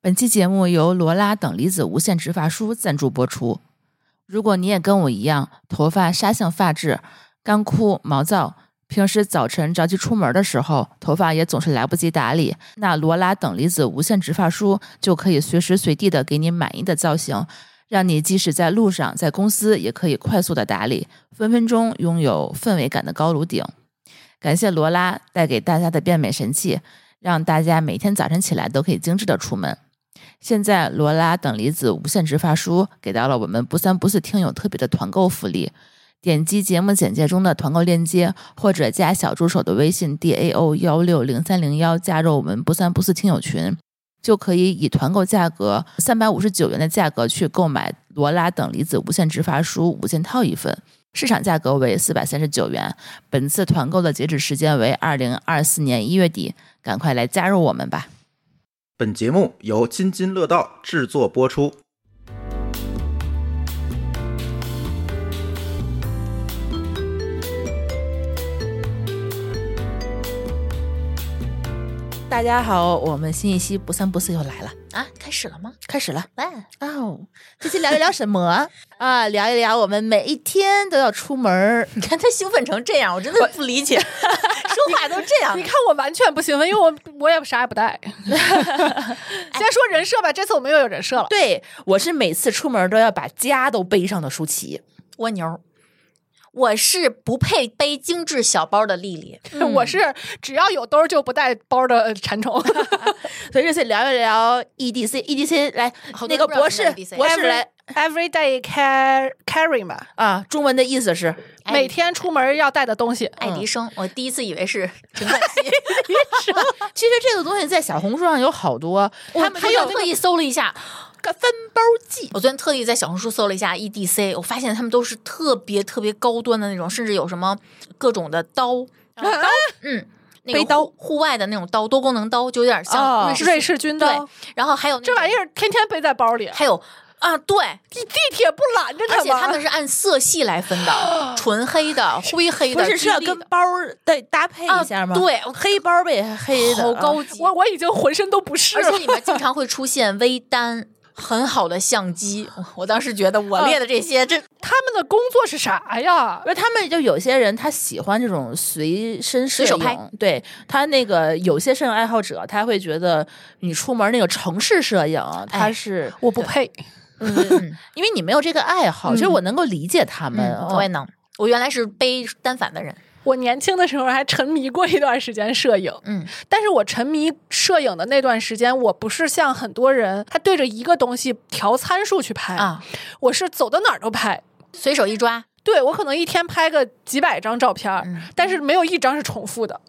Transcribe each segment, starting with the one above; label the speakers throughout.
Speaker 1: 本期节目由罗拉等离子无线直发梳赞助播出。如果你也跟我一样，头发沙性发质、干枯毛躁，平时早晨着急出门的时候，头发也总是来不及打理，那罗拉等离子无线直发梳就可以随时随地的给你满意的造型，让你即使在路上、在公司也可以快速的打理，分分钟拥有氛围感的高颅顶。感谢罗拉带给大家的变美神器，让大家每天早晨起来都可以精致的出门。现在罗拉等离子无线直发梳给到了我们不三不四听友特别的团购福利，点击节目简介中的团购链接，或者加小助手的微信 d a o 幺六零三零幺加入我们不三不四听友群，就可以以团购价格三百五十九元的价格去购买罗拉等离子无线直发梳五件套一份。市场价格为四百三十九元，本次团购的截止时间为二零二四年一月底，赶快来加入我们吧！
Speaker 2: 本节目由津津乐道制作播出。
Speaker 1: 大家好，我们新一期不三不四又来了，
Speaker 3: 啊，开始了吗？
Speaker 1: 开始了。
Speaker 3: 喂，
Speaker 1: 哦，这期聊一聊什 么啊？聊一聊我们每一天都要出门儿。
Speaker 3: 你看他兴奋成这样，我真的不理解，说话都这样
Speaker 4: 你。看我完全不兴奋，因为我我也啥也不 带。先说人设吧，这次我们又有人设了。
Speaker 1: 对，我是每次出门都要把家都背上的舒淇。
Speaker 3: 蜗牛，我是不配背精致小包的丽丽。
Speaker 4: 我是只要有兜儿就不带包的馋虫。
Speaker 3: 嗯
Speaker 1: 所以这次聊一聊 E EDC，EDC 来
Speaker 3: 好多
Speaker 1: 那个
Speaker 3: 人不知道
Speaker 1: 博
Speaker 3: 什么
Speaker 1: 士
Speaker 3: 是 EDC
Speaker 1: 博士 来
Speaker 4: Every day carry carry 嘛，
Speaker 1: 啊，中文的意思是
Speaker 3: 艾
Speaker 4: 每天出门要带的东西。嗯
Speaker 3: 爱迪生，我第一次以为是陈冠希，
Speaker 1: 其实这个东西在小红书上有好多，他
Speaker 3: 我
Speaker 1: 们
Speaker 3: 还有
Speaker 1: 有
Speaker 3: 特意搜了一下，
Speaker 1: 个分包计，
Speaker 3: 我昨天特意在小红书搜了一下 EDC，我发现他们都是特别特别高端的那种，甚至有什么各种的刀，刀，嗯，那个
Speaker 4: 背刀哦
Speaker 3: 户户外的那种刀，多功能刀，就有点像瑞士
Speaker 4: 瑞士军刀，
Speaker 3: 对，然后还有
Speaker 4: 这玩意
Speaker 3: 儿，
Speaker 4: 儿天天背在包里，
Speaker 3: 还有啊，对，
Speaker 4: 地地铁不拦着
Speaker 3: 而且
Speaker 4: 吗？
Speaker 3: 他们是按色系来分 的，纯黑的、灰黑
Speaker 1: 不
Speaker 3: 的、
Speaker 1: 是是要
Speaker 3: 橘绿
Speaker 1: 跟
Speaker 3: 的
Speaker 1: 包儿再搭配
Speaker 3: 啊
Speaker 1: 一下吗？
Speaker 3: 对
Speaker 1: 黑包呗，黑的
Speaker 3: 好
Speaker 1: 啊
Speaker 3: 高级，
Speaker 4: 我我已经浑身都不是
Speaker 3: 而
Speaker 4: 了
Speaker 3: 且。里面经常会出现微单。很好的相机，我当时觉得我
Speaker 4: 啊
Speaker 3: 列的这些，这
Speaker 4: 他们的工作是啥呀？
Speaker 1: 而他们就有些人他喜欢这种随身摄
Speaker 3: 随手
Speaker 1: 影，
Speaker 3: 拍
Speaker 1: 对他那个有些摄影爱好者，他会觉得你出门那个城市摄影，他是、
Speaker 4: 我不配，
Speaker 3: 嗯，
Speaker 1: 因为你没有这个爱好，其实我能够理解他们。
Speaker 3: 嗯
Speaker 1: 哦
Speaker 3: 我也能。我原来是背单反的人，
Speaker 4: 我年轻的时候还沉迷过一段时间摄影，
Speaker 3: 嗯，
Speaker 4: 但是我沉迷摄影的那段时间，我不是像很多人，他对着一个东西调参数去
Speaker 1: 哎
Speaker 4: 拍，
Speaker 3: 啊，
Speaker 4: 我是走到哪儿都拍。
Speaker 3: 随手一抓，
Speaker 4: 对我可能一天拍个几百张照片儿，
Speaker 3: 嗯
Speaker 4: 但是没有一张是重复的，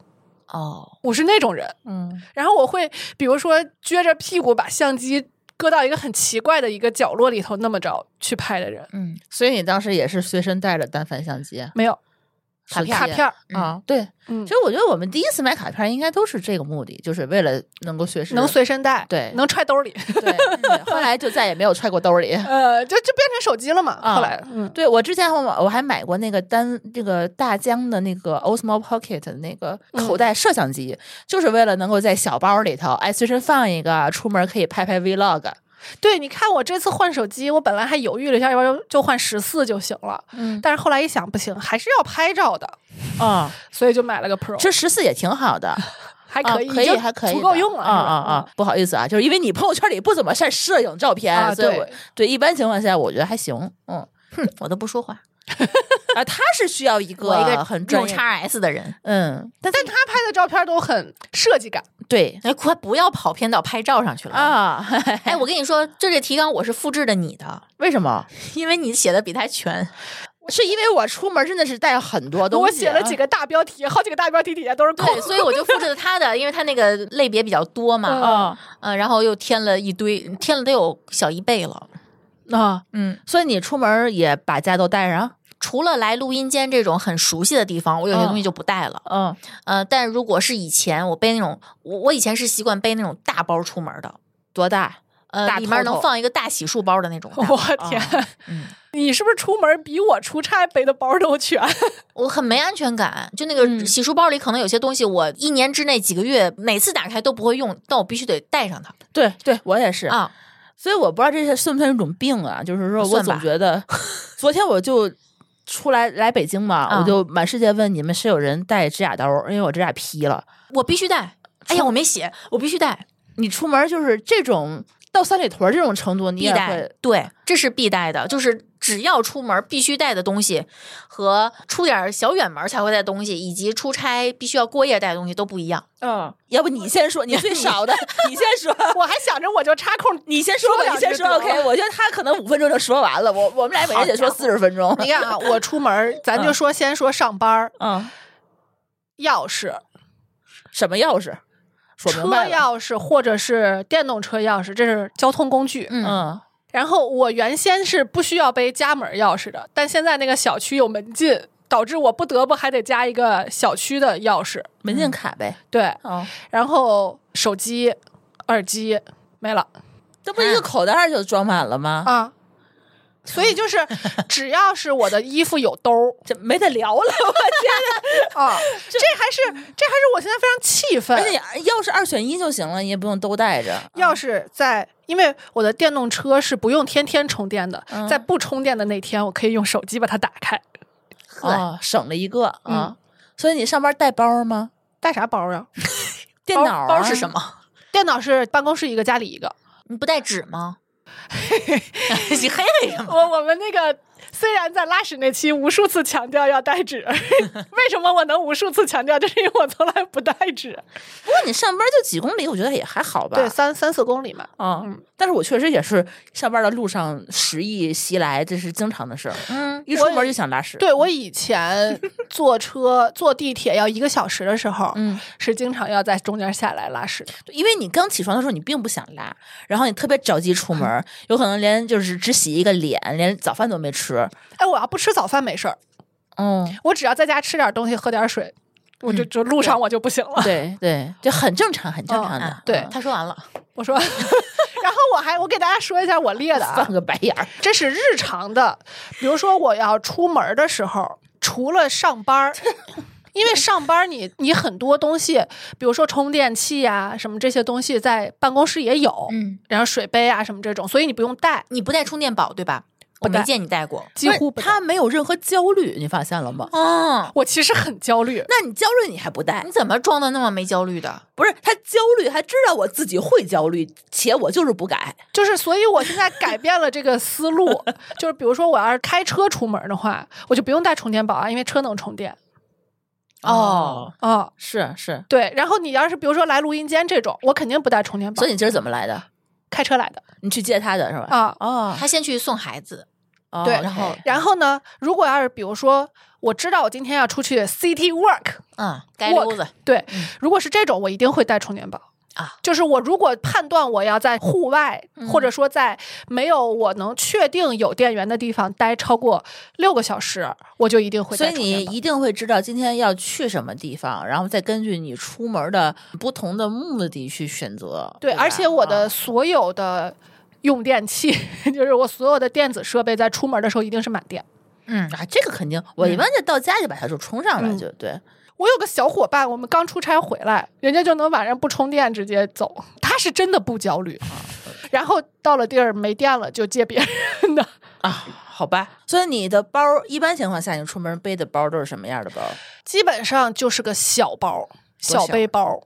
Speaker 3: 哦，
Speaker 4: 我是那种人。
Speaker 1: 嗯，
Speaker 4: 然后我会比如说撅着屁股把相机搁到一个很奇怪的一个角落里头，那么着去拍的人，
Speaker 3: 嗯，
Speaker 1: 所以你当时也是随身带着单反相机
Speaker 4: 没有
Speaker 1: 卡片
Speaker 4: 卡片儿，
Speaker 3: 嗯
Speaker 1: 啊？对，
Speaker 4: 嗯
Speaker 1: 其，实我觉得我们第一次买卡片应该都是这个目的，就是为了能够随时
Speaker 4: 能随身带，
Speaker 1: 对
Speaker 4: 能揣兜里，
Speaker 1: 对对，后来就再也没有揣过兜里。
Speaker 4: 呃，就就变成手机了嘛。
Speaker 1: 啊
Speaker 4: 后来，嗯，
Speaker 1: 对我之前我我还买过那个单这个大疆的那个 Osmo Pocket 的那个口
Speaker 4: 嗯
Speaker 1: 袋摄像机，就是为了能够在小包里头哎随身放一个，出门可以拍拍 Vlog。
Speaker 4: 对，你看我这次换手机，我本来还犹豫了一下，要不然就换十四就行了。
Speaker 1: 嗯
Speaker 4: 但是后来一想，不行，还是要拍照的，
Speaker 1: 啊、
Speaker 4: 所以就买了个 Pro，
Speaker 1: 这十四也挺好的，
Speaker 4: 哦还
Speaker 1: 啊
Speaker 4: 可以，
Speaker 1: 可
Speaker 4: 已
Speaker 1: 以，
Speaker 4: 经
Speaker 1: 还可以的，
Speaker 4: 足够用了。
Speaker 1: 啊啊
Speaker 4: 是吧嗯
Speaker 1: 啊！不好意思啊，就是因为你朋友圈里不怎么晒摄影照片，
Speaker 4: 啊
Speaker 1: 所以我
Speaker 4: 对
Speaker 1: 对一般情况下我觉得还行。嗯，
Speaker 3: 我都不说话，
Speaker 1: 啊，他是需要一
Speaker 3: 我一个
Speaker 1: 个很专
Speaker 3: 用
Speaker 1: 业，
Speaker 3: x S 的人，
Speaker 1: 嗯，但
Speaker 4: 但他拍的照片都很设计感，
Speaker 1: 对
Speaker 3: 哎，快不要跑偏到拍照上去了！
Speaker 1: 啊，
Speaker 3: 哎，我跟你说，这这提纲我是复制的你的，
Speaker 1: 为什么？
Speaker 3: 因为你写的比他全。
Speaker 1: 是因为我出门真的是带很多东西，啊
Speaker 4: 我写了几
Speaker 1: 个，
Speaker 4: 个大标题，好几个大标题底下都是空。
Speaker 3: 对，所以我就复制了他的，因为他那个类别比较多嘛，嗯、
Speaker 1: 啊
Speaker 3: 然后又添了一堆，添了得有小一倍了。
Speaker 1: 啊，
Speaker 3: 嗯，
Speaker 1: 所以你出门也把家都带上，
Speaker 3: 除了来录音间这种很熟悉的地方，我有些东西就不带了。
Speaker 1: 嗯
Speaker 3: 呃，但如果是以前我背那种，我我以前是习惯背那种大包出门的，
Speaker 1: 多大？
Speaker 3: 呃
Speaker 1: 大
Speaker 3: 里面
Speaker 1: 透
Speaker 3: 能
Speaker 1: 透
Speaker 3: 放一个大洗漱包的那种。 大包
Speaker 4: 我天，
Speaker 3: 嗯
Speaker 4: 你是不是出门比我出差背的包都全？
Speaker 3: 我很没安全感，就那个
Speaker 4: 嗯
Speaker 3: 洗漱包里可能有些东西，我一年之内几个月每次打开都不会用，但我必须得带上它
Speaker 1: 对对，我也是。
Speaker 3: 啊。
Speaker 1: 所以我不知道这是算不算一种病啊？就是说我
Speaker 3: 算
Speaker 1: 总
Speaker 3: 吧
Speaker 1: 觉 得，昨天我就出来来北京嘛，
Speaker 3: 嗯
Speaker 1: 我就满世界问你们是有人带指甲刀，因为我指甲劈了。
Speaker 3: 我必须带。哎呀，我没写，我必须带，
Speaker 1: 你出门就是这种到三里屯这种程度，你
Speaker 3: 必
Speaker 1: 也
Speaker 3: 带
Speaker 1: 会。
Speaker 3: 对，这是必带的，就是只要出门必须带的东西，和出点小远门才会带的东西，以及出差必须要过夜带的东西都不一样。
Speaker 1: 嗯，要不你先 说，你最少的，你先说。
Speaker 4: 我还想着我就插空，
Speaker 1: 你先说
Speaker 4: 说
Speaker 1: 吧，
Speaker 4: 两
Speaker 1: 你先
Speaker 4: 句
Speaker 1: 说。
Speaker 4: 得了
Speaker 1: OK，我觉得他可能五分钟就说完了，我我们俩每人得说四十分 钟。
Speaker 4: 你看啊，我出门，咱就说先说上班儿，
Speaker 1: 嗯，
Speaker 4: 钥匙、
Speaker 1: 什么钥匙？说
Speaker 4: 车
Speaker 1: 明白了。
Speaker 4: 钥匙或者是电动车钥匙，这是交通工具。
Speaker 3: 嗯
Speaker 1: 嗯，
Speaker 4: 然后我原先是不需要背家门钥匙的，但现在那个小区有门禁，导致我不得不还得加一个小区的钥匙。
Speaker 1: 门禁卡呗。
Speaker 4: 对，
Speaker 1: 哦，
Speaker 4: 然后手机、耳机没了
Speaker 1: 这不一个口袋就装满了吗？
Speaker 4: 啊。所以就是，只要是我的衣服有兜儿
Speaker 1: 这没得聊了，我天哪！
Speaker 4: 啊，这还是这还是我现在非常气愤。
Speaker 1: 而且你钥匙二选一就行了，你也不用都带着。
Speaker 4: 要是在，因为我的电动车是不用天天充电的，
Speaker 1: 嗯
Speaker 4: 在不充电的那天，我可以用手机把它打开。
Speaker 3: 呵，
Speaker 1: 哦，省了一个啊。所以你上班带包吗？
Speaker 4: 带啥包啊？
Speaker 1: 电脑啊
Speaker 3: 包是什？么？
Speaker 4: 电脑是办公室一个，家里一 个。
Speaker 3: 你不带纸吗？ 你嘿嘿什么？
Speaker 4: 我我们那个虽然在拉屎那期无数次强调要带 纸，为什么我能无数次强调？就是因为我从来不带纸。
Speaker 1: 不过你上班就几公里，我觉得也还好吧。
Speaker 4: 对，三三四公里嘛。
Speaker 1: 嗯，但是我确实也是上班的路上食意袭来，这是经常的事儿。
Speaker 3: 嗯，
Speaker 1: 一出门就想拉屎。，
Speaker 4: 对我以 前坐车坐地铁要一个小时的时候，
Speaker 1: 嗯，
Speaker 4: 是经常要在中间下来拉屎的。
Speaker 1: 因为你刚起床的时候你并不想拉，然后你特别着急出门，有可能连就是只洗一个脸，连早饭都没吃。
Speaker 4: 哎，我要不吃早饭没事儿，
Speaker 1: 嗯，
Speaker 4: 我只要在家吃点东西，喝点水，我就就路上我就不行 了。
Speaker 1: 对哦对，就很正常，很正常的
Speaker 3: 啊。
Speaker 4: 对
Speaker 3: 他说完了，
Speaker 4: 我说，然后我还我给大家说一下我列的
Speaker 1: 翻
Speaker 4: 啊，
Speaker 1: 嗯个白眼儿。
Speaker 4: 这是日常的，比如说我要出门的时候，除了上班儿。因为上班儿你你很多东西，比如说充电器呀、什么这些东西，在办公室也有，
Speaker 3: 嗯，
Speaker 4: 然后水杯啊什么这种，所以你不用带，
Speaker 3: 你不带充电宝对吧？我
Speaker 4: 不带
Speaker 3: 没见你带过。
Speaker 4: 几
Speaker 1: 不
Speaker 4: 乎不
Speaker 1: 是
Speaker 4: 带。
Speaker 1: 他没有任何焦虑，你发现了吗？
Speaker 3: 哦，
Speaker 4: 我其实很焦虑，
Speaker 1: 那你焦虑你还不带
Speaker 3: 你？怎么装的那么没焦虑的？
Speaker 1: 不是他焦虑，他知道我自己会焦虑，且我就是不改。
Speaker 4: 就是所以我现在改变了这个思路， 就是比如说我要是开车出门的话，我就不用带充电宝啊，因为车能充电
Speaker 1: 哦，
Speaker 4: 啊、哦
Speaker 1: 是是。
Speaker 4: 对，然后你要是比如说来录音间这种，我肯定不带充电宝，
Speaker 1: 所以你今儿怎么来的？
Speaker 4: 开车来的
Speaker 1: 你去接他的是吧？
Speaker 4: 啊。
Speaker 1: 哦，
Speaker 3: 他先去送孩子，
Speaker 1: 哦
Speaker 4: 对
Speaker 1: OK
Speaker 3: 然后
Speaker 4: 然后呢，如果要是比如说我知道我今天要出去 city work，
Speaker 3: 嗯，该溜子。
Speaker 4: 对，
Speaker 1: 嗯
Speaker 4: 如果是这种，我一定会带充电宝。
Speaker 3: 啊，
Speaker 4: 就是我如果判断我要在户外，
Speaker 1: 嗯
Speaker 4: 或者说在没有我能确定有电源的地方待超过六个小时，我就一定会
Speaker 1: 所
Speaker 4: 带
Speaker 1: 以
Speaker 4: 充
Speaker 1: 你
Speaker 4: 电宝。
Speaker 1: 一定会知道今天要去什么地方，然后再根据你出门的不同的目的去选择。
Speaker 4: 对，
Speaker 1: 吧
Speaker 4: 而且我的
Speaker 1: 啊
Speaker 4: 所有的用电器， 就是我所有的电子设备，在出门的时候一定是满电。
Speaker 3: 嗯，
Speaker 1: 啊，这个肯定，我一般就到家就把它就充上了，就对。
Speaker 4: 我有个小伙伴，我们刚出差回来，人家就能晚上不充电直接走，他是真的不焦虑。然后到了地儿没电了就借别人的，
Speaker 1: 啊，好吧。所以你的包一般情况下，你出门背的包都是什么样的包？
Speaker 4: 基本上就是个小包、
Speaker 1: 小，
Speaker 4: 小背包，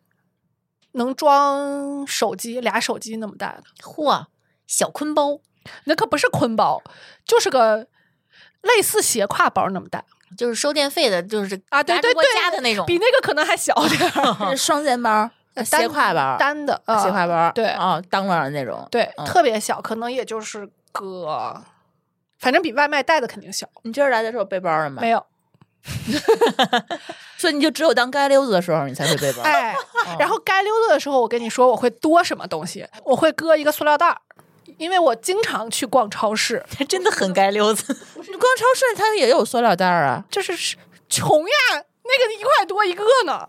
Speaker 4: 能装手机俩手机那么大的，
Speaker 3: 嚯，小坤包
Speaker 4: 那可不是坤包，就是个类似斜挎包那么大
Speaker 3: 就是收电费的，就是
Speaker 4: 啊！对
Speaker 3: 拿
Speaker 4: 对
Speaker 3: 出国
Speaker 4: 对，
Speaker 3: 家的那种。
Speaker 4: 比那个可能还小点儿
Speaker 1: 是双肩包、
Speaker 4: 呃
Speaker 1: 斜挎包、
Speaker 4: 单的啊，
Speaker 1: 斜挎包，
Speaker 4: 对
Speaker 1: 啊，当啷的那种。
Speaker 4: 对，
Speaker 1: 嗯
Speaker 4: 特别小，可能也就是个，反正比外卖带的肯定小。
Speaker 1: 你今儿来的时候背包了吗
Speaker 4: 没？有，
Speaker 1: 所以你就只有当街溜子的时候，你才会背 包。
Speaker 4: 哎，然后该溜达的时候，我跟你说，我会多什么东西？我会搁一个塑料袋儿，因为我经常去逛超市，
Speaker 3: 真的很该溜子。
Speaker 1: 你逛超市它也有塑料袋儿啊，
Speaker 4: 就是是穷呀，那个一块多一个呢。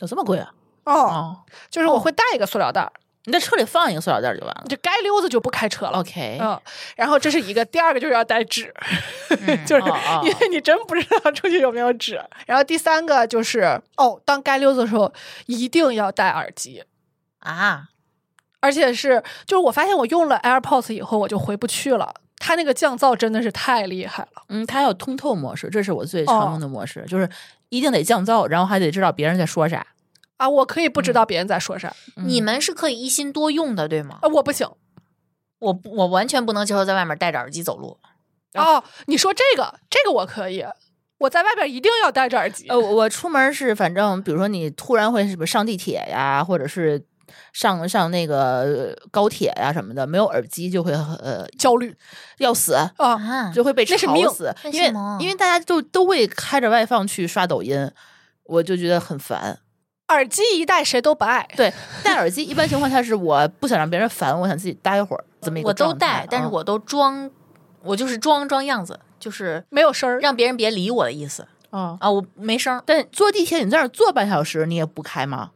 Speaker 1: 有这么贵啊？
Speaker 4: 哦，
Speaker 1: 哦，
Speaker 4: 就是我会带一个塑料袋儿，
Speaker 1: 你在车里放一个塑料袋儿就完了。
Speaker 4: 就该溜子就不开车了。
Speaker 1: 哦 OK，
Speaker 4: 嗯，然后这是一个，第二个就是要带纸，
Speaker 3: 嗯
Speaker 4: 就是
Speaker 1: 哦哦
Speaker 4: 因为你真不知道出去有没有纸。然后第三个就是哦，当该溜子的时候一定要戴耳机，
Speaker 3: 啊，
Speaker 4: 而且是就是我发现我用了 AirPods 以后我就回不去了，它那个降噪真的是太厉害了。
Speaker 1: 嗯，它还有通透模式，这是我最常用的模式，就是一定得降噪，然后还得知道别人在说啥。
Speaker 4: 啊，我可以不知道别人在说啥，
Speaker 1: 嗯
Speaker 3: 你们是可以一心多用的，对吗？
Speaker 4: 啊，我不行。
Speaker 3: 我不我完全不能接受在外面戴着耳机走路。
Speaker 1: 啊
Speaker 4: 哦，你说这个，这个我可以，我在外边一定要戴着耳机。
Speaker 1: 呃，我我出门是反正，比如说你突然会什么上地铁呀，或者是上上那个呃高铁呀什么的，没有耳机就会呃
Speaker 4: 焦虑
Speaker 1: 要死，
Speaker 4: 啊，
Speaker 3: 啊
Speaker 1: 就会被
Speaker 4: 那是命
Speaker 1: 吵死，
Speaker 3: 为
Speaker 1: 因为
Speaker 3: 什么
Speaker 1: 因为大家就都会开着外放去刷抖音，我就觉得很烦。
Speaker 4: 耳机一戴谁都不爱。
Speaker 1: 对，戴耳机一般情况下是我不想让别人烦，我想自己待会儿，这么一个
Speaker 3: 我都
Speaker 1: 状态
Speaker 3: 戴，但是
Speaker 1: 嗯
Speaker 3: 我都装，我就是装装样子，就是
Speaker 4: 没有声儿，
Speaker 3: 让别人别理我的意思
Speaker 1: 哦，
Speaker 3: 啊。我没声儿，
Speaker 1: 但坐地铁你在那儿坐半小时，你也不开吗？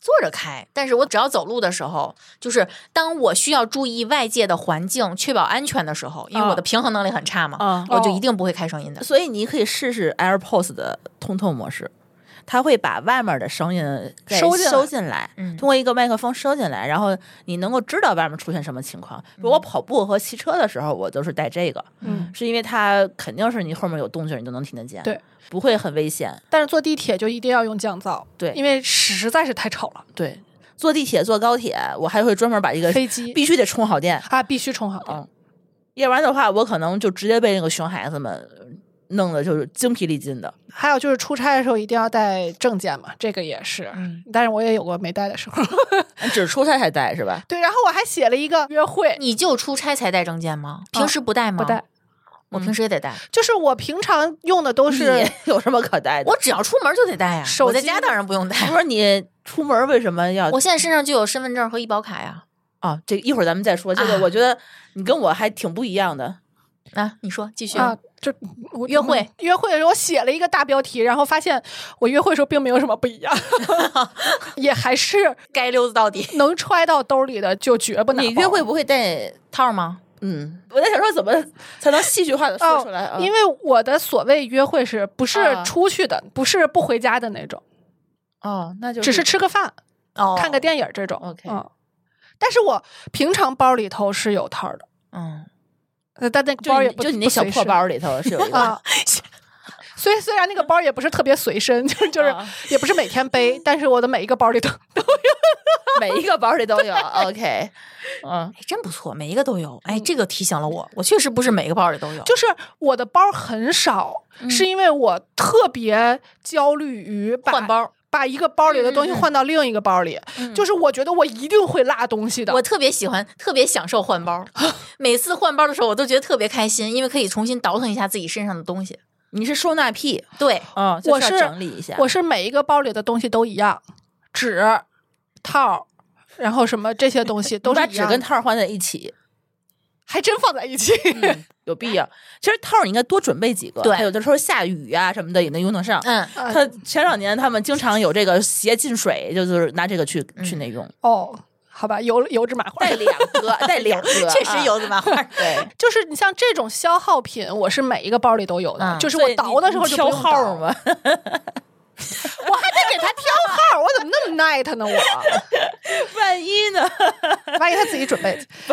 Speaker 3: 坐着开，但是我只要走路的时候，就是当我需要注意外界的环境，确保安全的时候，因为
Speaker 1: 啊
Speaker 3: 我的平衡能力很差嘛，
Speaker 1: 啊
Speaker 3: 我就
Speaker 4: 哦
Speaker 3: 一定不会开声音的。
Speaker 1: 所以你可以试试 AirPods 的通透模式，它会把外面的声音给
Speaker 4: 收进来
Speaker 1: 收进来，
Speaker 3: 嗯
Speaker 1: 通过一个麦克风收进来，然后你能够知道外面出现什么情况。如果跑步和骑车的时候，我都是戴这个，
Speaker 4: 嗯，
Speaker 1: 是因为它肯定是你后面有动静，你都能听得见，
Speaker 4: 对，
Speaker 1: 不会很危险。
Speaker 4: 但是坐地铁就一定要用降噪，
Speaker 1: 对
Speaker 4: 因为实在是太吵了。
Speaker 1: 对，坐地铁、坐高铁，我还会专门把一个
Speaker 4: 飞机
Speaker 1: 必须得充好电，
Speaker 4: 啊，必须充好电。
Speaker 1: 嗯，要不然的话，我可能就直接被那个熊孩子们弄得就是精疲力尽的。
Speaker 4: 还有就是出差的时候一定要带证件嘛，这个也是。
Speaker 3: 嗯
Speaker 4: 但是我也有过没带的时候。
Speaker 1: 只出差才戴是 吧？
Speaker 4: 对，然后我还写了一个约会，
Speaker 3: 你就出差才带证件吗？
Speaker 1: 哦
Speaker 3: 平时不带吗？
Speaker 4: 不带，，
Speaker 3: 我
Speaker 1: 嗯
Speaker 3: 平时也得带。
Speaker 4: 啊就是我平常用的都是
Speaker 1: 你有什么可戴的？
Speaker 3: 我只要出门就得带呀、
Speaker 4: 手
Speaker 3: 我在
Speaker 4: 机
Speaker 3: 家当然不 用带。
Speaker 1: 不是你出门为什么要
Speaker 3: 我现在身上就有身份证和医保卡呀。
Speaker 1: 啊？这一会儿咱们再说这个。
Speaker 3: 啊
Speaker 1: 我觉得你跟我还挺不一样的。
Speaker 3: 啊，你说继续。
Speaker 4: 啊，就我
Speaker 3: 约会
Speaker 4: 约会的时候我写了一个大标题，然后发现我约会的时候并没有什么不一 样，也还是
Speaker 3: 该溜子到底
Speaker 4: 能揣到兜里的就绝不拿包。
Speaker 1: 你约会不会戴？
Speaker 3: 套吗？
Speaker 1: 嗯，我在想说怎么才能戏剧化的说出来啊？
Speaker 4: 哦，因为我的所谓约会是不是
Speaker 1: 啊
Speaker 4: 出去的，不是不回家的那种，
Speaker 1: 哦，那就
Speaker 4: 只是吃个饭、
Speaker 3: 哦，
Speaker 4: 看个电影这种。
Speaker 1: OK
Speaker 4: 嗯，但是我平常包里头是有套的，
Speaker 3: 嗯，
Speaker 4: 呃但那个
Speaker 1: 就
Speaker 4: 包
Speaker 1: 你
Speaker 4: 也不
Speaker 1: 就你那小破包里头是有 一
Speaker 4: 不随身
Speaker 1: 个
Speaker 4: 啊。虽虽然那个包也不是特别随身，就是就是
Speaker 1: 啊
Speaker 4: 也不是每天背，但是我的每一个包里头
Speaker 1: 每一个包里都 有。OK，嗯，
Speaker 3: 哎，真不错，每一个都有。哎，这个提醒了我，我确实不是每个包里都有。
Speaker 4: 就是我的包很少，
Speaker 1: 嗯
Speaker 4: 是因为我特别焦虑于把
Speaker 3: 换包，
Speaker 4: 把一个包里的
Speaker 1: 嗯
Speaker 4: 东西换到另一个包里，就是我觉得我一定会落东西的。
Speaker 3: 我特别喜欢，特别享受换包。
Speaker 4: 啊
Speaker 3: 每次换包的时候，我都觉得特别开心，因为可以重新倒腾一下自己身上的东西。
Speaker 1: 你是收纳癖，
Speaker 3: 对，
Speaker 1: 嗯，就
Speaker 4: 我
Speaker 1: 需要
Speaker 4: 是
Speaker 1: 整理一下。
Speaker 4: 我是每一个包里的东西都一样，纸、套，然后什么这些东西 都
Speaker 1: 你
Speaker 4: 是
Speaker 1: 把
Speaker 4: 一
Speaker 1: 纸
Speaker 4: 样
Speaker 1: 跟
Speaker 4: 的
Speaker 1: 套嗯儿换在一起，
Speaker 4: 还真放在一起。
Speaker 1: 有必要。其实套儿你应该多准备几个，
Speaker 3: 对
Speaker 1: 它有的时候下雨啊什么的也能用得上。
Speaker 3: 嗯，
Speaker 4: 呃
Speaker 1: 他前两年他们经常有这个鞋进水，就是拿这个去去那用，
Speaker 4: 哦，好吧，油油脂麻花
Speaker 1: 嗯 带。两 个，带两个，
Speaker 3: 确实有
Speaker 1: 啊。
Speaker 3: 怎么花。
Speaker 1: 对，
Speaker 4: 就是你像这种消耗品，我是每一个包里都有的，
Speaker 3: 嗯
Speaker 4: 就是
Speaker 1: 所
Speaker 4: 我
Speaker 1: 以
Speaker 4: 倒的
Speaker 1: 你
Speaker 4: 时候
Speaker 1: 你
Speaker 4: 就
Speaker 1: 挑
Speaker 4: 不用
Speaker 1: 号
Speaker 4: 倒
Speaker 1: 儿嘛，
Speaker 4: 我还得给他挑号，我怎么那么 night 呢？我
Speaker 1: 万一呢？
Speaker 4: 万一他自己准备，
Speaker 1: 主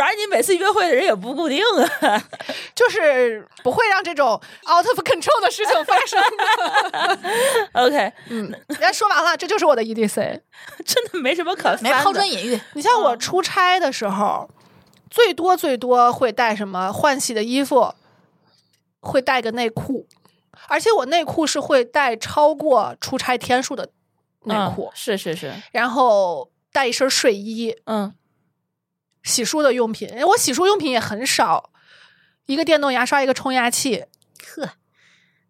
Speaker 1: 要是你每次约会的人也不固定啊。
Speaker 4: 就是不会让这种 out of control 的事情发生的。
Speaker 1: OK，
Speaker 4: 嗯，那说完了，这就是我的 EDC。
Speaker 1: 真的没什么可
Speaker 3: 没
Speaker 1: 翻
Speaker 3: 抛
Speaker 1: 的
Speaker 3: 砖。引玉，
Speaker 4: 你像
Speaker 1: 嗯
Speaker 4: 我出差的时候，最多最多会带什么换洗的衣服，会带个内裤，而且我内裤是会带超过出差天数的内
Speaker 1: 嗯
Speaker 4: 裤，
Speaker 1: 是是是，
Speaker 4: 然后带一身睡衣，
Speaker 1: 嗯，
Speaker 4: 洗漱的用品，因为我洗漱用品也很少，一个电动牙刷，一个冲牙器，
Speaker 3: 呵，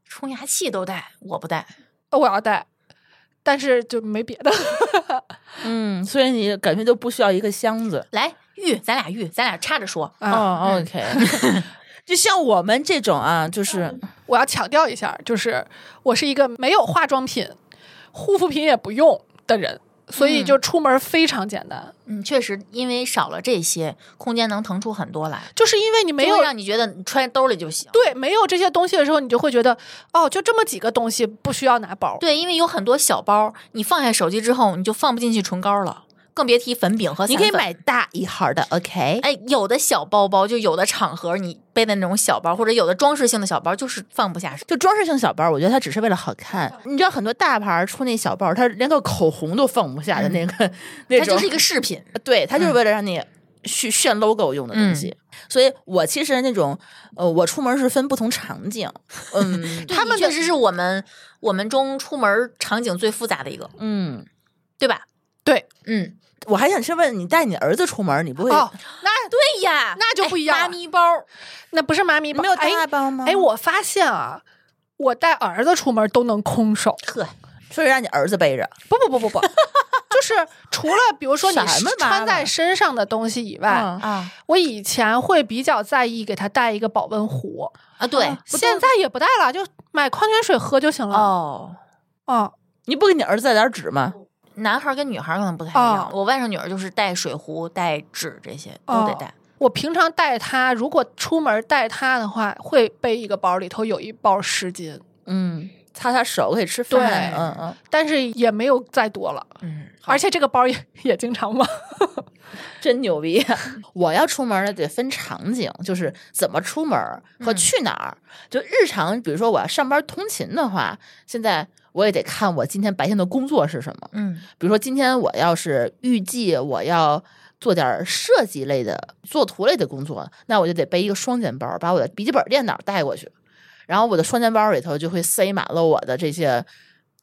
Speaker 3: 冲牙器都带，我不带。
Speaker 4: 呃我要带，但是就没别的。
Speaker 1: 嗯，所以你感觉都不需要一个箱子。
Speaker 3: 来，玉，咱俩玉，咱俩插着说。
Speaker 4: 啊，
Speaker 1: 哦，OK，就 像我们这种啊，就是
Speaker 4: 我要强调一下，就是我是一个没有化妆品、护肤品也不用的人，所以
Speaker 3: 嗯
Speaker 4: 就出门非常简单，
Speaker 3: 嗯，确实，因为少了这些，空间能腾出很多来，
Speaker 4: 就是因为你没
Speaker 3: 就会
Speaker 4: 有
Speaker 3: 让你觉得你揣兜里就行。
Speaker 4: 对没有这些东西的时候，你就会觉得哦，就这么几个东西不需要拿包。
Speaker 3: 对，因为有很多小包，你放下手机之后，你就放不进去唇膏了，更别提粉饼和
Speaker 1: 你
Speaker 3: 散
Speaker 1: 可以
Speaker 3: 粉
Speaker 1: 买大一号的，OK？
Speaker 3: 哎，有的小包包，就有的场合你背的那种小包，或者有的装饰性的小包，就是放不下手。
Speaker 1: 就装饰性小包，我觉得它只是为了好看。你知道很多大牌儿出那小包，它连个口红都放不下的那个、 那
Speaker 3: 嗯它
Speaker 1: 种，
Speaker 3: 就是一个嗯饰品。
Speaker 1: 对，它就是为了让你炫炫 logo 用的东西。所以我其实那种呃，我出门是分不同场景， 嗯
Speaker 3: 他们确实是我们我们中出门场景最复杂的一个，
Speaker 1: 嗯。
Speaker 3: 对吧？
Speaker 4: 对
Speaker 3: 嗯，
Speaker 1: 我还想去问你，带你儿子出门，你不会、
Speaker 4: 哦，那
Speaker 3: 对呀，
Speaker 4: 那就不一样
Speaker 3: 哎
Speaker 4: 了
Speaker 3: 妈咪包，
Speaker 4: 那不是妈咪包
Speaker 1: 没有
Speaker 4: 哎
Speaker 1: 大包吗？
Speaker 4: 哎，我发现啊，我带儿子出门都能空手。
Speaker 3: 呵，
Speaker 1: 所以让你儿子背着，
Speaker 4: 不不不不不， 就是除了比如说你
Speaker 1: 什么妈妈
Speaker 4: 穿在身上的东西以外，
Speaker 1: 嗯
Speaker 3: 啊
Speaker 4: 我以前会比较在意给他带一个保温壶，
Speaker 3: 啊，对
Speaker 1: 啊，不
Speaker 4: 现
Speaker 1: 都
Speaker 4: 在也不带了，就买矿泉水喝就行了。
Speaker 3: 哦。
Speaker 4: 哦，
Speaker 1: 你不给你儿子带点纸吗？嗯
Speaker 3: 男孩儿跟女孩儿可能不太一样
Speaker 4: 哦，
Speaker 3: 我外甥女儿就是带水壶、带纸这些都得
Speaker 4: 哦
Speaker 3: 带。
Speaker 4: 我平常带他，如果出门带他的话，会背一个包，里头有一包湿巾，
Speaker 1: 嗯，擦擦手可以吃
Speaker 4: 对
Speaker 1: 饭，嗯嗯。
Speaker 4: 但是也没有再多了。
Speaker 3: 嗯，
Speaker 4: 而且这个包也也经常忘。
Speaker 1: 嗯真牛逼、啊 我要出门儿呢，得分场景，就是怎么出门儿和去哪儿。就日常，比如说我要上班通勤的话，现在我也得看我今天白天的工作是什么。
Speaker 3: 嗯
Speaker 1: 比如说今天我要是预计我要做点儿设计类的、做图类的工作，那我就得背一个双肩包，把我的笔记本电脑带过去，然后我的双肩包里头就会塞满了我的这些。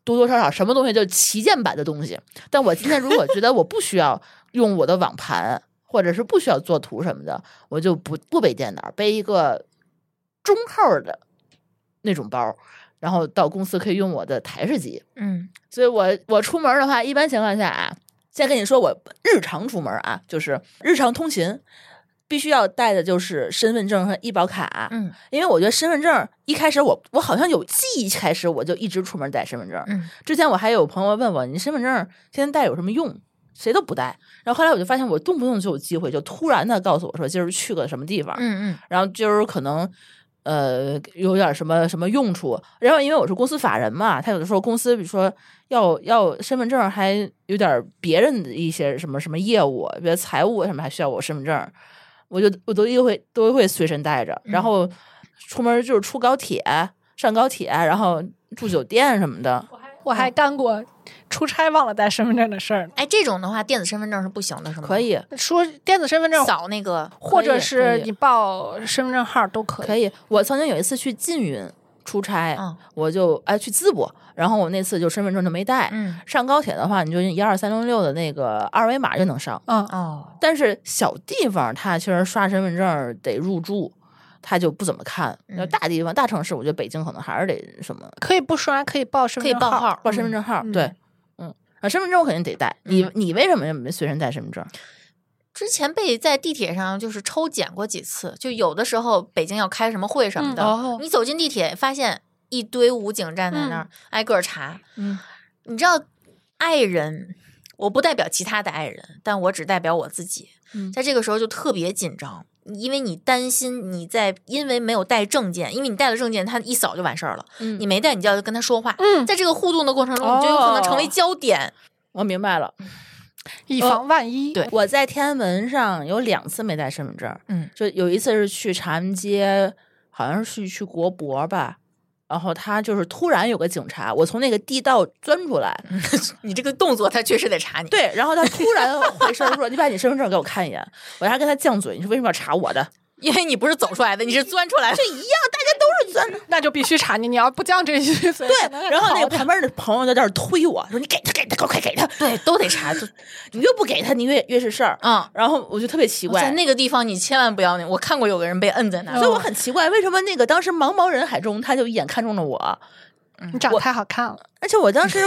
Speaker 1: 多多少少什么东西就是旗舰版的东西，但我今天如果觉得我不需要用我的网盘，或者是不需要做图什么的，我就不不背电脑，背一个中号的那种包，然后到公司可以用我的台式机。
Speaker 3: 嗯
Speaker 1: 所以我我出门的话，一般情况下啊，先跟你说我日常出门啊，就是日常通勤。必须要带的就是身份证和医保卡，
Speaker 3: 嗯
Speaker 1: 因为我觉得身份证一开始我我好像有记忆开始我就一直出门带身份证，
Speaker 3: 嗯
Speaker 1: 之前我还有朋友问我，你身份证现在带有什么用？谁都不带。然后后来我就发现，我动不动就有机会，就突然的告诉我说，今儿去个什么地方，
Speaker 3: 嗯嗯
Speaker 1: 然后今儿可能呃有点什么什么用处。然后因为我是公司法人嘛，他有的时候公司比如说要要身份证，还有点别人的一些什么什么业务，比如财务什么还需要我身份证，我就我都一会都会随身带着。然后出门就是出高铁、上高铁，然后住酒店什么的。
Speaker 4: 我还干过出差忘了带身份证的事儿呢，
Speaker 3: 哎，这种的话，电子身份证是不行的，是吗？
Speaker 1: 可以，
Speaker 4: 说电子身份证
Speaker 3: 扫那个，
Speaker 4: 或
Speaker 1: 可
Speaker 4: 者
Speaker 1: 以可
Speaker 4: 是
Speaker 1: 以
Speaker 4: 你报身份证号都可以。
Speaker 1: 可以。我曾经有一次去缙云出差，
Speaker 3: 嗯
Speaker 1: 我就哎去淄博，然后我那次就身份证就没带。
Speaker 3: 嗯
Speaker 1: 上高铁的话，你就用一二三零六的那个二维码就能上。
Speaker 4: 嗯，
Speaker 3: 哦，
Speaker 1: 但是小地方它确实刷身份证得入住，它就不怎么看。要
Speaker 3: 嗯
Speaker 1: 大地方、大城市，我觉得北京可能还是得什么
Speaker 4: 可以不刷，可以报身
Speaker 3: 可
Speaker 4: 份
Speaker 3: 以
Speaker 4: 证
Speaker 3: 报号，
Speaker 1: 报身份
Speaker 3: 嗯。
Speaker 1: 证号。
Speaker 3: 嗯
Speaker 1: 对，嗯，啊，身份证我肯定得带。你
Speaker 3: 嗯
Speaker 1: 你为什么没随身带身份证？
Speaker 3: 之前被在地铁上就是抽检过几次，就有的时候北京要开什么会什么的，
Speaker 1: 嗯哦
Speaker 3: 你走进地铁发现一堆武警站在那儿、挨个儿查，
Speaker 1: 嗯，
Speaker 3: 你知道爱人。我不代表其他的爱人，但我只代表我自己。
Speaker 1: 嗯
Speaker 3: 在这个时候就特别紧张，因为你担心你在因为没有带证件，因为你带了证件，他一扫就完事儿了。
Speaker 1: 嗯
Speaker 3: 你没带，你就要跟他说话。
Speaker 4: 嗯
Speaker 3: 在这个互动的过程中，你就有可能成为
Speaker 1: 哦
Speaker 3: 焦点。
Speaker 1: 我明白了。
Speaker 4: 以
Speaker 1: 呃
Speaker 4: 防万一。
Speaker 3: 对
Speaker 1: 嗯我在天安门上有两次没带身份证，
Speaker 3: 嗯，
Speaker 1: 就有一次是去长安街，好像是去去国博吧，然后他就是突然有个警察，我从那个地道钻出来，
Speaker 3: 你这个动作，他确实得查你。
Speaker 1: 对，然后他突然回身说：“ 你把你身份证给我看一眼。”我还跟他犟嘴，你说为什么要查我的？
Speaker 3: 因为你不是走出来的，你是钻出来的。
Speaker 1: 这一样，大家都是钻。
Speaker 4: 那就必须查你，你要不降这 一句，
Speaker 1: 对，然后那个旁边的朋友就在那儿推我说：“你给他，给他，快给他！
Speaker 3: 对，都得查。就
Speaker 1: 你越不给他，你越越是事儿。
Speaker 3: 嗯，”
Speaker 1: 然后我就特别奇怪
Speaker 3: 在，那个哦地方你千万不要那。我看过有个人被摁在那
Speaker 1: 所以
Speaker 3: 儿，
Speaker 1: 我很奇怪，为什么那个当时茫茫人海中，他就一眼看中了我。
Speaker 4: 你长得太好看了，
Speaker 1: 而且我当时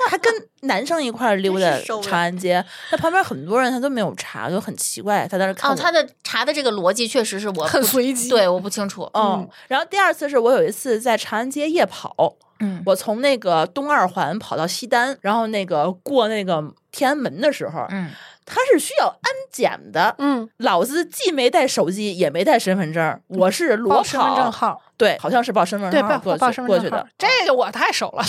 Speaker 1: 还还跟男生一块儿溜达
Speaker 3: 真是受不了
Speaker 1: 长安街，那旁边很多人他都没有查，就很奇怪，他在那看
Speaker 3: 哦，
Speaker 1: 我。
Speaker 3: 他的查的这个逻辑确实是我
Speaker 4: 很
Speaker 3: 不
Speaker 4: 随机。
Speaker 3: 对，我不清楚。
Speaker 1: 嗯，然后第二次是我有一次在长安街夜跑，
Speaker 3: 嗯，
Speaker 1: 我从那个东二环跑到西单，然后那个过那个天安门的时候，
Speaker 3: 嗯，
Speaker 1: 他是需要安检的。
Speaker 4: 嗯，
Speaker 1: 老子既没带手机，也没带身份证，我是裸
Speaker 4: 报
Speaker 1: 跑，
Speaker 4: 身份证号，
Speaker 1: 对，好像是报身份
Speaker 4: 对，
Speaker 1: 证号
Speaker 4: 报
Speaker 1: 过
Speaker 4: 报
Speaker 1: 去
Speaker 4: 身份
Speaker 1: 过
Speaker 4: 证
Speaker 1: 去
Speaker 4: 号嗯
Speaker 1: 的。。嗯
Speaker 4: 这个我太熟 了，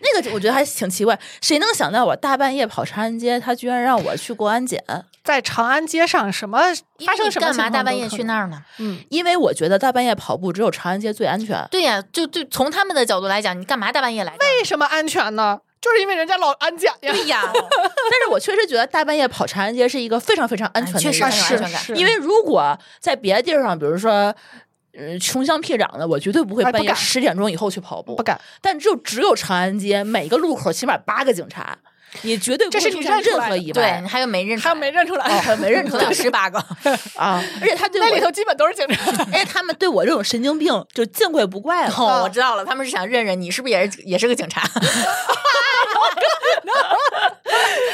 Speaker 1: 那个我觉得还挺奇怪，谁能想到我大半夜跑长安街，他居然让我去过安检？
Speaker 4: 在长安街上什么
Speaker 3: 因
Speaker 4: 发
Speaker 3: 为
Speaker 4: 生
Speaker 3: 你
Speaker 4: 什么
Speaker 3: 干嘛
Speaker 4: 情况
Speaker 3: 大
Speaker 4: 都
Speaker 3: 半夜
Speaker 4: 可
Speaker 3: 去
Speaker 4: 能
Speaker 3: 那儿呢？
Speaker 4: 嗯，
Speaker 1: 因为我觉得大半夜跑步只有长安街最安全。
Speaker 3: 对呀、就对，从他们的角度来讲，你干嘛大半夜来这儿？
Speaker 4: 为什么安全呢？就是因为人家老安检呀。
Speaker 3: 对呀，
Speaker 1: 但是我确实觉得大半夜跑长安街是一个非常非常安全的一
Speaker 3: 确
Speaker 1: 个事儿，
Speaker 3: 实很有
Speaker 4: 哎是
Speaker 3: 安全感。
Speaker 4: 是
Speaker 1: 因为如果在别的地儿上，比如说。呃，穷乡僻壤的，我绝对不会
Speaker 4: 哎
Speaker 1: 半
Speaker 4: 不
Speaker 1: 夜
Speaker 4: 敢
Speaker 1: 十点钟以后去跑步，
Speaker 4: 不敢。
Speaker 1: 但只有只有长安街，每个路口起码八个警察，你绝对不
Speaker 4: 这是
Speaker 1: 会
Speaker 4: 你
Speaker 1: 出现
Speaker 4: 认出
Speaker 1: 任
Speaker 4: 来
Speaker 1: 何
Speaker 4: 的
Speaker 1: 意
Speaker 3: 对，
Speaker 1: 外
Speaker 3: 你还有没认出
Speaker 4: 他
Speaker 3: 来，
Speaker 4: 们没认出来，
Speaker 1: 哦还有没认出来
Speaker 3: 十八个，
Speaker 1: 啊！而且他对我
Speaker 4: 那里头基本都是警察。
Speaker 1: 哎，他们对我这种神经病就见怪不怪了。
Speaker 3: 哦，我知道了，他们是想认认你是不是也是也是个警察，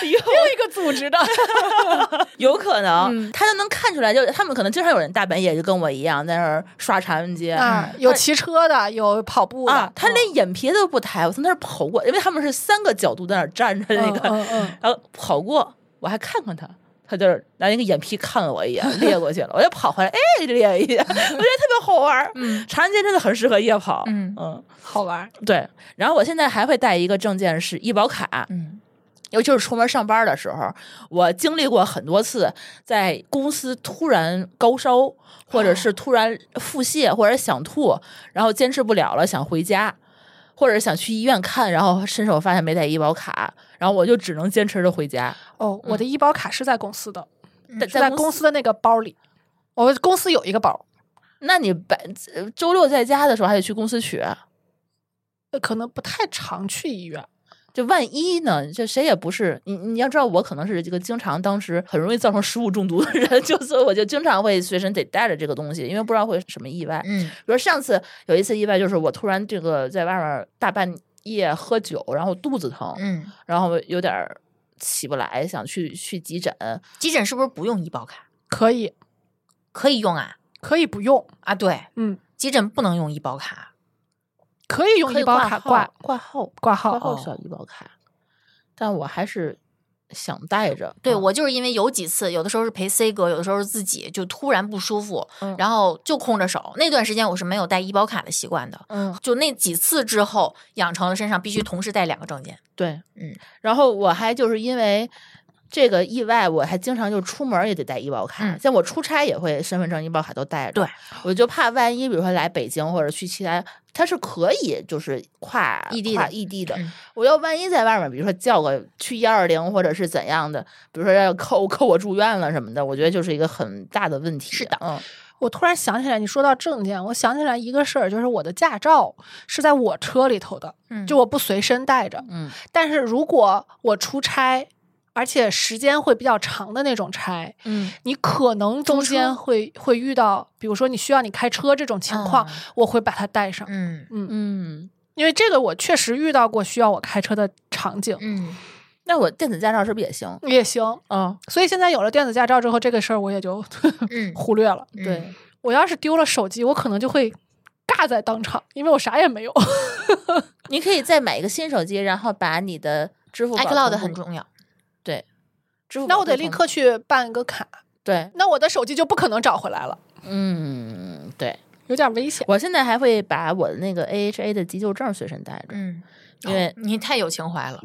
Speaker 4: 又一个组织的， 嗯
Speaker 1: 有可能，他就能看出来，就他们可能经常有人大半夜就跟我一样在那儿刷长安街
Speaker 4: 啊，有骑车的，有跑步的
Speaker 1: 嗯啊，他
Speaker 4: 嗯
Speaker 1: 连眼皮都不抬，我从那儿跑过，因为他们是三个角度在那儿站着那个，
Speaker 4: 嗯 嗯
Speaker 1: 然后跑过，我还看看他。他就是拿那个眼皮看了我一眼，裂过去了，我就跑回来，哎，裂一下，我觉得特别好玩儿。
Speaker 3: 嗯
Speaker 1: 长安街真的很适合夜跑。
Speaker 3: 嗯
Speaker 1: 嗯，
Speaker 4: 嗯好玩儿。
Speaker 1: 对。然后我现在还会带一个证件是医保卡，
Speaker 3: 嗯，
Speaker 1: 尤其是出门上班的时候，我经历过很多次在公司突然高烧，或者
Speaker 4: 哦
Speaker 1: 是突然腹泻，或者想吐，然后坚持不了了，想回家，或者想去医院看，然后伸手发现没带医保卡，然后我就只能坚持着回家。
Speaker 4: 哦，我的医保卡是在公司的，
Speaker 3: 嗯
Speaker 1: 嗯在
Speaker 4: 是在
Speaker 1: 在
Speaker 4: 公司的那个包里。我们公司有一个包，
Speaker 1: 那你白呃周六在家的时候还得去公司取，
Speaker 4: 呃可能不太常去医院。
Speaker 1: 就万一呢？这谁也不是你，你要知道，我可能是这个经常当时很容易造成食物中毒的人， 就所以我就经常会随身得带着这个东西，因为不知道会什么意外。
Speaker 3: 嗯
Speaker 1: 比如上次有一次意外，就是我突然这个在外面大半夜喝酒，然后肚子疼，
Speaker 3: 嗯，
Speaker 1: 然后有点儿起不来，想去去急诊。
Speaker 3: 急诊是不是不用医保卡？
Speaker 4: 可以，
Speaker 3: 可以用啊
Speaker 4: 可以不用，
Speaker 3: 啊，对，
Speaker 4: 嗯，
Speaker 3: 急诊不能用医保卡，
Speaker 4: 可以用
Speaker 1: 可以
Speaker 4: 医保卡
Speaker 1: 挂
Speaker 4: 挂
Speaker 1: 号挂号
Speaker 4: 挂
Speaker 1: 挂
Speaker 4: 号。
Speaker 1: 号
Speaker 4: 嗯
Speaker 1: 小医保卡，但我还是想带着。
Speaker 3: 对
Speaker 1: 嗯
Speaker 3: 我就是因为有几次，有的时候是陪 C 哥，有的时候是自己就突然不舒服，
Speaker 1: 嗯
Speaker 3: 然后就空着手，那段时间我是没有带医保卡的习惯的。
Speaker 1: 嗯
Speaker 3: 就那几次之后，养成了身上必须同时带两个证件。
Speaker 1: 对
Speaker 3: 嗯，
Speaker 1: 然后我还就是因为。这个意外，我还经常就出门也得带医保卡，
Speaker 3: 嗯
Speaker 1: 像我出差也会身份证、医保卡都带着。
Speaker 3: 对，
Speaker 1: 我就怕万一，比如说来北京或者去其他，它是可以就是跨
Speaker 3: 异地的
Speaker 1: 跨异地的。
Speaker 3: 嗯
Speaker 1: 我要万一在外面，比如说叫个去幺二零或者是怎样的，比如说要扣扣我住院了什么的，我觉得就是一个很大的问题。
Speaker 3: 是的
Speaker 1: 嗯，
Speaker 4: 我突然想起来，你说到证件，我想起来一个事儿，就是我的驾照是在我车里头的，
Speaker 3: 嗯
Speaker 4: 就我不随身带着。
Speaker 1: 嗯，
Speaker 4: 但是如果我出差，而且时间会比较长的那种差，
Speaker 1: 嗯，
Speaker 4: 你可能中间会会遇到，比如说你需要你开车这种情况，
Speaker 3: 啊
Speaker 4: 我会把它带上，
Speaker 3: 嗯
Speaker 1: 嗯，
Speaker 4: 因为这个我确实遇到过需要我开车的场景。
Speaker 3: 嗯，
Speaker 1: 那我电子驾照是不是也行？
Speaker 4: 也行，
Speaker 1: 嗯，
Speaker 4: 所以现在有了电子驾照之后，这个事儿我也就
Speaker 3: 嗯
Speaker 4: 忽略了。
Speaker 3: 嗯
Speaker 1: 对，
Speaker 4: 我要是丢了手机，我可能就会尬在当场，因为我啥也没有。
Speaker 1: 你可以再买一个新手机，然后把你的支付宝
Speaker 3: ，iCloud
Speaker 1: 同步
Speaker 3: 很重要。
Speaker 1: 对，支付
Speaker 4: 那
Speaker 1: 宝
Speaker 4: 我得
Speaker 1: 同
Speaker 4: 立
Speaker 1: 步
Speaker 4: 刻去办个卡，
Speaker 1: 对，
Speaker 4: 那我的手机就不可能找回来了，
Speaker 1: 嗯，对。
Speaker 4: 有点危险。
Speaker 1: 我现在还会把我的那个 AHA 的急救证随身带着，
Speaker 3: 嗯，
Speaker 1: 因为
Speaker 3: 你太有情怀
Speaker 1: 嗯
Speaker 3: 了。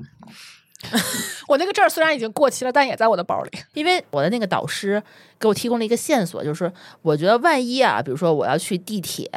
Speaker 4: 我那个证儿虽然已经过期了，但也在我的包里。
Speaker 1: 因为我的那个导师给我提供了一个线索，就是我觉得万一啊，比如说我要去地铁，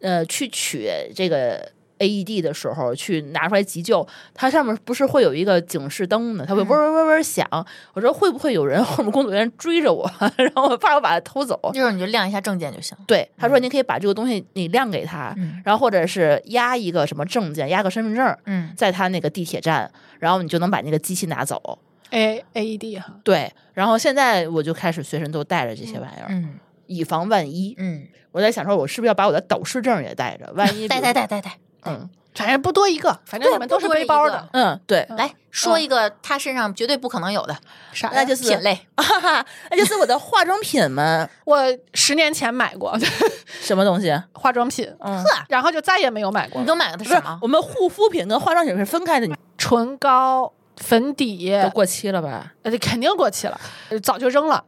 Speaker 1: 呃，去取这个 AED 的时候，去拿出来急救，它上面不是会有一个警示灯呢？它会嗡
Speaker 4: 嗯
Speaker 1: 嗡嗡嗡响。我说会不会有人后面工作人员追着我， 然后我怕我把它偷走。
Speaker 3: 这时候你就亮一下证件就行了。
Speaker 1: 对，他说你可以把这个东西你亮给他，
Speaker 3: 嗯
Speaker 1: 然后或者是压一个什么证件，压个身份证，
Speaker 3: 嗯
Speaker 1: 在他那个地铁站，然后你就能把那个机器拿走。
Speaker 4: A A E D 哈，
Speaker 1: 对，然后现在我就开始随身都带着这些玩意儿，
Speaker 3: 嗯
Speaker 1: 以防万一。
Speaker 3: 嗯，
Speaker 1: 我在想说，我是不是要把我的导师证也带着？万一
Speaker 3: 带带，带带带，
Speaker 1: 嗯
Speaker 4: 反正不多一个，反正
Speaker 3: 对
Speaker 4: 你们都是
Speaker 3: 不多
Speaker 4: 背包的
Speaker 3: 一，
Speaker 1: 嗯，对，
Speaker 3: 来说一个他身上绝对不可能有的
Speaker 4: 啥呀？
Speaker 1: 那就是
Speaker 3: 品类。
Speaker 1: 哈哈，那就是我的化妆品们，
Speaker 4: 我十年前买过
Speaker 1: 什么东西？
Speaker 4: 化妆品，
Speaker 1: 嗯，
Speaker 4: 然后就再也没有买过
Speaker 3: 你都买了它
Speaker 1: 不是
Speaker 3: 什么？
Speaker 1: 我们护肤品跟化妆品是分开的，
Speaker 4: 唇膏、粉底，
Speaker 1: 都过期了吧？
Speaker 4: 呃，肯定过期了，呃早就扔了。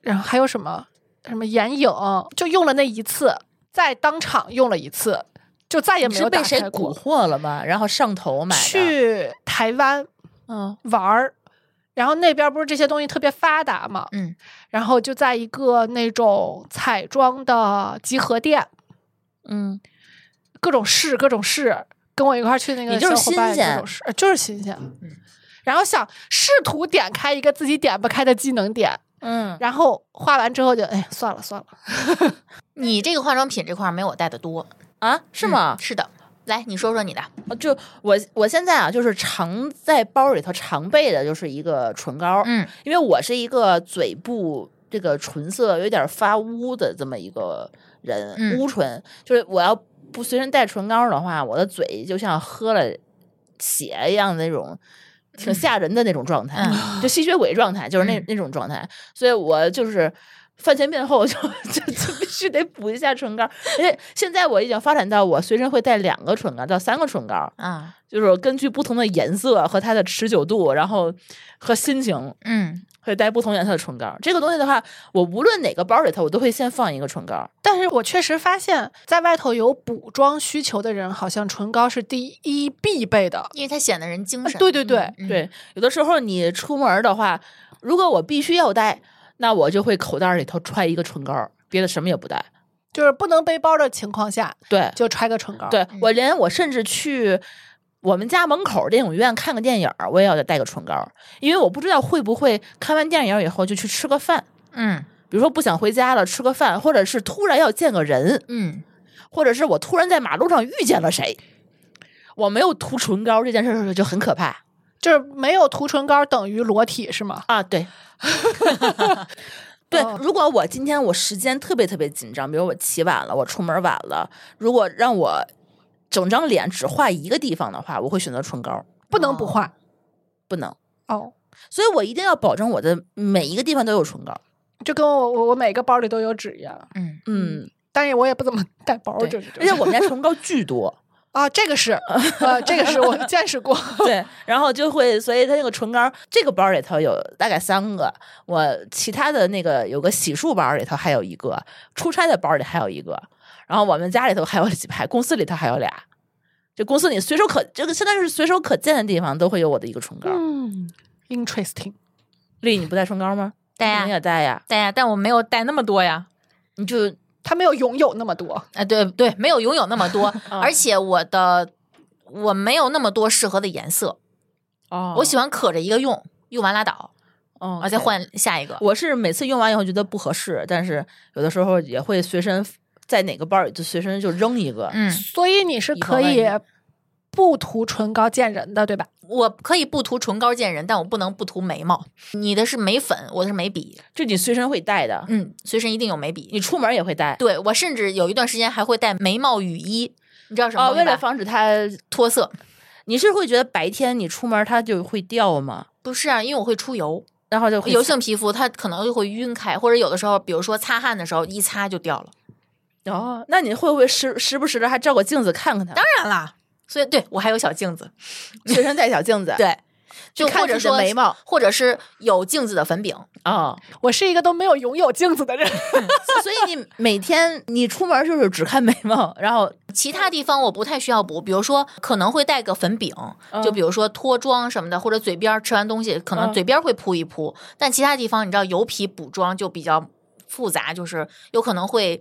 Speaker 4: 然后还有什么什么眼影，就用了那一次，在当场用了一次，就再也
Speaker 1: 你
Speaker 4: 没
Speaker 1: 是
Speaker 4: 有打
Speaker 1: 被谁
Speaker 4: 开
Speaker 1: 蛊
Speaker 4: 过。
Speaker 1: 惑了吗？然后上头买的？
Speaker 4: 去台湾
Speaker 1: 嗯，
Speaker 4: 玩儿，然后那边不是这些东西特别发达嘛，
Speaker 3: 嗯，
Speaker 4: 然后就在一个那种彩妆的集合店，
Speaker 5: 嗯，
Speaker 4: 各种试，各种试，跟我一块儿去那
Speaker 1: 也
Speaker 4: 个
Speaker 1: 就
Speaker 4: 小
Speaker 1: 是
Speaker 4: 伙伴
Speaker 1: 新鲜嗯
Speaker 4: 各种试，呃就是新鲜。嗯然后想试图点开一个自己点不开的技能点，
Speaker 1: 嗯，
Speaker 4: 然后画完之后就哎算了算了，
Speaker 3: 你这个化妆品这块儿没我带的多，
Speaker 1: 啊，是吗
Speaker 3: 嗯？是的，来你说说你的，
Speaker 1: 就我我现在啊，就是常在包里头常备的就是一个唇膏，
Speaker 3: 嗯
Speaker 1: 因为我是一个嘴部这个唇色有点发乌的这么一个人，
Speaker 3: 嗯
Speaker 1: 乌唇就是我要不随身带唇膏的话，我的嘴就像喝了血一样的那种。挺吓人的那种状态，就吸血鬼状态，就是那、
Speaker 3: 嗯
Speaker 1: 那种状态，所以我就是饭前便后就就就必须得补一下唇膏，而且现在我已经发展到我随身会带两个唇膏到三个唇膏，
Speaker 3: 啊
Speaker 1: 就是根据不同的颜色和它的持久度，然后和心情
Speaker 3: 嗯
Speaker 1: 会带不同颜色的唇膏。这个东西的话，我无论哪个包里头，我都会先放一个唇膏。
Speaker 4: 但是我确实发现，在外头有补妆需求的人，好像唇膏是第一必备的。
Speaker 3: 因为它显得人精
Speaker 4: 啊
Speaker 3: 神。
Speaker 4: 对对对，
Speaker 3: 嗯，
Speaker 1: 对，有的时候你出门的话，如果我必须要带，那我就会口袋里头揣一个唇膏，别的什么也不带。
Speaker 4: 就是不能背包的情况下，
Speaker 1: 对，
Speaker 4: 就揣个唇膏。，
Speaker 1: 对我连我甚至去我们家门口电影院看个电影儿，我也要带个唇膏，因为我不知道会不会看完电影儿以后就去吃个饭。
Speaker 3: 嗯
Speaker 1: 比如说不想回家了，吃个饭，或者是突然要见个人，
Speaker 3: 嗯
Speaker 1: 或者是我突然在马路上遇见了谁，我没有涂唇膏这件事儿就很可怕
Speaker 4: 就是没有涂唇膏等于裸体是吗？
Speaker 1: 啊！对，对
Speaker 4: 哦，
Speaker 1: 如果我今天我时间特别特别紧张，比如我起晚了，我出门晚了，如果让我整张脸只画一个地方的话，我会选择唇膏，
Speaker 4: 不能
Speaker 1: 哦
Speaker 4: 不画
Speaker 1: 不能，
Speaker 4: 哦。
Speaker 1: 所以我一定要保证我的每一个地方都有唇膏。
Speaker 4: 就跟我我我每个包里都有纸一样，
Speaker 3: 嗯，
Speaker 1: 嗯，
Speaker 4: 但是我也不怎么带包，
Speaker 1: 对
Speaker 4: 哦就是这
Speaker 1: 而且
Speaker 4: 样
Speaker 1: 我们家唇膏巨多。
Speaker 4: 啊，这个是呃，这个是我见识过，
Speaker 1: 对，然后就会，所以它那个唇膏，这个包里头有大概三个，我其他的那个有个洗漱包里头还有一个，出差的包里还有一个，然后我们家里头还有几排，公司里头还有俩。就公司里随手可这个现在是随手可见的地方都会有我的一个唇膏。
Speaker 4: 嗯，interesting。
Speaker 1: 丽，你不带唇膏吗？
Speaker 3: 带
Speaker 1: 你
Speaker 3: 呀
Speaker 1: 也带呀，
Speaker 3: 带呀，但我没有带那么多呀。
Speaker 1: 你就
Speaker 4: 他没有拥有那么多，
Speaker 3: 啊，对对，没有拥有那么 多，而且我的我没有那么多适合的颜色，
Speaker 1: 哦
Speaker 3: 我喜欢可着一个用，用完拉倒，
Speaker 1: 哦
Speaker 3: 啊，再。换下一个。
Speaker 1: 我是每次用完以后觉得不合适，但是有的时候也会随身在哪个包里就随身就扔一个。
Speaker 3: 嗯，
Speaker 4: 所以你是
Speaker 1: 以防
Speaker 4: 可
Speaker 1: 万
Speaker 4: 以
Speaker 1: 一
Speaker 4: 不涂唇膏见人的，对吧？
Speaker 3: 我可以不涂唇膏见人，但我不能不涂眉毛。你的是眉粉，我的是眉笔。
Speaker 1: 就你随身会带的，
Speaker 3: 嗯，随身一定有眉笔。
Speaker 1: 你出门也会带。
Speaker 3: 对我甚至有一段时间还会带眉毛雨衣，你知道什么
Speaker 1: 哦，
Speaker 3: 东西吧？
Speaker 1: 为了防止它，
Speaker 3: 脱色，
Speaker 1: 你是会觉得白天你出门它就会掉吗？
Speaker 3: 不是啊，因为我会出油，
Speaker 1: 然后就会
Speaker 3: 油性皮肤它可能就会晕开，或者有的时候，比如说擦汗的时候一擦就掉了。
Speaker 1: 哦，那你会不会时时不时的还照个镜子看看它？当
Speaker 3: 当然啦，所以对我还有小镜子，，
Speaker 1: 然，随身带小镜子
Speaker 3: 对，就
Speaker 1: 去看
Speaker 3: 或者
Speaker 1: 自己的
Speaker 3: 说
Speaker 1: 眉 毛，
Speaker 3: 或者是有镜子的粉饼，
Speaker 1: 哦，
Speaker 4: 我是一个都没有拥有镜子的人，
Speaker 1: 所以你每天你出门就是只看眉毛，然后
Speaker 3: 其他地方我不太需要补，比如说可能会带个粉饼，
Speaker 1: 嗯
Speaker 3: 就比如说脱妆什么的，或者嘴边儿吃完东西可能
Speaker 1: 嗯
Speaker 3: 嘴边儿会铺一铺，但其他地方你知道油皮补妆就比较复杂，就是有可能会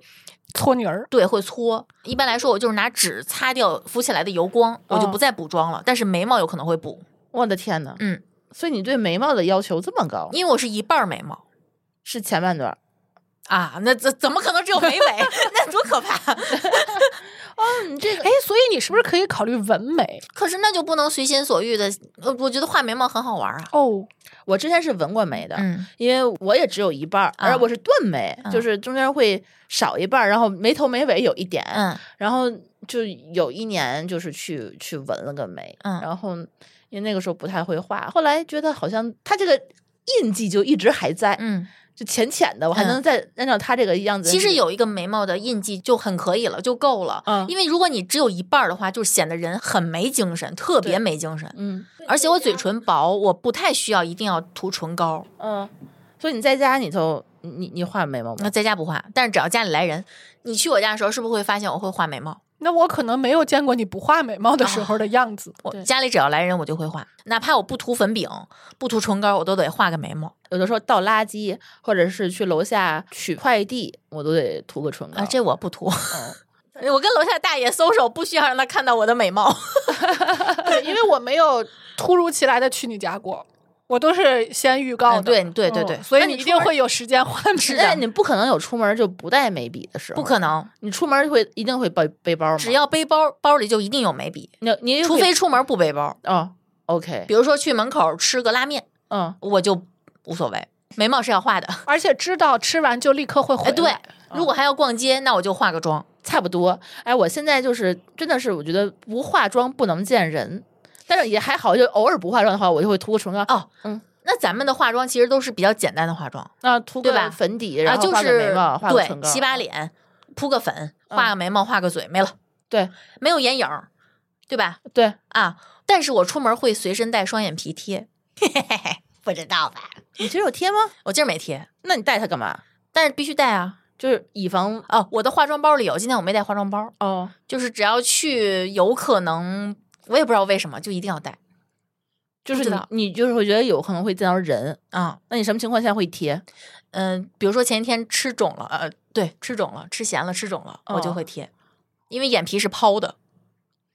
Speaker 4: 搓泥儿。
Speaker 3: 对会搓。一般来说，我就是拿纸擦掉浮起来的油光，我
Speaker 1: 嗯
Speaker 3: 就不再补妆了。但是眉毛有可能会补，
Speaker 1: 我的天呐，
Speaker 3: 嗯，
Speaker 1: 所以你对眉毛的要求这么高，
Speaker 3: 因为我是一半儿眉毛。
Speaker 1: 是前半段。
Speaker 3: 啊，那怎怎么可能只有眉尾？ 那多可怕！
Speaker 1: 嗯，这个
Speaker 4: 哎，所以你是不是可以考虑纹眉？
Speaker 3: 可是那就不能随心所欲的。呃我觉得画眉毛很好玩啊。
Speaker 4: 哦，
Speaker 1: 我之前是纹过眉的，
Speaker 3: 嗯
Speaker 1: 因为我也只有一半儿，而
Speaker 3: 啊
Speaker 1: 我是断眉，
Speaker 3: 啊
Speaker 1: 就是中间会少一半儿，然后眉头眉尾有一点，
Speaker 3: 嗯
Speaker 1: 然后就有一年就是去去纹了个眉，
Speaker 3: 嗯
Speaker 1: 然后因为那个时候不太会画，后来觉得好像它这个印记就一直还在，
Speaker 3: 嗯
Speaker 1: 就浅浅的，我还
Speaker 3: 嗯
Speaker 1: 能再按照他这个样子。
Speaker 3: 其实有一个眉毛的印记就很可以了，就够了。
Speaker 1: 嗯
Speaker 3: 因为如果你只有一半儿的话，就显得人很没精神，特别
Speaker 1: 对
Speaker 3: 没精神。
Speaker 1: 嗯
Speaker 3: 而且我嘴唇薄，我不太需要一定要涂唇膏。
Speaker 1: 嗯，所以你在家你就你你画眉毛
Speaker 3: 那
Speaker 1: 吗？
Speaker 3: 在家不画，但是只要家里来人，你去我家的时候，是不是会发现我会画眉毛？
Speaker 4: 那我可能没有见过你不画眉毛的时候的样子。
Speaker 3: 我
Speaker 4: 对
Speaker 3: 家里只要来人，我就会画，哪怕我不涂粉饼、不涂唇膏，我都得画个眉毛
Speaker 1: 有的时候倒垃圾，或者是去楼下取快递，我都得涂个唇膏。
Speaker 3: 啊。这我不 涂，哎
Speaker 1: 嗯
Speaker 3: 我跟楼下大爷搜手，不需要让他看到我的美貌。
Speaker 4: 对，因为我 没有突如其来的去你家过，我都是先预告的。
Speaker 3: 嗯对对对
Speaker 4: 嗯
Speaker 3: 对
Speaker 4: 所以
Speaker 3: 那
Speaker 4: 你
Speaker 3: 你
Speaker 4: 一
Speaker 3: 出
Speaker 4: 定
Speaker 3: 门
Speaker 4: 会有时间换纸
Speaker 1: 是
Speaker 4: 的。
Speaker 1: 但是你不可能有出门就不带眉笔的时候，
Speaker 3: 不可能，
Speaker 1: 你出门会一定会背背包吗？
Speaker 3: 只要背包，包里就一定有眉笔，
Speaker 1: 你你
Speaker 3: 除
Speaker 1: 会
Speaker 3: 非出门不背包。
Speaker 1: 哦，OK，
Speaker 3: 比如说去门口吃个拉面，
Speaker 1: 嗯，
Speaker 3: 我就无所谓，眉毛是要画的。
Speaker 4: 而且知道吃完就立刻会回
Speaker 3: 哎，
Speaker 4: 来。
Speaker 3: 对，如果还要逛街，那我就化个妆。
Speaker 1: 差不多。哎，我现在就是真的是我觉得不化妆不能见人，但是也还好，就偶尔不化妆的话，我就会涂个唇膏
Speaker 3: 哦，
Speaker 1: 嗯，
Speaker 3: 那咱们的化妆其实都是比较简单的化妆，
Speaker 1: 啊，涂
Speaker 3: 对吧
Speaker 1: 个粉底，然
Speaker 3: 啊，
Speaker 1: 后
Speaker 3: 就
Speaker 1: 画个
Speaker 3: 是
Speaker 1: 眉毛，画个唇
Speaker 3: 对，
Speaker 1: 膏，嗯
Speaker 3: 洗把脸，铺个粉，画个眉毛，画个嘴，没了，
Speaker 1: 对
Speaker 3: 没有眼影儿，对吧？
Speaker 1: 对，
Speaker 3: 啊，但是我出门会随身带双眼皮贴，不知道吧？
Speaker 1: 你其实有贴吗？
Speaker 3: 我今儿没贴，
Speaker 1: 那你带它干嘛？
Speaker 3: 但是必须带啊。
Speaker 1: 就是以防
Speaker 3: 哦，我的化妆包里有，今天我没带化妆包，
Speaker 1: 哦，
Speaker 3: 就是只要去，有可能我也不知道为什么，就一定要带
Speaker 1: 就是
Speaker 3: 不知
Speaker 1: 你
Speaker 3: 道
Speaker 1: 你就是会觉得有可能会见到人，
Speaker 3: 啊。
Speaker 1: 那你什么情况下会贴？
Speaker 3: 嗯、比如说前一天吃肿了，呃，对，吃肿了，吃咸了，吃肿了，我就
Speaker 1: 哦
Speaker 3: 会贴，因为眼皮是抛的，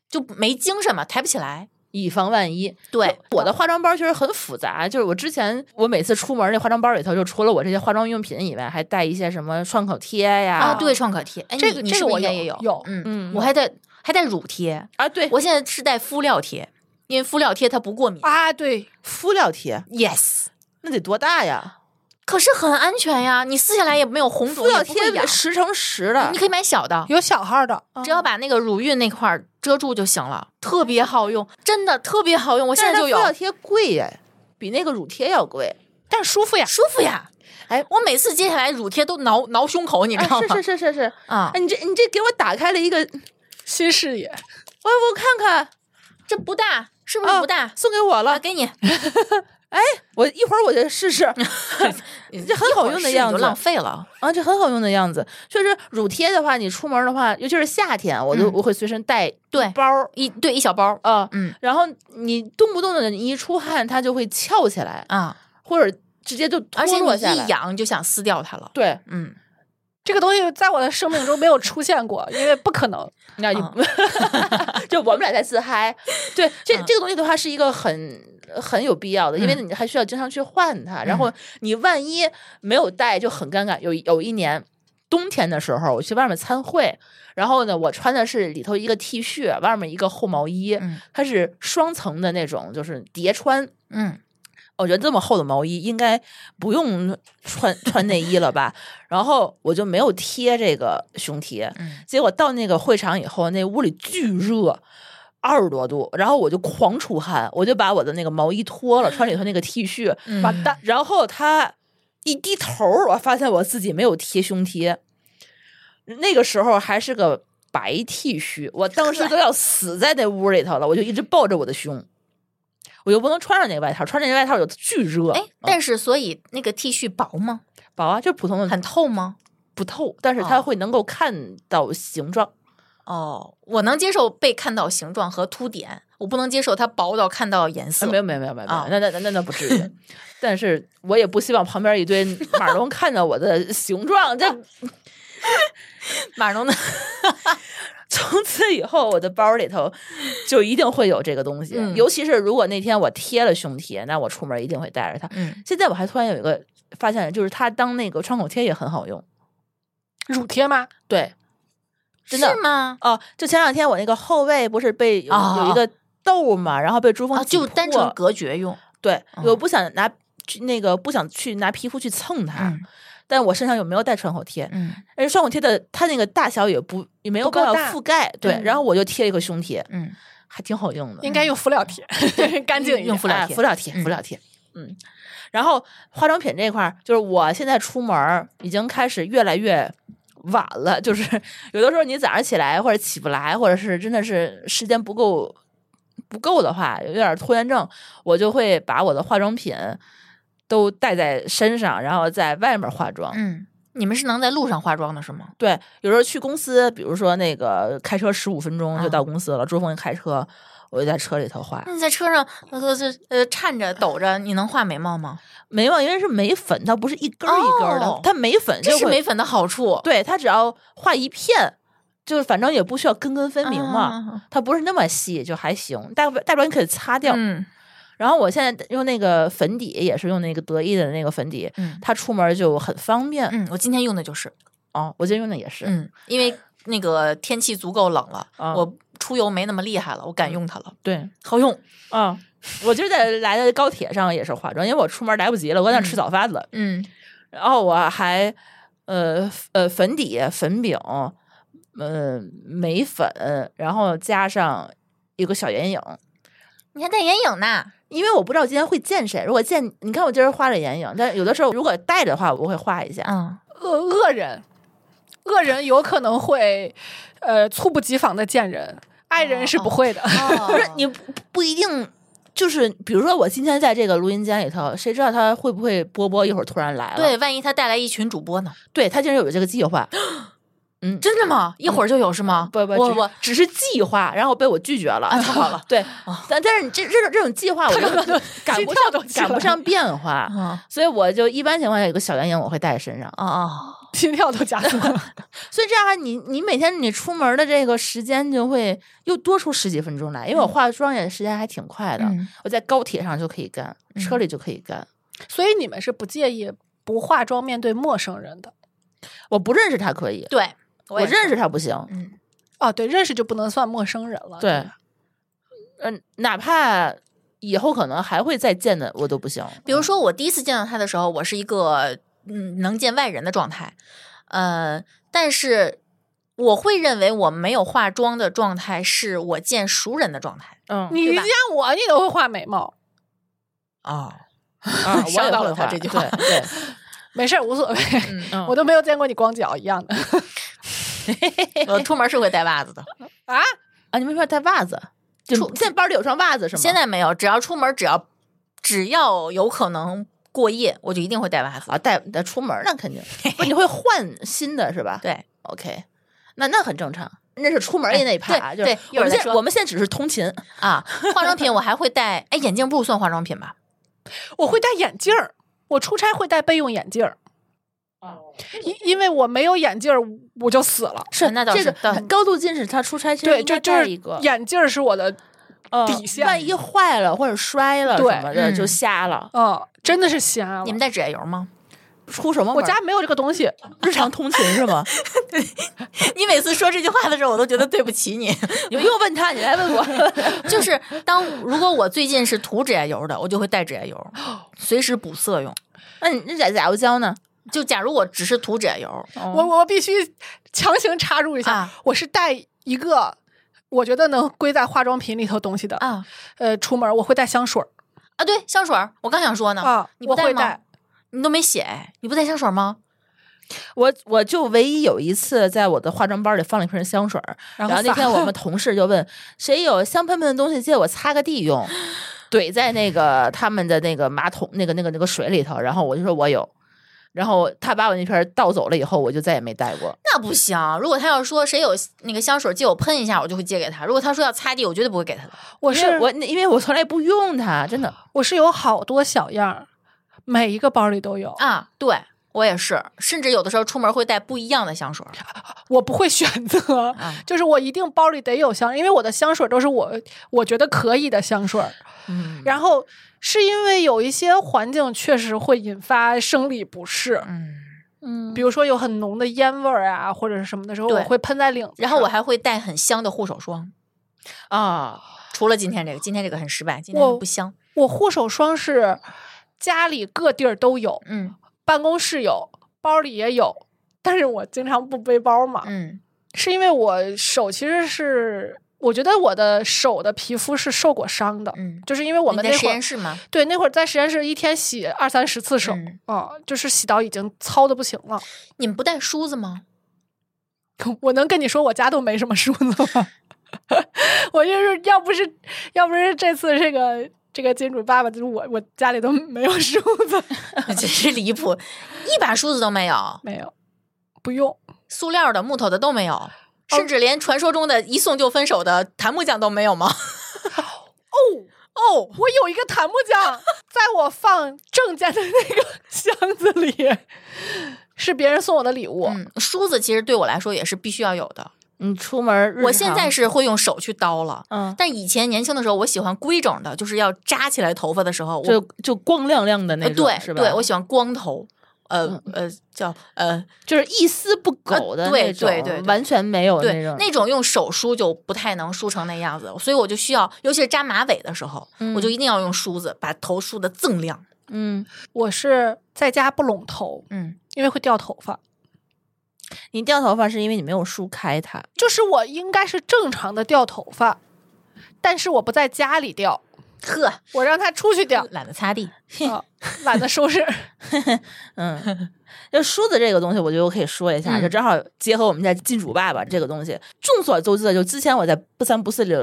Speaker 3: 就没精神嘛，抬不起来。
Speaker 1: 以防万一，
Speaker 3: 对，
Speaker 1: 我的化妆包其实很复杂，就是我之前我每次出门那化妆包里头，就除了我这些化妆用品以外，还带一些什么创口贴呀，
Speaker 3: 啊，对，创可贴，哎，
Speaker 4: 这
Speaker 3: 你
Speaker 4: 个
Speaker 3: 你
Speaker 4: 这
Speaker 3: 是不
Speaker 4: 个
Speaker 3: 是
Speaker 4: 我
Speaker 3: 应该
Speaker 4: 有
Speaker 3: 也有，
Speaker 4: 有
Speaker 3: 嗯
Speaker 1: 嗯
Speaker 3: 我还带还带乳贴，
Speaker 1: 啊，对，
Speaker 3: 我现在是带敷料贴，因为敷料贴它不过敏。
Speaker 4: 啊，对，
Speaker 1: 敷料贴
Speaker 3: yes，
Speaker 1: 那得多大呀？
Speaker 3: 可是很安全呀，你撕下来也没有红肿，
Speaker 1: 敷料
Speaker 3: 也不会
Speaker 1: 贴
Speaker 3: 痒
Speaker 1: 十乘十的
Speaker 3: 你，可以买小的，
Speaker 4: 有小号的。
Speaker 3: 只要把那个乳晕那块儿遮住就行了，特别好用，真的特别好用，我
Speaker 1: 我
Speaker 3: 现在就有
Speaker 1: 敷，料贴贵哎，比那个乳贴要贵。
Speaker 4: 但舒服呀，
Speaker 3: 舒服呀。
Speaker 1: 哎
Speaker 3: 我每次揭下来乳贴都挠挠胸口，你知道
Speaker 1: 啊，
Speaker 3: 吗
Speaker 1: 是？是是是是，
Speaker 3: 啊
Speaker 1: 哎，你这你这给我打开了一个，我
Speaker 4: 新视野。
Speaker 1: 我看看，
Speaker 3: 这不大，是不是
Speaker 1: 啊
Speaker 3: 不大？
Speaker 1: 送给我
Speaker 3: 啊，
Speaker 1: 了，
Speaker 3: 给你，
Speaker 1: 我一会儿我就试 试
Speaker 3: 这
Speaker 1: 很好用的样子
Speaker 3: 浪费了。
Speaker 1: 啊，这很好用的样子。确实，乳贴的话，你出门的话，尤其是夏天，我就
Speaker 3: 嗯
Speaker 1: 我会随身带一
Speaker 3: 对
Speaker 1: 包儿
Speaker 3: 一对一小包儿
Speaker 1: 啊，
Speaker 3: 嗯
Speaker 1: 然后你动不动的你一出汗，它就会翘起来，
Speaker 3: 啊，
Speaker 1: 或者直接就脱
Speaker 3: 而且
Speaker 1: 落下
Speaker 3: 你一
Speaker 1: 来。
Speaker 3: 痒就想撕掉它了。
Speaker 1: 对，
Speaker 3: 嗯，
Speaker 4: 这个东西在我的生命中没有出现过，因为不可能。
Speaker 1: 那 就、 就我们俩在自嗨。对，这、
Speaker 3: 嗯
Speaker 1: 这个东西的话是一个很呃很有必要的，因为你还需要经常去换它。然
Speaker 3: 嗯
Speaker 1: 后你万一没有带就很尴尬。有有一年冬天的时候，我去外面参会，然后呢，我穿的是里头一个 T 恤，外面一个厚毛衣，
Speaker 3: 嗯
Speaker 1: 它是双层的那种，就是叠穿。
Speaker 3: 嗯，
Speaker 1: 我觉得这么厚的毛衣应该不用穿穿内衣了吧？然后我就没有贴这个胸贴，
Speaker 3: 嗯
Speaker 1: 结果到那个会场以后，那屋里巨热，二十多度，然后我就狂出汗，我就把我的那个毛衣脱了，穿里头那个 T 恤，
Speaker 3: 嗯
Speaker 4: 完蛋，
Speaker 1: 然后他一低头儿，我发现我自己没有贴胸贴，那个时候还是个白 T 恤，我当时都要死在那屋里头了，我就一直抱着我的胸，我又不能穿上那个外套，穿上那个外套我就巨热，
Speaker 3: 哎，
Speaker 1: 嗯
Speaker 3: 但是所以那个 T 恤薄吗？
Speaker 1: 薄啊，就是普通的
Speaker 3: 很透吗？
Speaker 1: 不透，但是它会能够看到形状。
Speaker 3: 哦，我能接受被看到形状和凸点，我不能接受它薄到看到颜色。
Speaker 1: 啊没有没有没有没有，没有
Speaker 3: 啊
Speaker 1: 那那那那那不至于。但是我也不希望旁边一堆马龙看到我的形状， 这
Speaker 3: 马龙的，
Speaker 1: 从此以后，我的包里头就一定会有这个东西。
Speaker 3: 嗯
Speaker 1: 尤其是如果那天我贴了胸贴，那我出门一定会带着它。
Speaker 3: 嗯，
Speaker 1: 现在我还突然有一个发现，就是它当那个创口贴也很好用。
Speaker 4: 乳贴吗？
Speaker 1: 对，真的
Speaker 3: 是吗？
Speaker 1: 哦，就前两天我那个后背不是被有,、
Speaker 3: 哦
Speaker 1: 有一个痘嘛，然后被珠峰
Speaker 3: 啊，
Speaker 1: 挤
Speaker 3: 就单纯
Speaker 1: 破
Speaker 3: 隔绝用。
Speaker 1: 对，
Speaker 3: 嗯
Speaker 1: 我不想拿去那个不想去拿皮肤去蹭它，
Speaker 3: 嗯
Speaker 1: 但我身上有没有带创口贴？
Speaker 3: 嗯
Speaker 1: 而且创口贴的它那个大小也不也没有
Speaker 4: 不够
Speaker 1: 办法
Speaker 4: 大
Speaker 1: 覆盖，对，
Speaker 3: 嗯
Speaker 1: 然后我就贴了一个胸贴，
Speaker 3: 嗯，
Speaker 1: 还挺好用的。
Speaker 4: 应该用敷料贴，干净一点
Speaker 3: 用敷料
Speaker 1: 哎
Speaker 3: 贴
Speaker 1: 敷料贴，
Speaker 3: 嗯
Speaker 1: 敷料贴。然后化妆品这块儿，就是我现在出门儿已经开始越来越晚了，就是 有的时候你早上起来或者起不来，或者是真的是时间不够不够的话，有点儿拖延症，我就会把我的化妆品都带在身上，然后在外面儿化妆。
Speaker 3: 嗯，你们是能在路上化妆的是吗？
Speaker 1: 对，有时候去公司，比如说那个开车十五分钟就
Speaker 3: 啊
Speaker 1: 到公司了，朱峰一开车，我就在车里头画。
Speaker 3: 那你在车上呃是呃颤着抖着，你能画眉毛吗？
Speaker 1: 眉毛因为是眉粉，它不是一根儿一根儿的，
Speaker 3: 哦
Speaker 1: 它眉粉就
Speaker 3: 这是
Speaker 1: 会
Speaker 3: 眉粉的好处，
Speaker 1: 对，它只要画一片，就是反正也不需要根根分明嘛，
Speaker 3: 啊
Speaker 1: 它不是那么细，就还行。大不大不了你可以擦掉。
Speaker 3: 嗯
Speaker 1: 然后我现在用那个粉底也是用那个得意的那个粉底，
Speaker 3: 嗯
Speaker 1: 它出门就很方便。
Speaker 3: 嗯，我今天用的就是，
Speaker 1: 哦，我今天用的也是。
Speaker 3: 嗯，因为那个天气足够冷了，
Speaker 1: 啊
Speaker 3: 我出油没那么厉害了，我敢用它了，
Speaker 1: 对，
Speaker 3: 好用。哦
Speaker 1: 啊、我今儿在来的高铁上也是化妆，因为我出门来不及了，我在那儿吃
Speaker 3: 嗯
Speaker 1: 早饭了。
Speaker 3: 嗯，
Speaker 1: 然后我还呃粉呃粉底、粉饼，呃眉粉，然后加上一个小眼影，
Speaker 3: 你还带眼影呢，
Speaker 1: 因为我不知道今天会见谁。如果见你看我今儿画了眼影，但有的时候如果带着的话，我会画一下。
Speaker 3: 嗯，
Speaker 4: 呃恶恶人，恶人有可能会呃猝不及防的见人，爱
Speaker 3: 哦
Speaker 4: 人是不会的。
Speaker 3: 不
Speaker 1: 不是你不不一定。就是比如说，我今天在这个录音间里头，谁知道他会不会波波一会儿突然来了？
Speaker 3: 对，万一他带来一群主播呢？
Speaker 1: 对，他竟然有这个计划，
Speaker 3: 真的吗？一会儿就有是吗？
Speaker 1: 不不
Speaker 3: 我
Speaker 1: 只
Speaker 3: 我啊
Speaker 1: 只是计划，然后被我拒绝了。太好了， 对，
Speaker 3: 哦
Speaker 1: 但但是你这这种这种 计划，我就赶不上
Speaker 4: 起来
Speaker 1: 赶不上变化，
Speaker 3: 啊
Speaker 1: 所以我就一般情况下有个小眼影我会带在身上
Speaker 3: 啊
Speaker 1: 啊。
Speaker 3: 啊！
Speaker 4: 心跳都加速了。
Speaker 1: 所以这样的话你你每天你出门的这个时间就会又多出十几分钟来，因为我化妆也时间还挺快的，
Speaker 3: 嗯
Speaker 1: 我在高铁上就可以干，车
Speaker 3: 嗯
Speaker 1: 里就可以干。
Speaker 4: 所以你们是不介意不化妆面对陌生人的
Speaker 1: 我不认识他可以，
Speaker 3: 对，
Speaker 1: 我
Speaker 3: 也
Speaker 1: 认
Speaker 3: 是
Speaker 1: 识他不行。
Speaker 3: 嗯
Speaker 4: 哦？对，认识就不能算陌生人了。
Speaker 1: 对，嗯，哪怕以后可能还会再见的，我都不行。嗯
Speaker 3: 比如说我第一次见到他的时候，我是一个嗯能见外人的状态，呃，但是我会认为我没有化妆的状态是我见熟人的状态
Speaker 1: 嗯，
Speaker 4: 你
Speaker 3: 对
Speaker 4: 见
Speaker 3: 吧
Speaker 4: 我，你都会画眉毛，
Speaker 3: 啊。
Speaker 1: 啊，我
Speaker 3: 伤
Speaker 1: 也
Speaker 3: 到
Speaker 1: 会
Speaker 3: 了他
Speaker 1: 画
Speaker 3: 这句话
Speaker 1: 对对，
Speaker 4: 没事儿无所谓。
Speaker 1: 嗯
Speaker 4: 我都没有见过你光脚一样的
Speaker 3: 我出门是会带袜子的，
Speaker 4: 啊！
Speaker 1: 啊，你们说带袜子，就
Speaker 3: 出
Speaker 1: 现在包里有双袜子是吗？
Speaker 3: 现在没有，只要出门，只要只要有可能过夜，我就一定会带袜子。
Speaker 1: 啊，带带出门儿那肯定，不是你会换新的是吧？
Speaker 3: 对
Speaker 1: ，OK，那那很正常，那是出门儿
Speaker 3: 哎
Speaker 1: 的那一趴，啊
Speaker 3: 对
Speaker 1: 就是
Speaker 3: 对一
Speaker 1: 我
Speaker 3: 会儿
Speaker 1: 们
Speaker 3: 再
Speaker 1: 现
Speaker 3: 说
Speaker 1: 我们现在只是通勤，
Speaker 3: 啊，化妆品我还会带，哎，眼镜不算化妆品吧？
Speaker 4: 我会戴眼镜儿，我出差会戴备用眼镜儿。因因为我没有眼镜儿，我就死了。
Speaker 3: 是，那倒
Speaker 1: 这
Speaker 3: 是
Speaker 1: 个，
Speaker 3: 倒
Speaker 1: 高度近视，他出差其实
Speaker 4: 对，
Speaker 1: 应
Speaker 4: 就
Speaker 1: 该
Speaker 4: 就
Speaker 1: 带
Speaker 4: 是
Speaker 1: 一个
Speaker 4: 眼镜儿是我的，
Speaker 1: 呃
Speaker 4: 底线
Speaker 1: 万一坏了或者摔了
Speaker 4: 对
Speaker 1: 什么的
Speaker 3: 嗯
Speaker 1: 就瞎 了，
Speaker 4: 嗯，真的是瞎了。
Speaker 3: 你们带指甲油吗？
Speaker 1: 出什么门儿？
Speaker 4: 我家没有这个东西，
Speaker 1: 日常通勤是吗？
Speaker 3: 你每次说这句话的时候，我都觉得对不起 你。
Speaker 1: 你不用问他，你来问我。
Speaker 3: 就是当如果我最近是涂指甲油的，我就会带指甲 油，随时补色用。
Speaker 1: 那你那假假如胶呢？
Speaker 3: 就假如我只是涂指甲油，
Speaker 4: 我我必须强行插入一下，
Speaker 3: 啊
Speaker 4: 我是带一个我觉得能归在化妆品里头东西的
Speaker 3: 啊
Speaker 4: 呃，出门我会带香水儿
Speaker 3: 啊，对，香水儿，我刚想说呢，
Speaker 4: 啊，
Speaker 3: 你不
Speaker 4: 我会
Speaker 3: 吗
Speaker 4: 带？。
Speaker 3: 你都没写，哎你不带香水儿吗？
Speaker 1: 我我就唯一有一次在我的化妆包里放了一瓶香水儿，然
Speaker 4: 然后
Speaker 1: 后那
Speaker 4: 撒
Speaker 1: 天我们同事就问谁有香喷喷的东西借我擦个地 用，怼在那个他们的那个马桶那个那个那个水里头，然后我就说我有，然后他把我那瓶儿倒走了以后，我就再也没带过。
Speaker 3: 那不行。如果他要说谁有那个香水儿借我喷一下，我就会借给他。如果他说要擦地，我绝对不会给他的。
Speaker 4: 我
Speaker 1: 因为
Speaker 4: 是
Speaker 1: 我因为我从来不用它，真的。
Speaker 4: 我是有好多小样儿，每一个包里都有，
Speaker 3: 啊，对我也是，甚至有的时候出门会带不一样的香水儿
Speaker 4: 我不会选择。
Speaker 3: 啊。
Speaker 4: 就是我一定包里得有香，因为我的香水都是我我觉得可以的香水儿。
Speaker 1: 嗯，
Speaker 4: 然后是因为有一些环境确实会引发生理不适，
Speaker 3: 嗯，
Speaker 4: 比如说有很浓的烟味儿啊，或者是什么的时候，
Speaker 3: 对
Speaker 4: 我会喷在领子
Speaker 3: 然
Speaker 4: 上。
Speaker 3: 后我还会带很香的护手霜，
Speaker 1: 啊，
Speaker 3: 除了今天这个，今天这个很失败，今天这个
Speaker 4: 我
Speaker 3: 不香。
Speaker 4: 我护手霜是家里各地儿都有，
Speaker 3: 嗯
Speaker 4: 办公室有，包里也有，但是我经常不背包嘛，
Speaker 3: 嗯
Speaker 4: 是因为我手其实是我觉得我的手的皮肤是受过伤的，
Speaker 3: 嗯，
Speaker 4: 就是因为我们
Speaker 3: 你在
Speaker 4: 那
Speaker 3: 实
Speaker 4: 会
Speaker 3: 验
Speaker 4: 儿
Speaker 3: 室吗？
Speaker 4: 对那会儿在实验室一天洗二三十次手，
Speaker 3: 嗯
Speaker 4: 啊，就是洗到已经糙的不行 了。
Speaker 3: 你们不带梳子吗？
Speaker 4: 我能跟你说我家都没什么梳子吗？ 我就是要不是要不是这次这个这个金主爸爸，就是我我家里都没有梳 子，
Speaker 3: 真是离谱，一把梳子都没有，
Speaker 4: 没有，不用。
Speaker 3: 塑料的、木头的都没有，甚至连传说中的一送就分手的檀木匠都没有吗？
Speaker 4: 哦哦，我有一个檀木匠，在我放证件的那个 箱子里，是别人送我的礼物。
Speaker 3: 嗯，梳子其实对我来说也是必须要有的。
Speaker 1: 你出门儿日
Speaker 3: 我现
Speaker 1: 常
Speaker 3: 在是会用手去叨了，
Speaker 1: 嗯，
Speaker 3: 但以前年轻的时候，我喜欢规整的，就是要扎起来头发的时候，我
Speaker 1: 就就光亮亮的那
Speaker 3: 呃
Speaker 1: 种，
Speaker 3: 对
Speaker 1: 是吧？
Speaker 3: 对，我喜欢光头，呃呃叫呃
Speaker 1: 就是一丝不苟的
Speaker 3: 对
Speaker 1: 那种，
Speaker 3: 对对对
Speaker 1: 完全没有
Speaker 3: 对
Speaker 1: 那种，
Speaker 3: 那种用手梳就不太能梳成那样子，所以我就需要，尤其是扎马尾的时候，我就一定要用梳子把头梳的锃亮。
Speaker 1: 嗯，
Speaker 4: 我是在家不拢头，
Speaker 3: 嗯，
Speaker 4: 因为会掉头发。
Speaker 1: 你掉头发是因为你没有梳开它，
Speaker 4: 就是我应该是正常的掉头发，但是我不在家里掉，
Speaker 3: 呵，，
Speaker 4: 我让它出去 掉
Speaker 3: 懒得擦地。
Speaker 4: 啊懒得收拾。
Speaker 1: 嗯，就梳子这个东西，我觉得我可以说一下，
Speaker 3: 嗯
Speaker 1: 就正好结合我们家金主爸爸这个东西。众所周知的，就之前我在不三不四里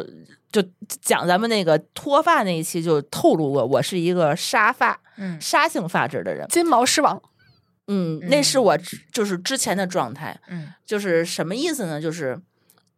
Speaker 1: 就讲咱们那个脱发那一期就透露过，我是一个沙发
Speaker 3: 嗯
Speaker 1: 沙性发质的人。
Speaker 4: 金毛狮王，
Speaker 1: 嗯，
Speaker 3: 嗯
Speaker 1: 那是我之就是之前的状态，
Speaker 3: 嗯
Speaker 1: 就是什么意思呢？就是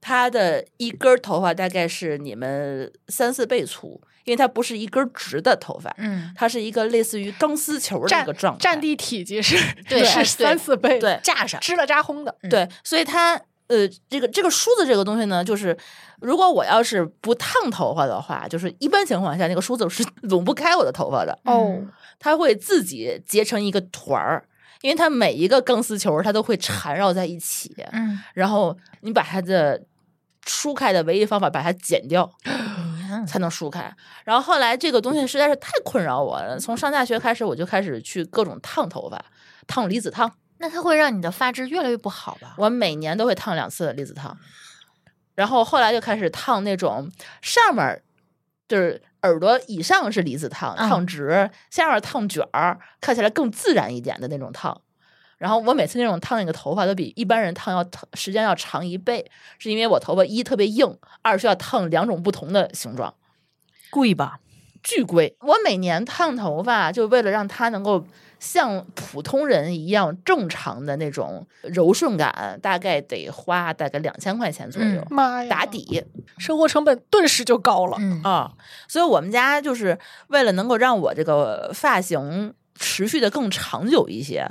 Speaker 1: 它的一根儿头发大概是你们三四倍粗，因为它不是一根儿直的头发，
Speaker 3: 嗯，
Speaker 1: 它是一个类似于钢丝球的一
Speaker 4: 占
Speaker 1: 个状态，
Speaker 4: 占地体积是
Speaker 3: 对
Speaker 4: 是
Speaker 3: 对
Speaker 4: 三四倍，
Speaker 1: 对，
Speaker 3: 扎上。
Speaker 4: 支了扎轰的。
Speaker 3: 嗯
Speaker 1: 对，所以它呃，这个这个梳子这个东西呢，就是如果我要是不烫头发的话，就是一般情况下那个梳子是 拢不开我的头发的，
Speaker 4: 哦
Speaker 1: 它会自己结成一个团儿。因为它每一个钢丝球，它都会缠绕在一起，
Speaker 3: 嗯，
Speaker 1: 然后你把它的梳开的唯一方法，把它剪掉 才能梳开。然后后来这个东西实在是太困扰我了，从上大学开始，我就开始去各种烫头发，烫离子烫，
Speaker 3: 那它会让你的发质越来越不好吧？
Speaker 1: 我每年都会烫两次离子烫，然后后来就开始烫那种上面儿就是耳朵以上是离子烫，
Speaker 3: 嗯
Speaker 1: 烫直，下面儿烫卷儿，看起来更自然一点的那种烫。然后我每次那种烫那个头发都比一般人烫要烫时间要长一倍，是因为我头发一特别硬，二需要烫两种不同的形状。
Speaker 5: 贵吧？
Speaker 1: 巨贵。我每年烫头发，就为了让它能够像普通人一样正常的那种柔顺感，大概得花大概两千块钱左右、
Speaker 4: 妈呀！
Speaker 1: 打底
Speaker 4: 生活成本顿时就高了。
Speaker 3: 嗯
Speaker 1: 啊、所以我们家就是为了能够让我这个发型持续的更长久一些。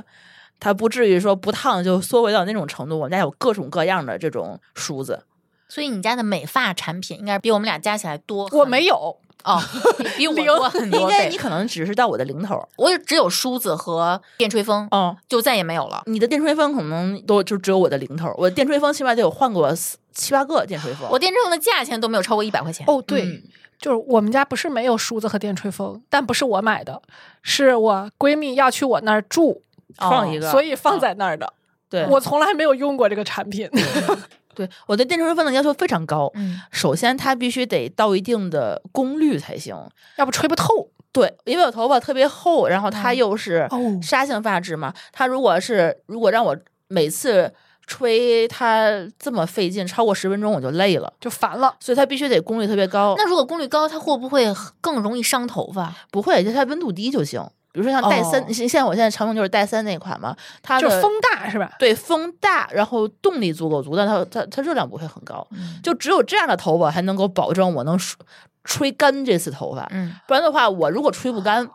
Speaker 1: 它不至于说不烫就缩回到那种程度，我们家有各种各样的这种梳子，
Speaker 3: 所以你家的美发产品应该比我们俩加起来多很。
Speaker 4: 我没有，
Speaker 3: 哦，比我多很
Speaker 1: 应
Speaker 3: 多
Speaker 1: 该你
Speaker 3: 倍。
Speaker 1: 可能只是到我的零头
Speaker 3: 我也只有梳子和电吹风，
Speaker 1: 哦，
Speaker 3: 就再也没有了。
Speaker 1: 你的电吹风可能都就只有我的零头，我的电吹风起码得有换过四七八个电吹风。
Speaker 3: 我电吹风的价钱都没有超过一百块钱。
Speaker 4: 哦，对，
Speaker 1: 嗯
Speaker 4: 就是我们家不是没有梳子和电吹风，但不是我买的，是我闺蜜要去我那儿住，
Speaker 1: 哦放一个，
Speaker 4: 所以放在那儿的。
Speaker 1: 对
Speaker 4: 我从来没有用过这个产品。
Speaker 1: 对我对电吹风的要求非常高。
Speaker 3: 嗯
Speaker 1: 首先，它必须得到一定的功率才行。
Speaker 4: 要不吹不透。
Speaker 1: 对，因为我头发特别厚，然后它
Speaker 3: 嗯
Speaker 1: 又是
Speaker 4: 哦
Speaker 1: 沙性发质嘛，它如果是如果让我每次吹它这么费劲，超过十分钟我就累了，
Speaker 4: 就烦了。
Speaker 1: 所以它必须得功率特别高。
Speaker 3: 那如果功率高，它会不会更容易伤头发？
Speaker 1: 不会，就它温度低就行。比如说像戴森，
Speaker 3: 哦
Speaker 1: 像像我现在常用就是戴森那款嘛，它
Speaker 4: 就
Speaker 1: 的
Speaker 4: 是风大是吧？
Speaker 1: 对风大，然后动力足够足，但它它它热量不会很高。
Speaker 3: 嗯
Speaker 1: 就只有这样的头发才能够保证我能吹吹干这次头发，
Speaker 3: 嗯
Speaker 1: 不然的话，我如果吹不干，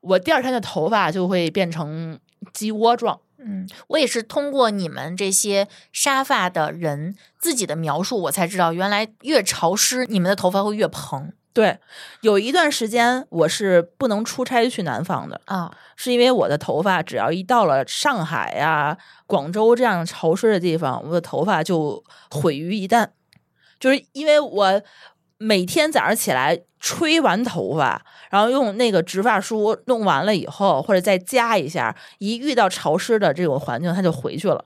Speaker 1: 我第二天的头发就会变成鸡窝状。
Speaker 3: 嗯，我也是通过你们这些沙发的人自己的描述，我才知道原来越潮湿，你们的头发会越蓬
Speaker 1: 对，有一段时间我是不能出差去南方的，
Speaker 3: 啊。
Speaker 1: 是因为我的头发只要一到了上海呀、广州这样潮湿的地方，我的头发就毁于一旦。就是因为我每天早上起来吹完头发，然后用那个直发梳弄完了以后，或者再夹一下，一遇到潮湿的这种环境，它就回去了。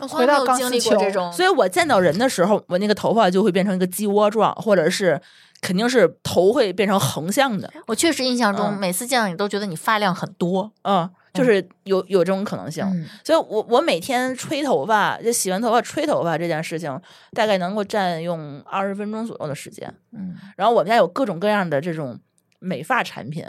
Speaker 3: 我从
Speaker 4: 回
Speaker 3: 来没
Speaker 4: 到
Speaker 3: 有
Speaker 4: 钢
Speaker 3: 经
Speaker 4: 丝
Speaker 3: 历过这
Speaker 4: 球
Speaker 3: 种，
Speaker 1: 所以我见到人的时候，我那个头发就会变成一个鸡窝状，或者是肯定是头会变成横向的，
Speaker 3: 我确实印象中
Speaker 1: 嗯
Speaker 3: 每次见到你都觉得你发量很多。
Speaker 1: 嗯，就是有有这种可能性。
Speaker 3: 嗯
Speaker 1: 所以我我每天吹头发，就洗完头发吹头发这件事情，大概能够占用二十分钟左右的时间。
Speaker 3: 嗯，
Speaker 1: 然后我们家有各种各样的这种美发产品，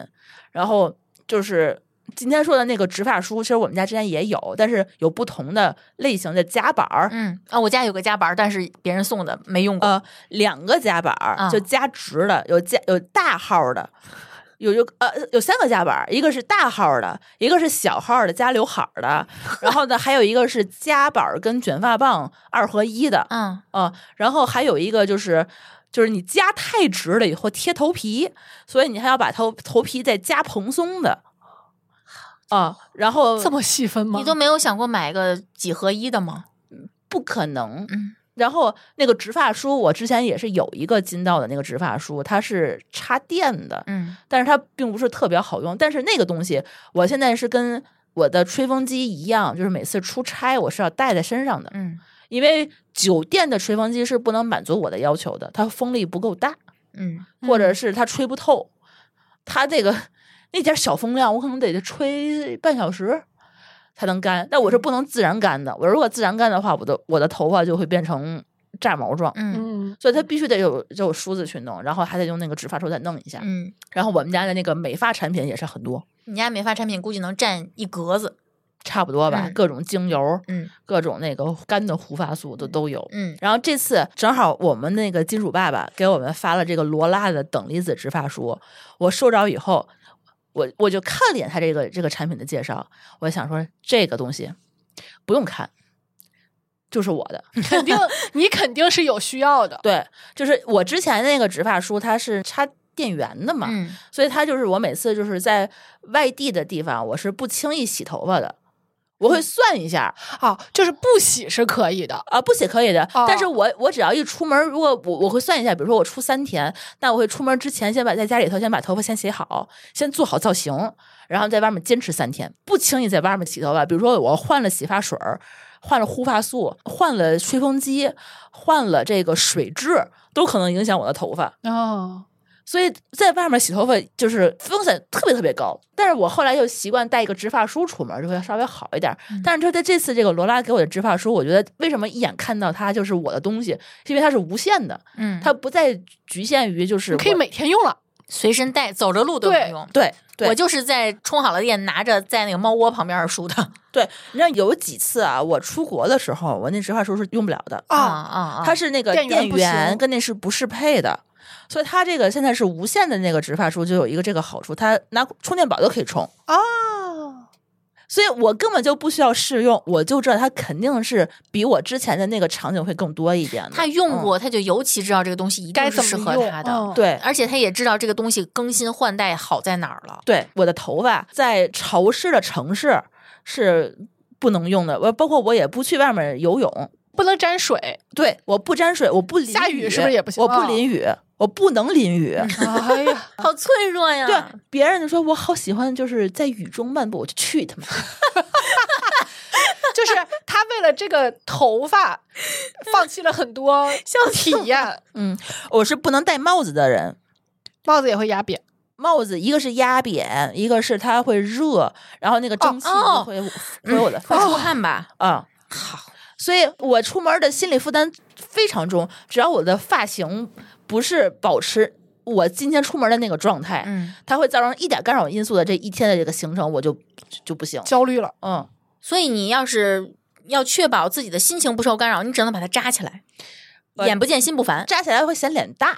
Speaker 1: 然后就是今天说的那个直发梳，其实我们家之前也有，但是有不同的类型的夹板儿。
Speaker 3: 嗯啊，我家有个夹板儿，但是别人送的，没用过。
Speaker 1: 呃，两个夹板儿、
Speaker 3: 啊
Speaker 1: 就夹直的，有夹有大号的，有有呃有三个夹板儿，一个是大号的，一个是小号的加刘海儿的，然后呢还有一个是夹板儿跟卷发棒二合一的，
Speaker 3: 嗯，
Speaker 1: 啊，然后还有一个就是。就是你夹太直了以后贴头皮，所以你还要把头头皮再夹蓬松的，啊，然后
Speaker 4: 这么细分吗？
Speaker 3: 你都没有想过买个几合一的吗？
Speaker 1: 不可能，
Speaker 3: 嗯
Speaker 1: 然后那个直发梳，我之前也是有一个金道的那个直发梳，它是插电的，
Speaker 3: 嗯
Speaker 1: 但是它并不是特别好用。但是那个东西，我现在是跟我的吹风机一样，就是每次出差我是要带在身上的，
Speaker 3: 嗯
Speaker 1: 因为酒店的吹风机是不能满足我的要求的，它风力不够大，
Speaker 3: 嗯
Speaker 1: 或者是它吹不透，它这个那点小风量，我可能得吹半小时。才能干，但我是不能自然干的。我如果自然干的话，我的我的头发就会变成炸毛状。
Speaker 3: 嗯
Speaker 4: 嗯，
Speaker 1: 所以它必须得有就有梳子去弄，然后还得用那个直发梳再弄一下。
Speaker 3: 嗯，
Speaker 1: 然后我们家的那个美发产品也是很多，
Speaker 3: 你家美发产品估计能占一格子。
Speaker 1: 差不多吧，
Speaker 3: 嗯
Speaker 1: 各种精油，
Speaker 3: 嗯
Speaker 1: 各种那个干的护发素都都有。
Speaker 3: 嗯
Speaker 1: 然后这次正好我们那个金主爸爸给我们发了这个罗拉的等离子直发梳，我收着以后，我我就看了一眼他这个这个产品的介绍，我想说这个东西不用看，就是我的。
Speaker 4: 肯定你肯定是有需要的。
Speaker 1: 对，就是我之前那个直发梳它是插电源的嘛，
Speaker 3: 嗯
Speaker 1: 所以它就是我每次就是在外地的地方，我是不轻易洗头发的，我会算一下
Speaker 4: 啊，就是不洗是可以的。
Speaker 1: 啊、不洗可以的，
Speaker 4: 哦
Speaker 1: 但是我我只要一出门，如果我我会算一下，比如说我出三天，那我会出门之前先把在家里头先把头发先洗好，先做好造型，然后在外面坚持三天，不轻易在外面洗头发。比如说我换了洗发水儿。换了护发素，换了吹风机，换了这个水质，都可能影响我的头发。
Speaker 4: 哦，
Speaker 1: 所以在外面洗头发就是风险特别特别高。但是我后来又习惯带一个直发梳出门，就会稍微好一点。
Speaker 4: 嗯
Speaker 1: 但是就在这次这个罗拉给我的直发梳，我觉得为什么一眼看到它就是我的东西，是因为它是无限的，
Speaker 3: 嗯，
Speaker 1: 它不再局限于就是
Speaker 4: 你可以
Speaker 1: 我
Speaker 4: 每天用了。
Speaker 3: 随身带，走着路都能
Speaker 4: 对
Speaker 3: 用。
Speaker 1: 对对
Speaker 3: 我就是在充好了电，拿着在那个猫窝旁边儿梳的。
Speaker 1: 对。你知道有几次啊，我出国的时候，我那直发梳是用不了的，
Speaker 3: 啊
Speaker 4: 啊，
Speaker 3: 啊啊！
Speaker 1: 它是那个
Speaker 4: 电源
Speaker 1: 电
Speaker 4: 不
Speaker 1: 源
Speaker 4: 行
Speaker 1: 跟那是不适配的。所以它这个现在是无线的那个直发梳，就有一个这个好处，它拿充电宝都可以充。
Speaker 4: 啊，
Speaker 1: 所以我根本就不需要试用，我就知道它肯定是比我之前的那个场景会更多一点的。
Speaker 3: 他用
Speaker 1: 嗯、
Speaker 3: 过，他就尤其知道这个东西一
Speaker 4: 该
Speaker 3: 定是
Speaker 4: 怎
Speaker 3: 适
Speaker 4: 么
Speaker 3: 合
Speaker 4: 用嗯
Speaker 3: 他的，
Speaker 1: 对
Speaker 3: 而且他也知道这个东西更新换代好在哪儿了。
Speaker 1: 对，我的头发在潮湿的城市是不能用的，我包括我也不去外面游泳，
Speaker 4: 不能沾水。
Speaker 1: 对，我不沾水，我不淋
Speaker 4: 下雨是不是也不行啊
Speaker 1: 我不淋雨，我不能淋雨。
Speaker 4: 哎呀，
Speaker 3: 好脆弱呀！
Speaker 1: 对，
Speaker 4: 嗯
Speaker 1: 别人就说我好喜欢，就是在雨中漫步，我就去他妈。
Speaker 4: 就是他为了这个头 发，放弃了很多 体验。
Speaker 1: 嗯，我是不能戴帽子的人，
Speaker 4: 帽子也会压扁，
Speaker 1: 帽子一个是压扁，一个是它会热，然后那个蒸汽
Speaker 3: 哦
Speaker 1: 就会回我的
Speaker 3: 会
Speaker 1: 发
Speaker 4: 嗯
Speaker 3: 出汗吧？
Speaker 1: 啊。
Speaker 3: 好，
Speaker 1: 所以我出门的心理负担非常重，只要我的发型不是保持我今天出门的那个状态，
Speaker 3: 嗯，
Speaker 1: 它会造成一点干扰因素的这一天的这个行程，我就就不行。
Speaker 4: 焦虑了。
Speaker 1: 嗯，
Speaker 3: 所以你要是要确保自己的心情不受干扰，你只能把它扎起来，
Speaker 1: 呃
Speaker 3: 眼不见心不烦。
Speaker 1: 扎起来会显脸大，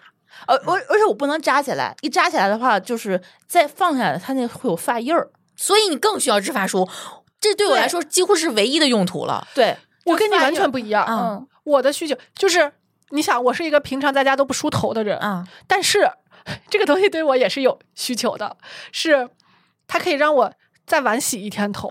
Speaker 1: 呃，而而且我不能扎起来，一扎起来的话，就是再放下来，它那会有发印儿。
Speaker 3: 所以你更需要植发梳，这对我
Speaker 1: 对
Speaker 3: 来说几乎是唯一的用途了。
Speaker 1: 对，
Speaker 4: 我跟你完全不一样。
Speaker 3: 啊
Speaker 1: 嗯，
Speaker 4: 我的需求就是，你想，我是一个平常在家都不梳头的人，
Speaker 3: 啊，
Speaker 4: 但是这个东西对我也是有需求的，是它可以让我再晚洗一 天头，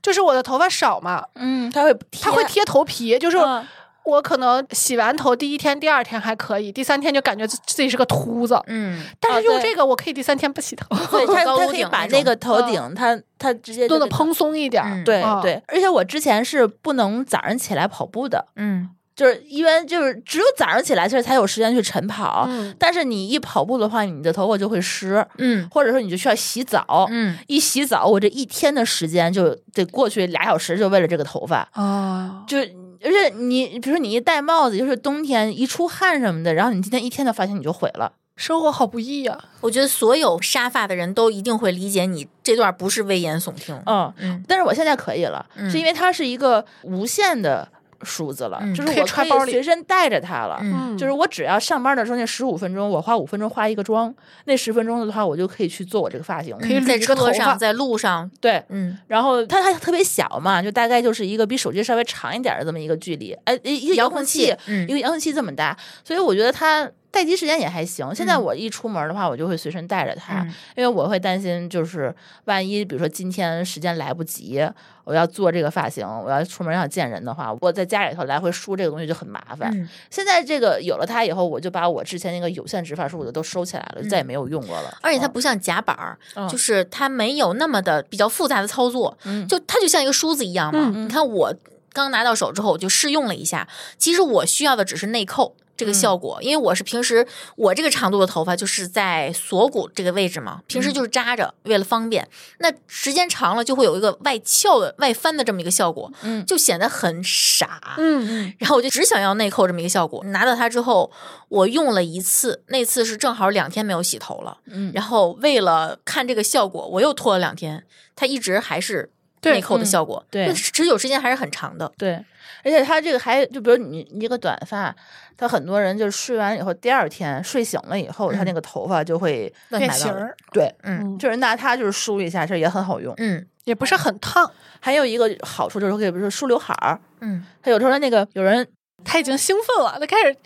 Speaker 4: 就是我的头发少嘛，
Speaker 1: 嗯，它会
Speaker 4: 它会贴头皮，就是
Speaker 1: 嗯
Speaker 4: 我可能洗完头第一天、第二天还可以，第三天就感觉自自己是个秃子。
Speaker 3: 嗯，
Speaker 4: 但
Speaker 1: 啊
Speaker 4: 是用
Speaker 1: 对
Speaker 4: 这个，我可以第三天不洗头，
Speaker 1: 对他
Speaker 3: 高
Speaker 1: 他
Speaker 3: 屋
Speaker 1: 可以
Speaker 3: 顶
Speaker 1: 把
Speaker 3: 那
Speaker 1: 那个头
Speaker 4: 嗯
Speaker 1: 顶，他他直接就
Speaker 4: 弄得
Speaker 1: 给
Speaker 4: 蓬松一点儿。
Speaker 3: 嗯
Speaker 1: 对
Speaker 4: 啊
Speaker 1: 对，而且我之前是不能早上起来跑步的，
Speaker 3: 嗯，
Speaker 1: 就是因为就是只有早上起来，其实才有时间去晨跑。
Speaker 4: 嗯
Speaker 1: 但是你一跑步的话，你的头发就会湿，
Speaker 3: 嗯，
Speaker 1: 或者说你就需要洗澡。
Speaker 3: 嗯，
Speaker 1: 一洗澡，我这一天的时间就得过去俩小时，就为了这个头发。
Speaker 4: 啊，
Speaker 1: 就而且你，比如说你一戴帽子，就是冬天一出汗什么的，然后你今天一天的发型你就毁了。
Speaker 4: 生活好不易啊呀、
Speaker 3: 我觉得所有沙发的人都一定会理解你这段不是危言耸听。
Speaker 1: 嗯，
Speaker 3: 嗯
Speaker 1: 但是我现在可以了，
Speaker 3: 嗯
Speaker 1: 是因为它是一个无线的梳子了，
Speaker 3: 嗯
Speaker 1: 就是
Speaker 4: 可以
Speaker 1: 我
Speaker 4: 揣包
Speaker 1: 可以
Speaker 4: 里
Speaker 1: 随身带着它了。
Speaker 3: 嗯
Speaker 1: 就是我只要上班的时候那十五分钟，我花五分钟化一个妆，那十分钟的话，我就可以去做我这个发型。
Speaker 4: 可以
Speaker 3: 嗯在
Speaker 4: 捋一个头
Speaker 3: 车
Speaker 4: 发
Speaker 3: 上，在路上，
Speaker 1: 对，
Speaker 3: 嗯
Speaker 1: 然后它还特别小嘛，就大概就是一个比手机稍微长一点的这么一个距离，哎，一个
Speaker 3: 遥
Speaker 1: 遥
Speaker 3: 控
Speaker 1: 控
Speaker 3: 器
Speaker 1: 器，
Speaker 3: 嗯
Speaker 1: 一个遥控器这么大，所以我觉得它待机时间也还行。现在
Speaker 3: 嗯
Speaker 1: 我一出门的话，我就会随身带着它，
Speaker 3: 嗯
Speaker 1: 因为我会担心，就是万一比如说今天时间来不及，我要做这个发型，我要出门要见人的话，我在家里头来回梳这个东西就很麻烦。
Speaker 3: 嗯，
Speaker 1: 现在这个有了它以后，我就把我之前那个有线直发梳子都收起来了，就再也没有用过了。
Speaker 3: 嗯而且它
Speaker 1: 嗯
Speaker 3: 不像夹板儿，
Speaker 1: 嗯
Speaker 3: 就是它没有那么的比较复杂的操作，
Speaker 1: 嗯
Speaker 3: 就它就像一个梳子一样嘛。
Speaker 1: 嗯
Speaker 3: 你看我刚拿到手之后，我就试用了一下，其实我需要的只是内扣。
Speaker 1: 嗯
Speaker 3: 这个效果，因为我是平时我这个长度的头发就是在锁骨这个位置嘛，平
Speaker 1: 嗯
Speaker 3: 时就是扎着，为了方便。那时间长了就会有一个外翘的、外翻的这么一个效果，
Speaker 1: 嗯
Speaker 3: 就显得很傻。
Speaker 4: 嗯嗯，
Speaker 3: 然后我就只想要内扣这么一个效果。拿到它之后，我用了一次，那次是正好两天没有洗头了。
Speaker 1: 嗯
Speaker 3: 然后为了看这个效果，我又拖了两天，它一直还是
Speaker 4: 对
Speaker 3: 内扣的
Speaker 1: 嗯
Speaker 3: 效果，
Speaker 1: 对
Speaker 3: 那持久时间还是很长的。
Speaker 1: 对，而且它这个还就比如你你这个短发，它很多人就是睡完以后，第二天睡醒了以后，它那
Speaker 3: 嗯
Speaker 1: 个头发就会
Speaker 3: 乱
Speaker 4: 变
Speaker 1: 白
Speaker 4: 形
Speaker 1: 了
Speaker 4: 儿，
Speaker 1: 对，
Speaker 3: 嗯
Speaker 4: 嗯
Speaker 1: 就是拿它就是梳一下，这也很好用。
Speaker 3: 嗯
Speaker 4: 也不是很烫。
Speaker 1: 还有一个好处就是可以，比如说梳刘海儿，
Speaker 3: 嗯，
Speaker 1: 它有时候那个有人
Speaker 4: 他已经兴奋了，他开始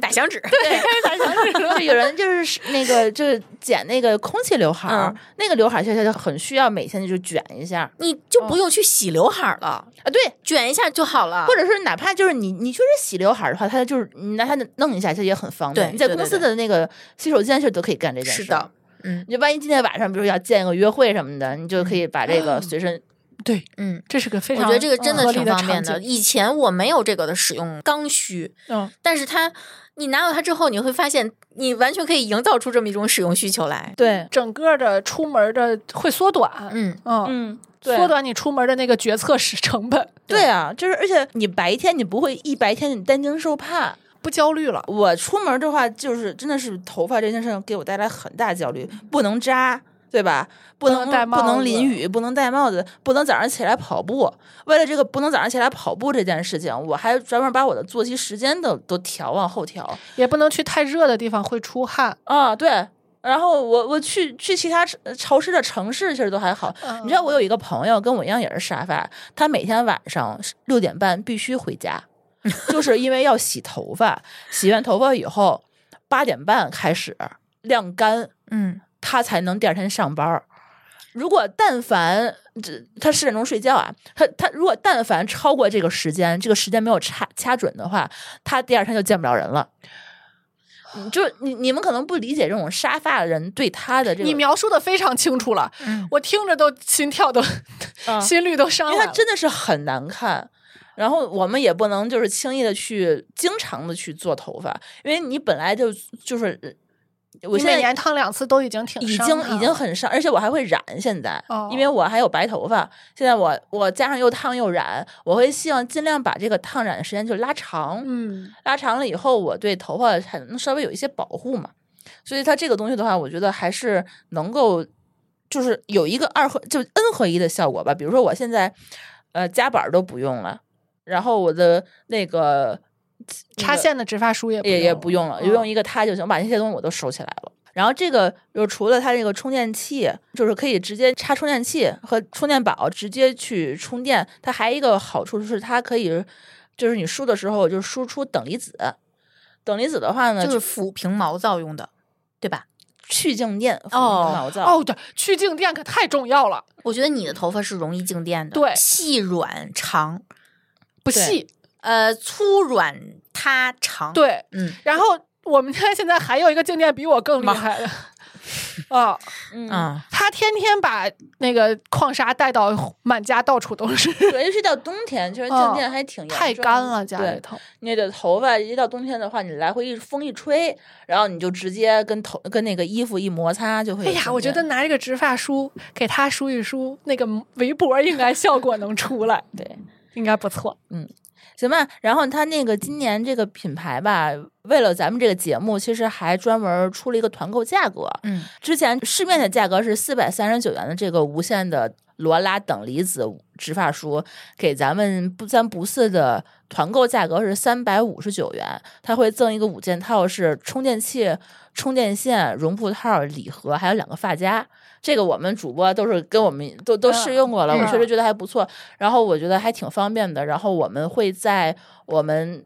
Speaker 3: 打响指，
Speaker 1: 对，开始打响指了。有人就是那个就是剪那个空气刘海儿，
Speaker 3: 嗯
Speaker 1: 那个刘海儿现在就很需要每天就卷一下啊，
Speaker 3: 你就不用去洗刘海儿了，
Speaker 1: 对，
Speaker 3: 卷一下就好了。
Speaker 1: 或者是哪怕就是你你确实洗刘海儿的话，它就是你拿它弄一下，其实也很方便。
Speaker 3: 对
Speaker 1: 你在
Speaker 3: 对对
Speaker 1: 公司的那个洗手间是都可以干这件事。
Speaker 3: 是的，，嗯
Speaker 1: 你就万一今天晚上，比如要见个约会什么的，你就可以把这个随身。
Speaker 4: 对，
Speaker 3: 嗯，
Speaker 4: 这是个非
Speaker 3: 我
Speaker 4: 常嗯
Speaker 3: 觉得这个真
Speaker 4: 合
Speaker 3: 的
Speaker 4: 理
Speaker 3: 挺
Speaker 4: 的
Speaker 3: 方便
Speaker 4: 场
Speaker 3: 的。
Speaker 4: 景
Speaker 3: 以前我没有这个的使用刚需，
Speaker 1: 嗯，
Speaker 3: 但是它你拿到它之后，你会发现你完全可以营造出这么一种使用需求来。
Speaker 1: 对，
Speaker 4: 整个的出门的会缩短，
Speaker 3: 嗯
Speaker 4: 嗯，
Speaker 1: 嗯，对
Speaker 4: 缩短你出门的那个决策时成本，
Speaker 1: 对啊，就是而且你白天你不会一白天你担惊受怕。
Speaker 4: 不焦虑了。
Speaker 1: 我出门的话，就是真的是头发这件事情给我带来很大焦虑，不能扎。对吧？嗯不
Speaker 4: 不
Speaker 1: 能
Speaker 4: 能戴
Speaker 1: 不
Speaker 4: 帽
Speaker 1: 能
Speaker 4: 子
Speaker 1: 淋雨，不能戴帽子，不能早上起来跑步。为了这个不能早上起来跑步这件事情，我还专门把我的作息时间都都调往后调。
Speaker 4: 也不能去太热的地方，会出汗。
Speaker 1: 啊，对。然后我我去去其他城呃潮湿的城市，其实都还好。嗯
Speaker 4: 嗯
Speaker 1: 你知道我有一个朋友跟我一样也是沙发，他每天晚上六点半必须回家，就是因为要洗头发，洗完头发以后八点半开始晾干，
Speaker 3: 嗯
Speaker 1: 他才能第二天上班儿。如果但凡这他十点钟睡觉啊，他他如果但凡超过这个时间，这个时间没有掐掐准的话，他第二天就见不了人了。你就是你你们可能不理解这种沙发人对他的这个，
Speaker 4: 你描述的非常清楚了，
Speaker 3: 嗯
Speaker 4: 我听着都心跳都、
Speaker 1: 嗯
Speaker 4: 心率都上
Speaker 1: 因
Speaker 4: 来
Speaker 1: 为他
Speaker 4: 了。
Speaker 1: 真的是很难看。然后我们也不能就是轻易的去经常的去做头发，因为你本来就就是，我
Speaker 4: 你
Speaker 1: 现
Speaker 4: 每
Speaker 1: 在
Speaker 4: 年烫两次都已经挺
Speaker 1: 已
Speaker 4: 伤
Speaker 1: 经
Speaker 4: 它
Speaker 1: 已经
Speaker 4: 了
Speaker 1: 很伤，而且我还会染现在，
Speaker 4: 哦
Speaker 1: 因为我还有白头发，现在我我加上又烫又染，我会希望尽量把这个烫染的时间就拉长，
Speaker 4: 嗯
Speaker 1: 拉长了以后，我对头发才能稍微有一些保护嘛。所以它这个东西的话，我觉得还是能够就是有一个二合就 n 合一的效果吧。比如说我现在呃夹板儿都不用了，然后我的那个
Speaker 4: 插
Speaker 1: 那个
Speaker 4: 线的直发梳也
Speaker 1: 也也
Speaker 4: 用
Speaker 1: 不用了，就
Speaker 4: 嗯
Speaker 1: 用一个它就行，我把那些东西我都收起来了。然后这个就是除了它这个充电器，就是可以直接插充电器和充电宝直接去充电，它还有一个好处是它可以，就是你梳的时候就梳出等离子。等离子的话呢，
Speaker 3: 就是
Speaker 1: 就
Speaker 3: 抚平毛躁用的，对吧？
Speaker 1: 去静电、抚平
Speaker 3: 哦
Speaker 1: 毛躁。
Speaker 4: 哦，对，去静电可太重要了，
Speaker 3: 我觉得你的头发是容易静电的，
Speaker 4: 对
Speaker 3: 细软长，
Speaker 4: 不
Speaker 1: 对
Speaker 4: 细
Speaker 3: 呃，粗软塌长。，
Speaker 4: 对，
Speaker 3: 嗯
Speaker 4: 然后我们家现在还有一个静电比我更厉害的， 啊，
Speaker 1: 嗯，
Speaker 3: 啊，
Speaker 4: 他天天把那个矿沙带到满家到处都 是，
Speaker 1: 对，尤其到冬天，其实静电还挺严重的、
Speaker 4: 哦太干了家里
Speaker 1: 对，
Speaker 4: 头。
Speaker 1: 你的头发一到冬天的话，你来回一风一吹，然后你就直接跟头跟那个衣服一摩擦就会有
Speaker 4: 哎
Speaker 1: 静电。
Speaker 4: 呀，我觉得拿这个直发梳给他梳一梳，那个围脖应该效果能出来，
Speaker 1: 对。
Speaker 4: 应该不错。
Speaker 1: 行吧，然后他那个今年这个品牌吧，为了咱们这个节目，其实还专门出了一个团购价格。
Speaker 3: 嗯，
Speaker 1: 之前市面的价格是四百三十九元的这个无线的罗拉等离子直发梳，给咱们不三不四的团购价格是三百五十九元，它会赠一个五件套，是充电器、充电线、绒布套、礼盒，还有两个发夹。这个我们主播都是跟我们都都
Speaker 4: 嗯
Speaker 1: 试用过了，我
Speaker 4: 嗯
Speaker 1: 确实觉得还不错，然后我觉得还挺方便的。然后我们会在我们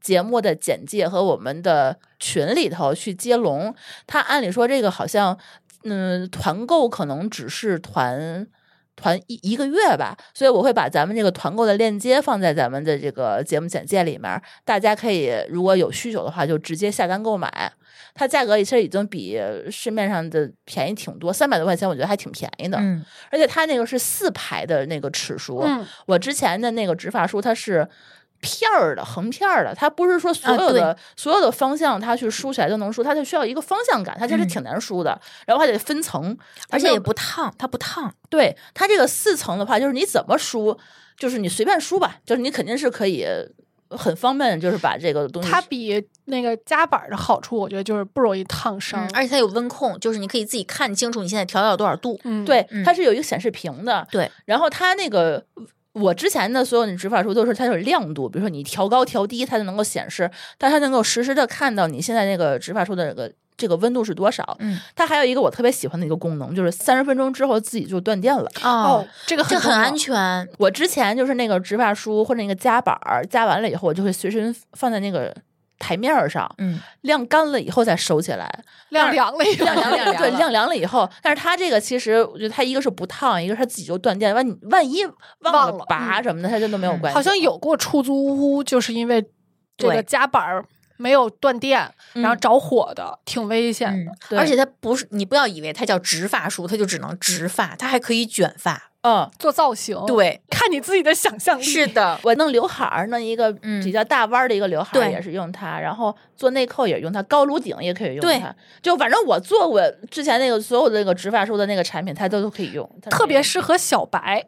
Speaker 1: 节目的简介和我们的群里头去接龙。它按理说这个好像，嗯，团购可能只是团。团一一个月吧，所以我会把咱们这个团购的链接放在咱们的这个节目简介里面，大家可以如果有需求的话，就直接下单购买。它价格其实已经比市面上的便宜挺多，三百多块钱，我觉得还挺便宜的。
Speaker 3: 嗯
Speaker 1: 而且它那个是四排的那个尺数，
Speaker 4: 嗯，
Speaker 1: 我之前的那个直发梳它是。片儿的，横片儿的，它不是
Speaker 3: 啊
Speaker 1: 说所有的、所有的方向它去梳起来都能梳，它就需要一个方向感，它其实
Speaker 3: 嗯
Speaker 1: 挺难梳的，然后还得分层，
Speaker 3: 而且
Speaker 1: 它
Speaker 3: 也
Speaker 1: 就
Speaker 3: 不烫，它不烫。
Speaker 1: 对它这个四层的话，就是你怎么梳，就是你随便梳吧，就是你肯定是可以很方便，就是把这个东西
Speaker 4: 它比那个夹板的好处，我觉得就是不容易烫伤。
Speaker 3: 而且它有温控，就是你可以自己看清楚你现在调到多少度。
Speaker 4: 嗯，
Speaker 1: 对，
Speaker 3: 嗯
Speaker 1: 它是有一个显示屏的。
Speaker 3: 对，
Speaker 1: 然后它那个我之前的所有的执法书都是它有亮度，比如说你调高调低，它就能够显示，但它能够实时的看到你现在那个执法书的这个这个温度是多少。
Speaker 3: 嗯
Speaker 1: 它还有一个我特别喜欢的一个功能，就是三十分钟之后自己就断电了。
Speaker 4: 哦
Speaker 3: 哦，，
Speaker 4: 这个
Speaker 3: 这
Speaker 4: 重
Speaker 3: 很
Speaker 4: 要
Speaker 3: 安。全。
Speaker 1: 我之前就是那个直发梳或者那个夹板儿，夹完了以后，我就会随身放在那个台面儿上，
Speaker 3: 嗯，
Speaker 1: 晾干了以后再收起来。
Speaker 4: 晾凉了以后，
Speaker 1: 晾凉 了，对，
Speaker 3: 了
Speaker 1: 晾凉了以后，但是它这个其实我觉得它一个是不烫，一个是它自己就断电，万一万一
Speaker 4: 忘
Speaker 1: 忘
Speaker 4: 了
Speaker 1: 拔什么的，它就都没有
Speaker 3: 嗯
Speaker 1: 关系。
Speaker 4: 好像有过出租屋，就是因为这个
Speaker 1: 对
Speaker 4: 夹板儿没有断电，
Speaker 1: 嗯
Speaker 4: 然后着火的，挺危险
Speaker 3: 嗯
Speaker 4: 的。，
Speaker 1: 对
Speaker 3: 而且它不是，你不要以为它叫直发梳，它就只能直发，它还可以卷发。
Speaker 1: 嗯，
Speaker 4: 做造型，，
Speaker 3: 对，
Speaker 4: 看你自己哦的想象力。
Speaker 3: 是的，
Speaker 1: 我弄刘海儿，弄一个
Speaker 3: 嗯
Speaker 1: 比较大弯儿的一个刘海儿
Speaker 3: 对
Speaker 1: 也是用它，然后做内扣也是用它，高颅顶也可以用
Speaker 3: 对
Speaker 1: 它。就反正我做过之前那个所有的那个直发梳的那个产品，它都都可以用，它
Speaker 4: 特别
Speaker 1: 是
Speaker 4: 适合小白，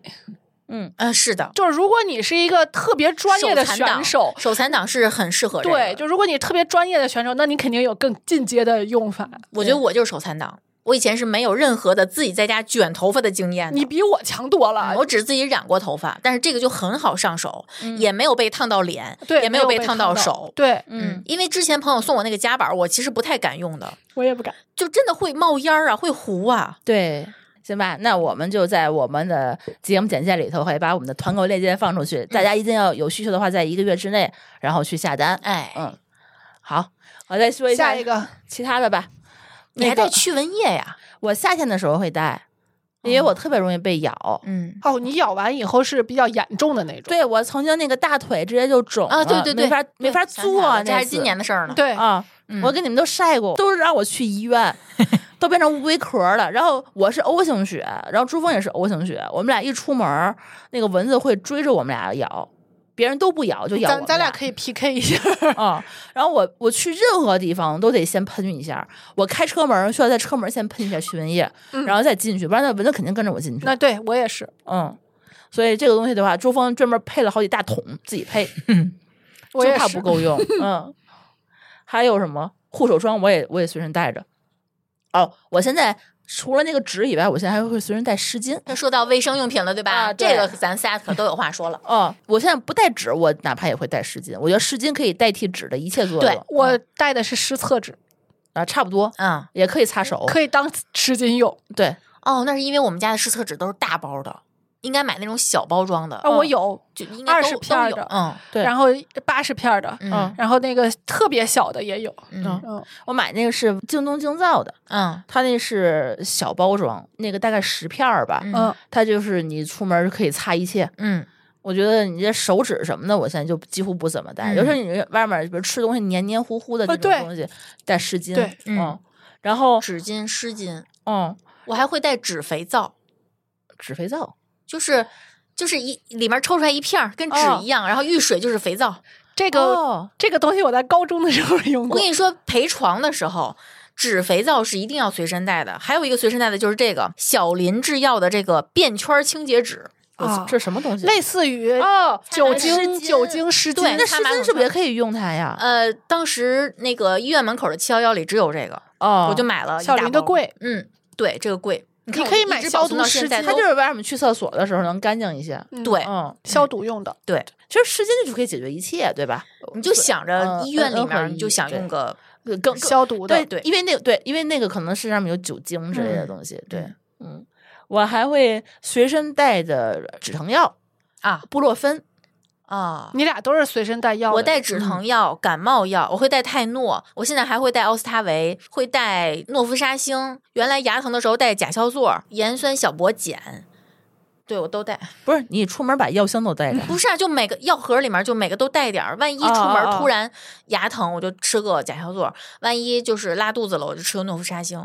Speaker 3: 嗯，是的。
Speaker 4: 就是如果你是一个特别专业的
Speaker 3: 手残
Speaker 4: 选
Speaker 3: 党
Speaker 4: 手，
Speaker 3: 手残党是很适合这个
Speaker 4: 对，就如果你特别专业的选手，那你肯定有更进阶的用法。
Speaker 3: 我觉得我就是手残党，我以前是没有任何的自己在家卷头发的经验的。
Speaker 4: 你比我强多了
Speaker 3: 嗯，我只是自己染过头发，但是这个就很好上手，也没有被烫到脸，
Speaker 4: 对，
Speaker 3: 也
Speaker 4: 没
Speaker 3: 嗯有
Speaker 4: 被
Speaker 3: 烫
Speaker 4: 到
Speaker 3: 手。
Speaker 4: 对
Speaker 1: 嗯，
Speaker 3: 因为之前朋友送我那个夹板儿，我其实不太敢用的，
Speaker 4: 我也不敢。
Speaker 3: 就真的会冒烟儿啊，会糊啊。
Speaker 1: 对，行吧，那我们就在我们的节目简介里头会把我们的团购链接放出去，大家一定要有需求的话，在一个月之内，然后去下单。
Speaker 3: 哎，
Speaker 1: 嗯，好，我再说一
Speaker 4: 下一
Speaker 1: 个
Speaker 4: 个，
Speaker 1: 其他的吧。
Speaker 3: 你还
Speaker 1: 那个
Speaker 3: 带驱蚊液呀？
Speaker 1: 我夏天的时候会戴，因
Speaker 3: 哦
Speaker 1: 为我特别容易被咬。
Speaker 3: 嗯，
Speaker 4: 哦，你咬完以后是比较严重的那种。
Speaker 1: 对我曾经那个大腿直接就肿
Speaker 3: 啊对
Speaker 1: 了
Speaker 3: 对
Speaker 1: 没
Speaker 3: 对
Speaker 1: 法没法
Speaker 3: 想起来
Speaker 1: 做啊，
Speaker 3: 了这
Speaker 1: 那
Speaker 3: 还是
Speaker 1: 次
Speaker 3: 今年的事儿呢。，
Speaker 4: 对，
Speaker 1: 啊。
Speaker 3: 嗯
Speaker 1: 我给你们都晒过，都是让我去医 院，都变成乌龟壳了。然后我是 O 型血，然后朱峰也是 O 型血，我们俩一出门儿，那个蚊子会追着我们俩咬，别人都不咬就咬我
Speaker 4: 咱
Speaker 1: 们
Speaker 4: 咱
Speaker 1: 俩
Speaker 4: 俩可以 PK 一下。
Speaker 1: 啊、然后我我去任何地方都得先喷一下，我开车门儿需要在车门儿先喷一下驱蚊液，
Speaker 4: 嗯
Speaker 1: 然后再进去，不然那蚊子肯定跟着我进去。
Speaker 4: 那对我也是，
Speaker 1: 嗯，所以这个东西的话，朱峰专门配了好几大桶自己配，
Speaker 4: 我
Speaker 1: 就
Speaker 4: 也
Speaker 1: 怕
Speaker 4: 是
Speaker 1: 不够 用。嗯，还有什么护手霜，我也我也随身带着。哦，我现在除了那个纸以外，我现在还会随身带湿巾。
Speaker 3: 那说到卫生用品了，对吧？
Speaker 1: 啊对
Speaker 3: 这个咱仨可都有话 说了。
Speaker 1: 哦，我现在不带纸，我哪怕也会带湿巾。我觉得湿巾可以代替纸的一切作用。嗯
Speaker 3: 对
Speaker 4: 我带的是湿厕纸，
Speaker 1: 啊，差不多
Speaker 3: 嗯，
Speaker 1: 也可以擦手。
Speaker 4: 可以当湿巾用。
Speaker 1: 对，
Speaker 3: 哦，那是因为我们家的湿厕纸都是大包的，应该买那种小包装的。嗯
Speaker 4: 啊，我有，
Speaker 3: 就应该都
Speaker 4: 20片儿的
Speaker 3: 都有嗯
Speaker 1: 对
Speaker 4: 然后八十片儿的，
Speaker 1: 嗯
Speaker 3: 嗯
Speaker 4: 然后那个特别小的也有。
Speaker 3: 嗯
Speaker 4: 嗯，
Speaker 1: 我买那个是京东京造的，
Speaker 3: 嗯
Speaker 1: 它那是小包装，那个大概十片儿吧。
Speaker 3: 嗯
Speaker 4: 嗯，
Speaker 1: 它就是你出门儿可以擦一切，
Speaker 3: 嗯，
Speaker 1: 我觉得你这手指什么的，我现在就几乎不怎么戴，
Speaker 3: 嗯哦
Speaker 1: 尤其是你外面比如吃东西黏黏糊糊的这
Speaker 4: 呃
Speaker 1: 种
Speaker 4: 对
Speaker 1: 东西，带湿巾，
Speaker 4: 对
Speaker 1: 嗯，
Speaker 3: 嗯
Speaker 1: 然后
Speaker 3: 纸巾、湿巾，
Speaker 1: 嗯，
Speaker 3: 我还会带纸肥皂，
Speaker 1: 纸肥皂，
Speaker 3: 就是就是一里面抽出来一片儿，跟纸
Speaker 1: 哦
Speaker 3: 一样，然后遇水就是肥皂。
Speaker 4: 这个
Speaker 1: 哦
Speaker 4: 这个东西我在高中的时候用
Speaker 3: 我
Speaker 4: 过
Speaker 3: 跟，你说，陪床的时候，纸肥皂是一定要随身带的。还有一个随身带的就是这个小林制药的这个便圈清洁纸，
Speaker 1: 我
Speaker 4: 啊
Speaker 1: 这什么东西？
Speaker 4: 类似于
Speaker 1: 哦，
Speaker 4: 酒
Speaker 1: 湿
Speaker 3: 擦
Speaker 4: 精、
Speaker 1: 巾
Speaker 4: 酒精湿
Speaker 3: 对
Speaker 4: 巾
Speaker 1: 那湿
Speaker 3: 擦马桶
Speaker 1: 巾是不是也
Speaker 3: 上
Speaker 1: 可以用它呀？
Speaker 3: 呃，当时那个医院门口的七幺幺里只有这个，
Speaker 1: 哦，
Speaker 3: 呃我就买了一
Speaker 4: 小
Speaker 3: 大
Speaker 4: 林的
Speaker 3: 包
Speaker 4: 贵，
Speaker 3: 嗯，对，这个贵，你看
Speaker 4: 你
Speaker 3: 我
Speaker 4: 可以
Speaker 3: 一
Speaker 4: 买
Speaker 3: 直
Speaker 4: 消
Speaker 3: 保存
Speaker 4: 毒
Speaker 3: 到现
Speaker 4: 湿
Speaker 3: 在
Speaker 4: 巾
Speaker 1: 它
Speaker 3: 都哎
Speaker 1: 就是为什么去厕所的时候能干净一些。
Speaker 4: 嗯
Speaker 3: 对
Speaker 1: 嗯，
Speaker 4: 消毒用的，
Speaker 3: 对，
Speaker 1: 其实湿巾就可以解决一切，对吧？
Speaker 3: 你就想着
Speaker 1: 嗯
Speaker 3: 医院
Speaker 1: 恩
Speaker 3: 里
Speaker 1: 恩惠
Speaker 3: 面，你就
Speaker 1: 医
Speaker 3: 想
Speaker 1: 对
Speaker 3: 用个
Speaker 1: 更更
Speaker 4: 消毒的
Speaker 1: 对
Speaker 3: 的对
Speaker 1: 因为那个对，因为那个可能是上面有酒精之类的
Speaker 3: 嗯
Speaker 1: 东西。对，嗯，我还会随身带着止疼药
Speaker 3: 啊
Speaker 1: 布洛芬。
Speaker 3: 啊。
Speaker 4: 你俩都是随身带药的，
Speaker 3: 我带
Speaker 1: 嗯
Speaker 3: 止疼药、感冒药，我会带泰诺，我现在还会带奥司他韦，会带诺氟沙星。原来牙疼的时候带甲硝唑、盐酸小檗碱，对我都带。
Speaker 1: 不是你出门把药箱都带着，
Speaker 3: 不是啊，就每个药盒里面就每个都带点儿，万一
Speaker 1: 哦
Speaker 3: 出门
Speaker 1: 哦哦
Speaker 3: 突然牙疼，我就吃个甲硝唑；万一就是拉肚子了，我就吃个诺氟沙星。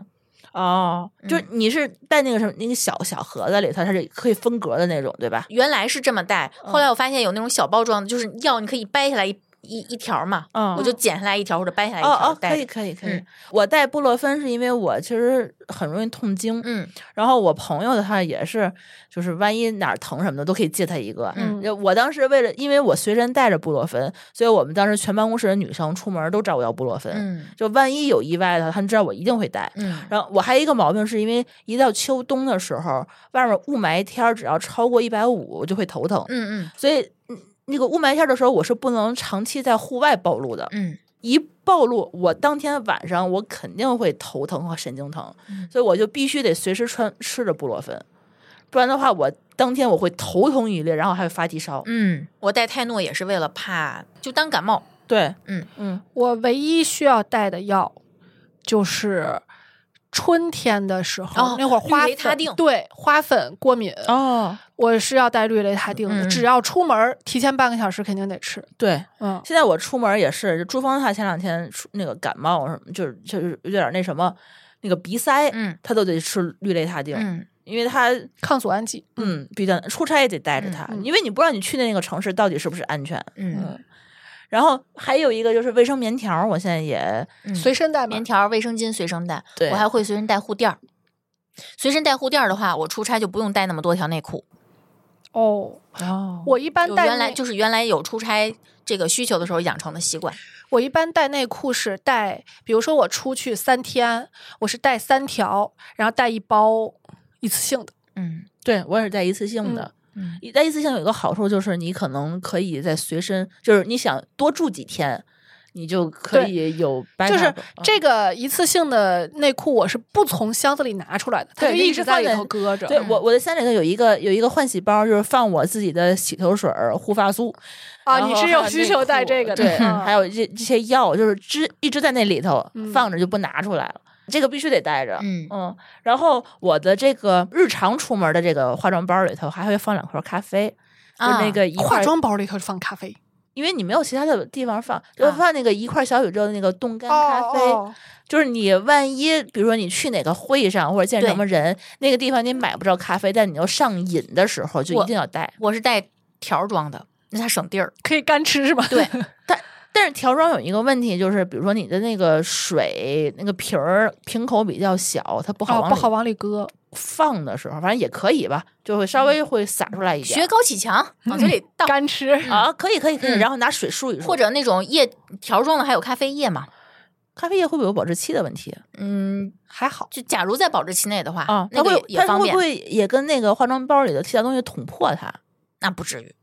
Speaker 1: 哦，就是
Speaker 3: 嗯
Speaker 1: 你是带那个什么那个小小盒子里，它是可以分格的那种，对吧？
Speaker 3: 原来是这么带，后
Speaker 1: 嗯
Speaker 3: 来我发现有那种小包装的，就是药你可以掰下来一一一条嘛，
Speaker 1: 嗯
Speaker 3: 我就剪下来一条或者掰下来一
Speaker 1: 哦
Speaker 3: 条
Speaker 1: 哦，可
Speaker 3: 带
Speaker 1: 以
Speaker 3: 着。
Speaker 1: 可以可以
Speaker 3: 嗯。
Speaker 1: 我带布洛芬是因为我其实很容易痛经，
Speaker 3: 嗯
Speaker 1: 然后我朋友的话也是，就是万一哪儿疼什么的都可以借他一个。
Speaker 4: 嗯
Speaker 1: 就我当时为了，因为我随身带着布洛芬，所以我们当时全办公室的女生出门都找我要布洛芬。
Speaker 3: 嗯
Speaker 1: 就万一有意外的话，他们知道我一定会带。
Speaker 3: 嗯
Speaker 1: 然后我还有一个毛病，是因为一到秋冬的时候，外面雾霾天儿只要超过一百五，我就会头疼。
Speaker 3: 嗯
Speaker 1: 所以嗯那个雾霾天儿的时候，我是不能长期在户外暴露的。
Speaker 3: 嗯
Speaker 1: 一暴露，我当天晚上我肯定会头疼和神经疼，
Speaker 3: 嗯
Speaker 1: 所以我就必须得随时穿吃着布洛芬，不然的话，我当天我会头痛欲裂，然后还会发低烧。
Speaker 3: 嗯，我带泰诺也是为了怕就当感冒。
Speaker 1: 对，
Speaker 3: 嗯
Speaker 1: 嗯，
Speaker 4: 我唯一需要带的药就是春天的时候，
Speaker 3: 哦
Speaker 4: 那会儿花
Speaker 3: 氯雷他
Speaker 4: 粉
Speaker 3: 定
Speaker 4: 对花粉过敏，
Speaker 1: 哦，
Speaker 4: 我是要带氯雷他定的。
Speaker 3: 嗯
Speaker 4: 只要出门儿，提前半个小时肯定得吃。
Speaker 1: 对，
Speaker 4: 嗯，
Speaker 1: 现在我出门也是，朱峰他前两天出那个感冒什么，就是就是有点那什么，那个鼻塞，
Speaker 3: 嗯
Speaker 1: 他都得吃氯雷他定，
Speaker 3: 嗯
Speaker 1: 因为他
Speaker 4: 抗组胺剂。
Speaker 1: 嗯，比较出差也得带着它，
Speaker 4: 嗯嗯
Speaker 1: 因为你不知道你去的那个城市到底是不是安全。
Speaker 3: 嗯，
Speaker 1: 然后还有一个就是卫生棉条儿，我现在也
Speaker 3: 嗯
Speaker 4: 随身带嘛
Speaker 3: 棉，条、卫生巾随身带，
Speaker 1: 对
Speaker 3: 我还会随身带护垫儿。随身带护垫儿的话，我出差就不用带那么多条内裤。
Speaker 4: 哦，
Speaker 1: 哦
Speaker 4: 我一般
Speaker 3: 有
Speaker 4: 带
Speaker 3: 原来
Speaker 4: 内
Speaker 3: 就是原来有出差这个需求的时候养成的习惯。
Speaker 4: 我一般带内裤是带，比如说我出去三天，我是带三条，然后带一包一次性的。
Speaker 3: 嗯
Speaker 1: 对我也是带一次性的。
Speaker 3: 嗯
Speaker 1: 一带一次性有一个好处就是你可能可以在随身，就是你想多住几天，你就可
Speaker 4: 对
Speaker 1: 以有 backup。
Speaker 4: 就是
Speaker 1: 嗯
Speaker 4: 这个一次性的内裤，我是不从箱子里拿出来的，它
Speaker 1: 对
Speaker 4: 就
Speaker 1: 它
Speaker 4: 一
Speaker 1: 一
Speaker 4: 直
Speaker 1: 直
Speaker 4: 在
Speaker 1: 放
Speaker 4: 里
Speaker 1: 在
Speaker 4: 头搁着。
Speaker 1: 对
Speaker 3: 嗯
Speaker 1: 我我的箱里头有一个有一个换洗包，就是放我自己的洗头水儿、护发素
Speaker 4: 啊，
Speaker 1: 然
Speaker 4: 你
Speaker 1: 后
Speaker 4: 是
Speaker 1: 还
Speaker 4: 有
Speaker 1: 有
Speaker 4: 需
Speaker 1: 内
Speaker 4: 求
Speaker 1: 裤
Speaker 4: 带这个的，
Speaker 1: 对，
Speaker 4: 嗯
Speaker 1: 还有这这些药，就是支一直在那里头、
Speaker 4: 嗯
Speaker 1: 放着就不拿出来了，这个必须得带着。
Speaker 3: 嗯
Speaker 1: 嗯，然后我的这个日常出门的这个化妆包里头还会放两块咖啡，就
Speaker 3: 啊
Speaker 1: 那个一块
Speaker 4: 化妆包里头放咖啡，
Speaker 1: 因为你没有其他的地方放，就放那个一块小宇宙的那个冻干咖啡。
Speaker 4: 哦
Speaker 1: 就是你万一，比如说你去哪个会议上或者见什么人，那个地方你买不着咖啡，但你要上瘾的时候，就
Speaker 3: 我
Speaker 1: 一定要带。
Speaker 3: 我是带条儿装的，那它省地儿。
Speaker 4: 可以干吃是吧？嗯
Speaker 3: 对，
Speaker 1: 但是调装有一个问题，就是比如说你的那个水那个瓶儿瓶口比较小，它不好
Speaker 4: 哦，
Speaker 1: 往
Speaker 4: 不好
Speaker 1: 里
Speaker 4: 往里搁。
Speaker 1: 放的时候，反正也可以吧，就会稍微会洒出来一点
Speaker 3: 学。高启强
Speaker 1: 嗯
Speaker 3: 往嘴里 倒，
Speaker 4: 干吃，
Speaker 1: 啊，可以可以可以，
Speaker 3: 嗯
Speaker 1: 然后拿水漱一漱，
Speaker 3: 或者那种液条儿装的还有咖啡液嘛。
Speaker 1: 咖啡液会不会有保质期的问题
Speaker 3: 嗯，
Speaker 4: 还好，
Speaker 3: 就假如在保质期内的话，
Speaker 1: 啊？它
Speaker 3: 那个
Speaker 1: 会
Speaker 3: 也也
Speaker 1: 它
Speaker 3: 方
Speaker 1: 会
Speaker 3: 便
Speaker 1: 不。会也跟那个化妆包里的替代东西捅破它？
Speaker 3: 那不至于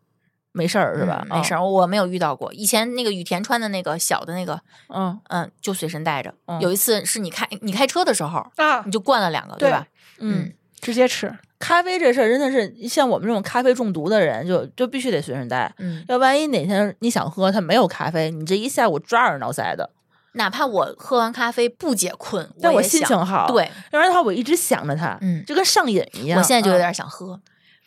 Speaker 1: 没事儿是吧？啊
Speaker 3: 嗯没事
Speaker 1: 儿，
Speaker 3: 儿，我没有遇到过。以前那个雨田穿的那个小的那个，
Speaker 1: 嗯
Speaker 3: 嗯，就随身带着。
Speaker 1: 嗯
Speaker 3: 有一次是你开你开车的时候，
Speaker 4: 啊
Speaker 3: 你，就灌了两个，
Speaker 4: 对
Speaker 3: 吧？
Speaker 1: 嗯。
Speaker 4: 直接吃。
Speaker 1: 咖啡这事儿真的是像我们这种咖啡中毒的人就，就必须得随身带，
Speaker 3: 嗯，
Speaker 1: 要万一哪天你想喝，它没有咖啡，你这一下午抓耳挠腮的。
Speaker 3: 哪怕我喝完咖啡不解困，
Speaker 1: 但
Speaker 3: 我
Speaker 1: 我
Speaker 3: 也
Speaker 1: 心
Speaker 3: 想
Speaker 1: 情好，，
Speaker 3: 对，
Speaker 1: 要不然的话我一直想着它，
Speaker 3: 嗯
Speaker 1: 就跟上瘾一样。
Speaker 3: 我现在就
Speaker 1: 嗯
Speaker 3: 有点想喝。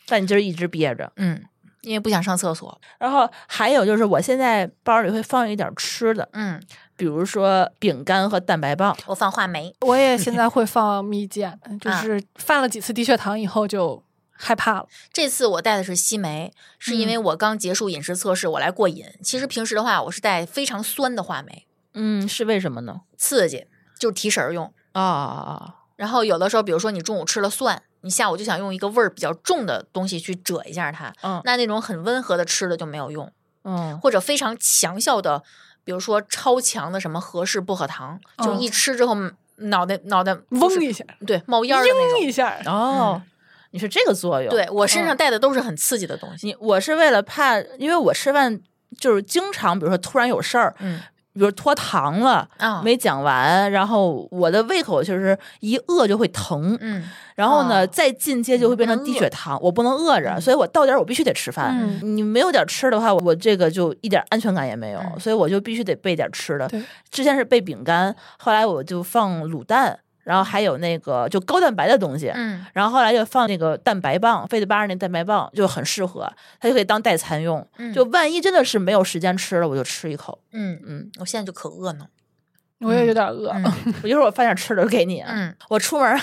Speaker 1: 但你就是一直憋着，
Speaker 3: 嗯，因为不想上厕所。
Speaker 1: 然后还有就是，我现在包里会放一点吃的，
Speaker 3: 嗯，
Speaker 1: 比如说饼干和蛋白棒。
Speaker 3: 我放话梅，
Speaker 4: 我也现在会放蜜 饯，就
Speaker 3: 啊
Speaker 4: 是犯了几次低血糖以后就害怕了。
Speaker 3: 这次我带的是西梅，
Speaker 1: 嗯
Speaker 3: 是因为我刚结束饮食测试，我来过瘾。其实平时的话，我是带非常酸的话梅，
Speaker 1: 嗯，是为什么呢？
Speaker 3: 刺激，就是提神儿用。
Speaker 1: 啊
Speaker 3: 哦
Speaker 1: 啊
Speaker 3: 然后有的时候，比如说你中午吃了蒜，你下午就想用一个味儿比较重的东西去遮一下它，
Speaker 1: 嗯
Speaker 3: 那那种很温和的吃的就没有用，
Speaker 1: 嗯，
Speaker 3: 或者非常强效的，比如说超强的什么和氏薄荷糖，就
Speaker 4: 嗯
Speaker 3: 一吃之后脑袋脑袋
Speaker 4: 嗡
Speaker 3: 就是
Speaker 4: 一下，
Speaker 3: 对冒烟儿的那
Speaker 4: 嗡
Speaker 3: 种。
Speaker 4: 一下，
Speaker 1: 哦，你是这个作用。
Speaker 3: 嗯对我身上带的都是很刺激的东西，
Speaker 1: 你我是为了怕，因为我吃饭就是经常，比如说突然有事儿，
Speaker 3: 嗯
Speaker 1: 比如拖堂了。
Speaker 3: 啊，
Speaker 1: 没讲完，然后我的胃口就是一饿就会疼，
Speaker 3: 嗯嗯
Speaker 1: 然后呢，
Speaker 3: 哦
Speaker 1: 再进阶就会变成低血糖，我不能饿着，所以我到点儿我必须得吃饭。
Speaker 4: 嗯
Speaker 1: 你没有点儿吃的话，我这个就一点儿安全感也没有，
Speaker 3: 嗯
Speaker 1: 所以我就必须得备点儿吃的
Speaker 4: 对。
Speaker 1: 之前是备饼干，后来我就放卤蛋，然后还有那个就高蛋白的东西。
Speaker 3: 嗯
Speaker 1: 然后后来就放那个蛋白棒，费德巴尔那蛋白棒就很适合，它就可以当代餐用。
Speaker 3: 嗯，
Speaker 1: 就万一真的是没有时间吃了，我就吃一口。
Speaker 3: 嗯，
Speaker 1: 嗯，
Speaker 3: 我现在就可饿呢，
Speaker 4: 我也有点饿。
Speaker 3: 嗯
Speaker 1: 我一会儿我放点吃的给你啊。
Speaker 3: 嗯
Speaker 1: 我出门儿，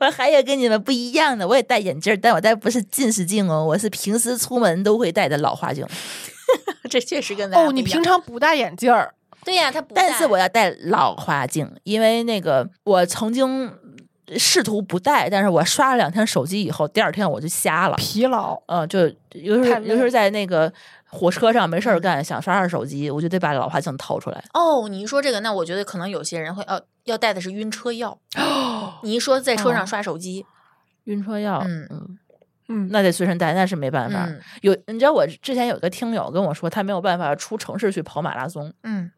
Speaker 1: 我还有跟你们不一样的，我也戴眼镜儿，但我戴不是近视镜哦，我是平时出门都会戴的老花镜，
Speaker 3: 这确实跟咱俩
Speaker 4: 哦，
Speaker 3: 不
Speaker 4: 你
Speaker 3: 一
Speaker 4: 平
Speaker 3: 样
Speaker 4: 常不戴眼镜儿，
Speaker 3: 对呀，他不
Speaker 1: 但
Speaker 3: 戴
Speaker 1: 是我要戴老花镜，因为那个我曾经试图不戴，但是我刷了两天手机以后，第二天我就瞎了，
Speaker 4: 疲劳。
Speaker 1: 嗯，就尤其
Speaker 4: 太
Speaker 1: 是
Speaker 4: 累
Speaker 1: 尤其是在那个火车上没事儿干，想刷刷手机，我就得把老花镜掏出来。
Speaker 3: 哦，你一说这个，那我觉得可能有些人会呃要带的是晕 车药。你一说在车
Speaker 1: 嗯
Speaker 3: 上刷手机，
Speaker 1: 晕车药，
Speaker 3: 嗯
Speaker 1: 嗯，
Speaker 4: 嗯，
Speaker 1: 那得随身带，那是没办法。
Speaker 3: 嗯
Speaker 1: 有你知道我之前有一个听友跟我说，他没有办法出城市去跑马拉松。
Speaker 3: 嗯，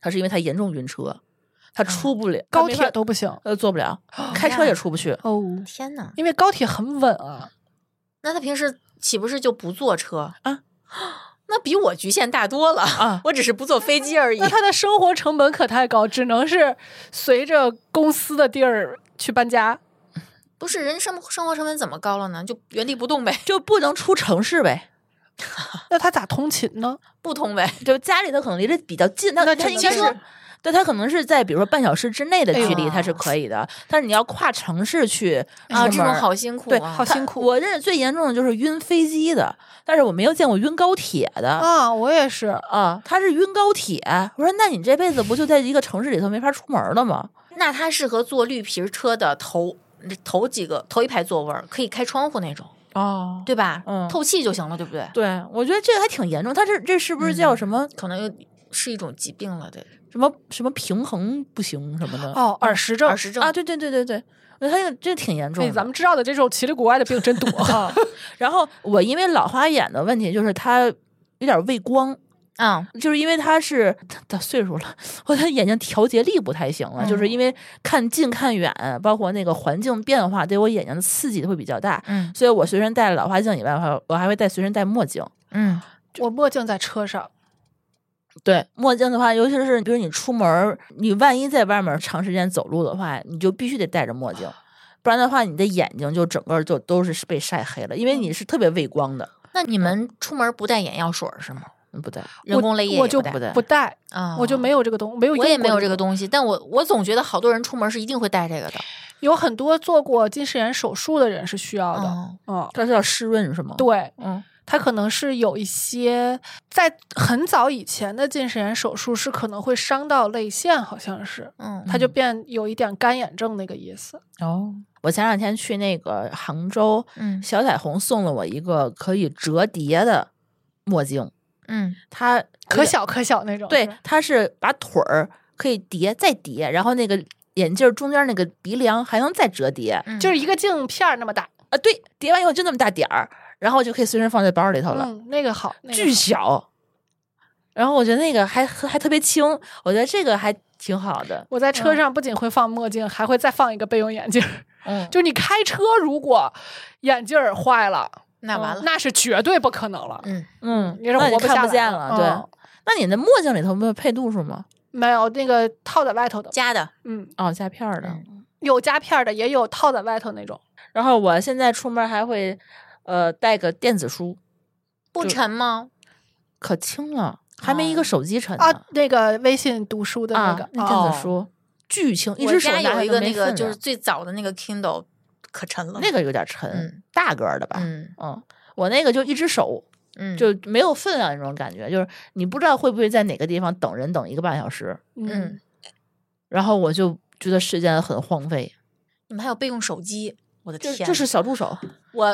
Speaker 1: 他是因为他严重晕车，他出不了、他
Speaker 4: 啊高
Speaker 1: 没
Speaker 4: 铁
Speaker 1: 法
Speaker 4: 都不行
Speaker 1: 呃坐不了，开车也出不去。
Speaker 4: 哦，
Speaker 3: 天呐，
Speaker 4: 因为高铁很稳啊。
Speaker 3: 哎那他平时岂不是就不坐车
Speaker 1: 啊？
Speaker 3: 那比我局限大多了
Speaker 1: 啊！
Speaker 3: 我只是不坐飞机而已
Speaker 4: 那。他的生活成本可太高，只能是随着公司的地儿去搬家。
Speaker 3: 不是人生生活成本怎么高了呢？就原地不动呗，
Speaker 1: 就不能出城市呗，
Speaker 4: 那他咋通勤呢？
Speaker 3: 不 通呗。
Speaker 1: 就家里头可能离得比较近，他
Speaker 4: 那
Speaker 1: 他
Speaker 4: 只
Speaker 1: 应
Speaker 4: 能
Speaker 1: 该
Speaker 4: 是
Speaker 1: 是，对他可能是在比如说半小时之内的距
Speaker 3: 哎
Speaker 1: 离
Speaker 3: 呦
Speaker 1: 他是可以的，但是你要跨城市去
Speaker 4: 哎
Speaker 3: 啊，
Speaker 1: 出
Speaker 3: 这种
Speaker 1: 门
Speaker 3: 好辛苦
Speaker 1: 对
Speaker 3: 啊！
Speaker 4: 好辛苦
Speaker 1: 我认识最严重的就是晕飞机的，但是我没有见过晕高铁的
Speaker 4: 啊，我也是。
Speaker 1: 啊。他是晕高铁，我说那你这辈子不就在一个城市里头没法出门了吗？
Speaker 3: 那他适合坐绿皮车的头头几个头一排座位儿，可以开窗户那种，
Speaker 1: 哦，
Speaker 3: 对吧？
Speaker 1: 嗯
Speaker 3: 透气就行了，对不对？
Speaker 1: 对，我觉得这个还挺严重。他这这是不是叫
Speaker 3: 嗯
Speaker 1: 什么、
Speaker 3: 可能又是一种疾病了，对。
Speaker 1: 什么什么平衡不行什么的？
Speaker 4: 哦，耳石症
Speaker 3: 嗯耳石症
Speaker 1: 啊，对对对对对，我觉得他这个这挺严重
Speaker 4: 哎，
Speaker 1: 的。
Speaker 4: 咱们知道的这种奇里古怪的病真多。
Speaker 1: 啊，然后我因为老花眼的问题，就是他有点畏光，
Speaker 3: 嗯
Speaker 1: 就是因为他是他他岁数了，我他眼睛调节力不太行了，就是
Speaker 4: 嗯
Speaker 1: 因为看近看远，包括那个环境变化对我眼睛的刺激会比较大，
Speaker 3: 嗯
Speaker 1: 所以我随身带老花镜以外，我还我还会带随身带墨镜。
Speaker 3: 嗯
Speaker 4: 我墨镜在车上，
Speaker 1: 对墨镜的话，尤其是比如你出门儿，你万一在外面长时间走路的话，你就必须得戴着墨镜，不然的话，你的眼睛就整个就都是被晒黑了，因为
Speaker 4: 嗯
Speaker 1: 你是特别畏光的。
Speaker 3: 那你们出门不带眼药水儿是吗？
Speaker 1: 嗯不对，
Speaker 3: 人工泪液
Speaker 4: 我
Speaker 3: 也
Speaker 4: 就
Speaker 3: 带
Speaker 1: 不戴
Speaker 4: 不戴，
Speaker 3: 啊，
Speaker 4: 我就没有这个东，没有
Speaker 3: 我
Speaker 4: 用
Speaker 3: 也
Speaker 4: 过
Speaker 3: 没有
Speaker 4: 这
Speaker 3: 这个东西，但我我总觉得好多人出门是一定会带这个的。
Speaker 4: 有很多做过近视眼手术的人是需要的。
Speaker 3: 嗯
Speaker 4: 嗯，
Speaker 1: 它是要湿润是吗？，
Speaker 4: 对，
Speaker 1: 嗯
Speaker 4: 它可能是有一些在很早以前的近视眼手术是可能会伤到泪腺，好像是，
Speaker 3: 嗯，
Speaker 4: 它就变有一点干眼症那个意思。
Speaker 1: 哦。我前两天去那个杭州，
Speaker 3: 嗯
Speaker 1: 小彩虹送了我一个可以折叠的墨镜，
Speaker 3: 嗯
Speaker 1: 它
Speaker 4: 可小可小那种。
Speaker 1: 对
Speaker 4: 是吧，
Speaker 1: 它是把腿儿可以叠再叠，然后那个眼镜儿中间那个鼻梁还能再折叠，
Speaker 3: 嗯，
Speaker 4: 就是一个镜片儿那么大。
Speaker 1: 啊，对，叠完以后就那么大点儿，然后就可以随身放在包里头了，
Speaker 4: 嗯，那个好，那个
Speaker 1: 巨
Speaker 4: 好
Speaker 1: 小。然后我觉得那个还还特别轻，我觉得这个还挺好的。
Speaker 4: 我在车上不仅会放墨镜，还会再放一个备用眼镜儿。
Speaker 1: 嗯，
Speaker 4: 就是你开车如果眼镜儿坏了，
Speaker 3: 那完
Speaker 4: 嗯
Speaker 3: 了，
Speaker 4: 那是绝对不可能了。
Speaker 3: 嗯
Speaker 1: 嗯，
Speaker 4: 你是
Speaker 1: 那
Speaker 4: 活
Speaker 1: 你
Speaker 4: 不下
Speaker 1: 看
Speaker 4: 来
Speaker 1: 不见了，对。
Speaker 4: 嗯
Speaker 1: 那你的墨镜里头没有配度数吗？
Speaker 4: 没有那个套在外头的，
Speaker 3: 加的
Speaker 4: 嗯，
Speaker 1: 哦，加片儿的。
Speaker 4: 有夹片儿的，也有套在外头那种。
Speaker 1: 然后我现在出门还会呃带个电子书，
Speaker 3: 不沉吗？
Speaker 1: 可轻了，还没一个
Speaker 3: 哦
Speaker 1: 手机沉呢。
Speaker 4: 啊，那个微信读书的那
Speaker 1: 嗯啊
Speaker 4: 个，
Speaker 1: 那电子
Speaker 4: 哦
Speaker 1: 书巨轻，一
Speaker 3: 我
Speaker 1: 只手
Speaker 3: 家
Speaker 1: 拿
Speaker 3: 有
Speaker 1: 着
Speaker 3: 一
Speaker 1: 都
Speaker 3: 个
Speaker 1: 没
Speaker 3: 那个
Speaker 1: 分
Speaker 3: 就是
Speaker 1: 量
Speaker 3: 最早的那个 Kindle，可沉了。
Speaker 1: 那个有点沉，
Speaker 3: 嗯
Speaker 1: 大个儿的吧。
Speaker 3: 嗯
Speaker 1: 嗯我那个就一只手，
Speaker 3: 嗯，
Speaker 1: 就没有分量那种感觉，就是你不知道会不会在哪个地方等人等一个半小时，
Speaker 3: 嗯，
Speaker 1: 然后我就觉得时间很荒废。
Speaker 3: 你们还有备用手机，我的
Speaker 1: 这
Speaker 3: 天，
Speaker 1: 这是小助手，
Speaker 3: 我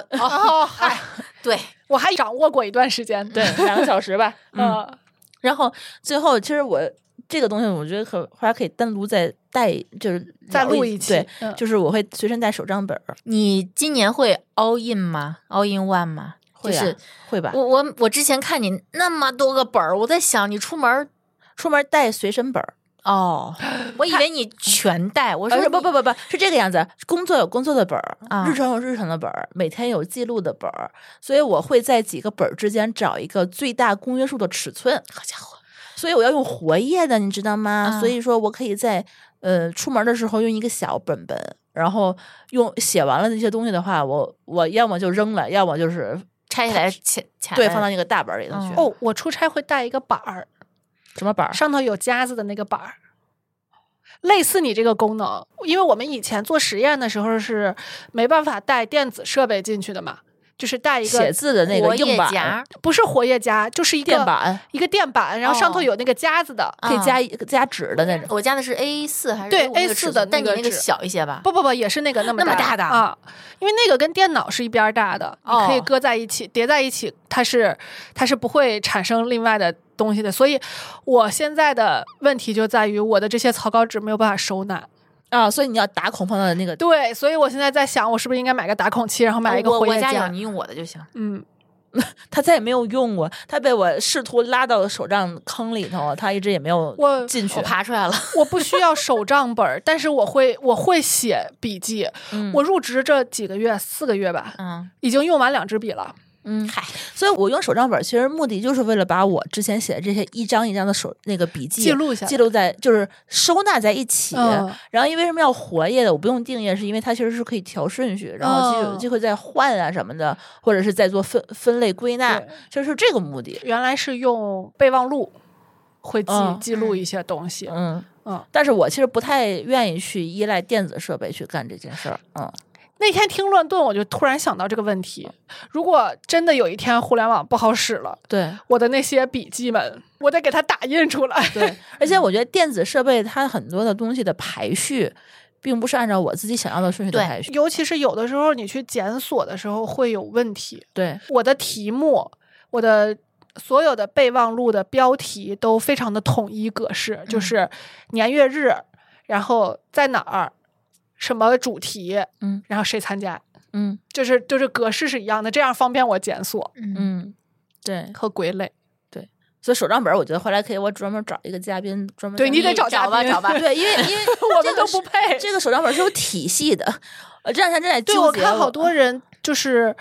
Speaker 4: 哦，嗨，
Speaker 3: 对，
Speaker 4: 我还掌握过一段时间，
Speaker 1: 对，两个小时 吧。嗯，
Speaker 4: 嗯，
Speaker 1: 然后最后其实我这个东西，我觉得可后来可以单独再带，就是
Speaker 4: 再
Speaker 1: 聊
Speaker 4: 录
Speaker 1: 一
Speaker 4: 一期，
Speaker 1: 对，
Speaker 4: 嗯
Speaker 1: 就是我会随身带手账本儿，
Speaker 3: 你今年会 all in 吗？all in one 吗？就
Speaker 1: 会啊
Speaker 3: 是
Speaker 1: 会吧？
Speaker 3: 我我我之前看你那么多个本儿，我在想你出门儿
Speaker 1: 出门带随身本儿，
Speaker 3: 哦，我以为你全带，我说
Speaker 1: 呃
Speaker 3: 你
Speaker 1: 不不不不是这个样子，工作有工作的本儿，
Speaker 3: 啊
Speaker 1: 日程有日程的本儿，每天有记录的本儿，所以我会在几个本儿之间找一个最大公约数的尺寸。好家伙！所以我要用活页的，你知道吗？
Speaker 3: 啊
Speaker 1: 所以说我可以在呃出门的时候用一个小本本，然后用写完了那些东西的话，我我要么就扔了，要么就是
Speaker 3: 拆起来卡卡
Speaker 1: 对放到那个大本儿里头去。
Speaker 4: 哦，我出差会带一个板儿，
Speaker 1: 什么本儿？
Speaker 4: 上头有夹子的那个板儿，类似你这个功能，因为我们以前做实验的时候是没办法带电子设备进去的嘛，就是带一
Speaker 1: 写
Speaker 4: 个
Speaker 1: 字的那个
Speaker 3: 活
Speaker 1: 硬
Speaker 3: 页
Speaker 1: 板
Speaker 3: 夹
Speaker 1: 儿、
Speaker 3: 儿，
Speaker 4: 不是活页夹，就是一个
Speaker 1: 垫板，
Speaker 4: 一个垫板，然后上头
Speaker 3: 哦
Speaker 4: 有那个夹子的，
Speaker 1: 可以
Speaker 3: 啊
Speaker 1: 加一加纸的那种。
Speaker 3: 我家的是 A 四还是
Speaker 4: 对
Speaker 3: A 五
Speaker 4: A4 的
Speaker 3: 但你
Speaker 4: 那个
Speaker 3: 那个
Speaker 4: 纸
Speaker 3: 小一些吧？
Speaker 4: 不不不，也是那个那么
Speaker 3: 那么大
Speaker 4: 大
Speaker 3: 的
Speaker 4: 啊，因为那个跟电脑是一边儿大的，你可以
Speaker 3: 哦
Speaker 4: 搁在一起叠在一起，它是它是不会产生另外的东西的。所以我现在的问题就在于我的这些草稿纸没有办法收纳。
Speaker 1: 啊，所以你要打孔放到那个
Speaker 4: 对，所以我现在在想，我是不是应该买个打孔器，然后买一个
Speaker 3: 我
Speaker 4: 活
Speaker 3: 我
Speaker 4: 页
Speaker 3: 家有，
Speaker 4: 夹？
Speaker 3: 你用我的就行。
Speaker 4: 嗯，
Speaker 1: 他再也没有用过，他被我试图拉到手账坑里头，他一直也没有
Speaker 4: 我
Speaker 1: 进去
Speaker 3: 我。爬出来了，
Speaker 4: 我不需要手账本儿，但是我会我会写笔记。
Speaker 1: 嗯
Speaker 4: 我入职这几个月，四个月吧，
Speaker 3: 嗯，
Speaker 4: 已经用完两支笔了。
Speaker 1: 嗯，
Speaker 3: 嗨，
Speaker 1: 所以我用手账本，其实目的就是为了把我之前写的这些一张一张的手那个笔记
Speaker 4: 记录下来
Speaker 1: 记录在就是收纳在一起。
Speaker 4: 嗯
Speaker 1: 然后因为为什么要活页的？我不用定页，是因为它其实是可以调顺序，然后就有
Speaker 4: 嗯
Speaker 1: 机会再换啊什么的，或者是再做分分类归纳
Speaker 4: 对，
Speaker 1: 就是这个目的。
Speaker 4: 原来是用备忘录，会记、
Speaker 1: 嗯
Speaker 4: 记录一些东西。
Speaker 1: 嗯
Speaker 4: 嗯，
Speaker 1: 但是我其实不太愿意去依赖电子设备去干这件事儿。嗯，
Speaker 4: 那天听乱炖，我就突然想到这个问题：如果真的有一天互联网不好使了，
Speaker 1: 对。
Speaker 4: 我的那些笔记们，我得给它打印出来。
Speaker 1: 对，而且我觉得电子设备它很多的东西的排序，并不是按照我自己想要的顺序的
Speaker 3: 对
Speaker 1: 排序。
Speaker 4: 尤其是有的时候你去检索的时候会有问题。
Speaker 1: 对，
Speaker 4: 我的题目，我的所有的备忘录的标题都非常的统一格式，
Speaker 1: 嗯
Speaker 4: 就是年月日，然后在哪儿，什么主题，
Speaker 1: 嗯，
Speaker 4: 然后谁参加，
Speaker 1: 嗯
Speaker 4: 就是就是格式是一样的，这样方便我检索
Speaker 3: 嗯，
Speaker 1: 嗯，对。
Speaker 4: 和归类。
Speaker 1: 所以手账本，我觉得后来可以，我专门找一个嘉宾专门
Speaker 4: 对
Speaker 1: 在，
Speaker 4: 你得找嘉
Speaker 3: 找吧
Speaker 4: 宾
Speaker 3: 找吧
Speaker 1: 对，因为因为
Speaker 4: 我
Speaker 1: 这
Speaker 4: 们
Speaker 1: 个
Speaker 4: 都
Speaker 1: 是
Speaker 4: 不配
Speaker 1: 这个手账本是有体系的。呃，这两天正在
Speaker 4: 对，
Speaker 1: 纠
Speaker 4: 我
Speaker 1: 结
Speaker 4: 看好多人就是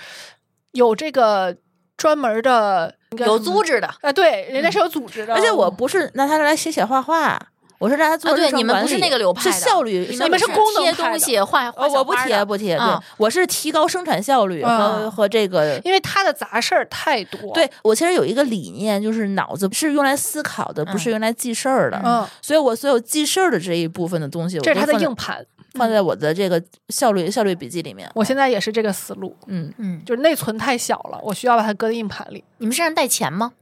Speaker 4: 有这个专门的，
Speaker 3: 有组织的
Speaker 4: 啊，对，人家是有组织的，
Speaker 1: 嗯而且我不是拿它来写写画画，我是让它做
Speaker 3: 啊对
Speaker 1: 日程
Speaker 3: 你们
Speaker 1: 管
Speaker 3: 不是
Speaker 1: 理
Speaker 3: 那个流派
Speaker 1: 是
Speaker 3: 的
Speaker 1: 效率，
Speaker 3: 你
Speaker 1: 效
Speaker 4: 们
Speaker 1: 率
Speaker 4: 是
Speaker 1: 上
Speaker 4: 功能
Speaker 3: 贴
Speaker 4: 派
Speaker 3: 东
Speaker 4: 的
Speaker 3: 西画
Speaker 1: 呃
Speaker 3: 画小
Speaker 1: 我不
Speaker 3: 花
Speaker 1: 贴
Speaker 3: 的
Speaker 1: 不贴，对
Speaker 3: 啊，
Speaker 1: 我是提高生产效率和
Speaker 4: 嗯
Speaker 1: 和这个
Speaker 4: 因为他的杂事儿太多，
Speaker 1: 对我其实有一个理念，就是脑子是用来思考的，不是
Speaker 3: 嗯
Speaker 1: 用来记事儿的。
Speaker 4: 嗯，
Speaker 1: 所以我所有记事儿的这一部分的东西，我
Speaker 4: 这
Speaker 1: 都
Speaker 4: 是他的
Speaker 1: 放在
Speaker 4: 硬盘。
Speaker 1: 放在我的这个效率效率笔记里面。
Speaker 4: 我现在也是这个思路，
Speaker 1: 嗯，
Speaker 3: 嗯，
Speaker 4: 就是内存太小了，我需要把它搁在硬盘里。
Speaker 3: 你们身上带钱吗？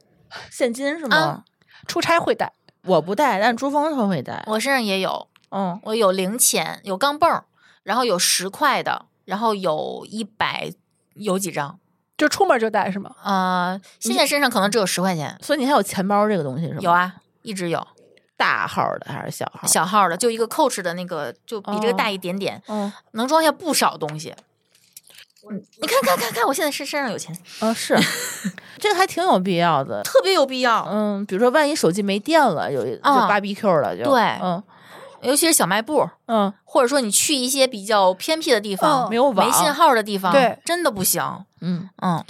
Speaker 1: 现金是吗？
Speaker 3: 啊
Speaker 4: 出差会带，
Speaker 1: 我不带，但是珠峰他会带。
Speaker 3: 我身上也有，
Speaker 1: 嗯，
Speaker 3: 我有零钱，有钢镚儿，然后有十块的，然后有一百，有几张。
Speaker 4: 就出门就带是吗？
Speaker 3: 呃，现在身上可能只有十块钱，
Speaker 1: 所以你还有钱包这个东西是吗？
Speaker 3: 有，啊，一直有
Speaker 1: 大号的还是小号？，
Speaker 3: 小号的，就一个 Coach 的那个，就比这个大一点点，
Speaker 1: 嗯，
Speaker 3: 能装下不少东西。嗯，你看看看看，我现在身身上有钱，
Speaker 1: 哦 是，这个还挺有必要的。
Speaker 3: 特别有必要。
Speaker 1: 嗯，比如说万一手机没电了，有一就
Speaker 3: 啊
Speaker 1: BBQ 了，就
Speaker 3: 对
Speaker 1: 嗯
Speaker 3: 尤其是小卖部，
Speaker 1: 嗯，
Speaker 3: 或者说你去一些比较偏僻的地方，
Speaker 4: 嗯
Speaker 1: 没有网
Speaker 3: 没信号的地方，
Speaker 4: 对
Speaker 3: 真的不行。
Speaker 1: 嗯，
Speaker 3: 嗯，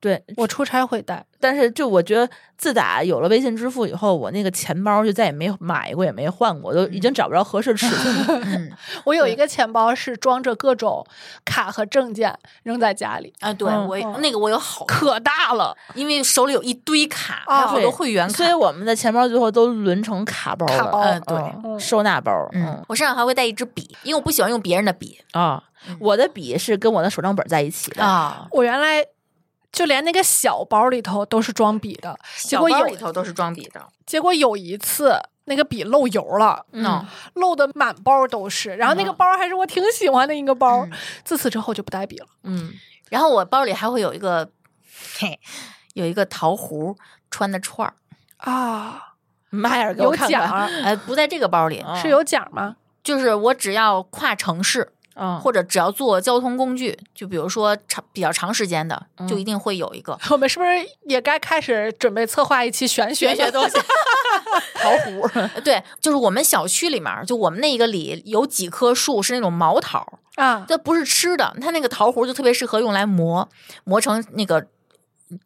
Speaker 1: 对，
Speaker 4: 我出差会带，
Speaker 1: 但是就我觉得，自打有了微信支付以后，我那个钱包就再也没买过，也没换过，都已经找不着合适尺寸 的
Speaker 3: 嗯
Speaker 4: 我有一个钱包是装着各种卡和证件，扔在家里，
Speaker 3: 啊，对
Speaker 1: 嗯
Speaker 3: 我
Speaker 4: 嗯
Speaker 3: 那个我有好，
Speaker 4: 可大了。
Speaker 3: 因为手里有一堆卡，
Speaker 4: 哦
Speaker 3: 还有好多
Speaker 1: 对
Speaker 3: 会员卡
Speaker 1: 所以。我们的钱包最后都沦成卡包了。
Speaker 4: 卡包
Speaker 3: 嗯对
Speaker 1: 嗯
Speaker 4: 嗯
Speaker 1: 收纳包。
Speaker 3: 嗯
Speaker 1: 嗯，
Speaker 3: 我身上还会带一支笔，因为我不喜欢用别人的笔
Speaker 1: 啊，我的笔是跟我的手账本在一起的。
Speaker 3: 啊。
Speaker 4: 我原来就连那个小包里头都是装笔的，结
Speaker 3: 小
Speaker 4: 果
Speaker 3: 包
Speaker 4: 有
Speaker 3: 里头都是装笔的，
Speaker 4: 结果有一次那个笔漏油了，
Speaker 3: 嗯，
Speaker 4: 漏的满包都是，然后那个包还是我挺喜欢的一个包，
Speaker 3: 嗯
Speaker 4: 自此之后就不带笔了。
Speaker 1: 嗯，
Speaker 3: 然后我包里还会有一个，嘿，有一个桃核穿的串儿，
Speaker 4: 啊，
Speaker 1: 妈呀，给我
Speaker 4: 有
Speaker 1: 看
Speaker 4: 奖
Speaker 1: 看。
Speaker 4: 儿
Speaker 3: 呃，不在这个包里，
Speaker 4: 是有奖吗？
Speaker 3: 就是我只要跨城市
Speaker 1: 啊，
Speaker 3: 或者只要坐交通工具，就比如说长比较长时间的，就
Speaker 1: 嗯
Speaker 3: 一定会有一 个。
Speaker 4: 我们是不是也该开始准备策划一期玄学
Speaker 3: 玄学东西，
Speaker 1: 桃核儿
Speaker 3: 对，就是我们小区里面儿，就我们那一个里有几棵树是那种毛桃儿，
Speaker 4: 啊？
Speaker 3: 这不是吃的，它那个桃核就特别适合用来磨，磨成那个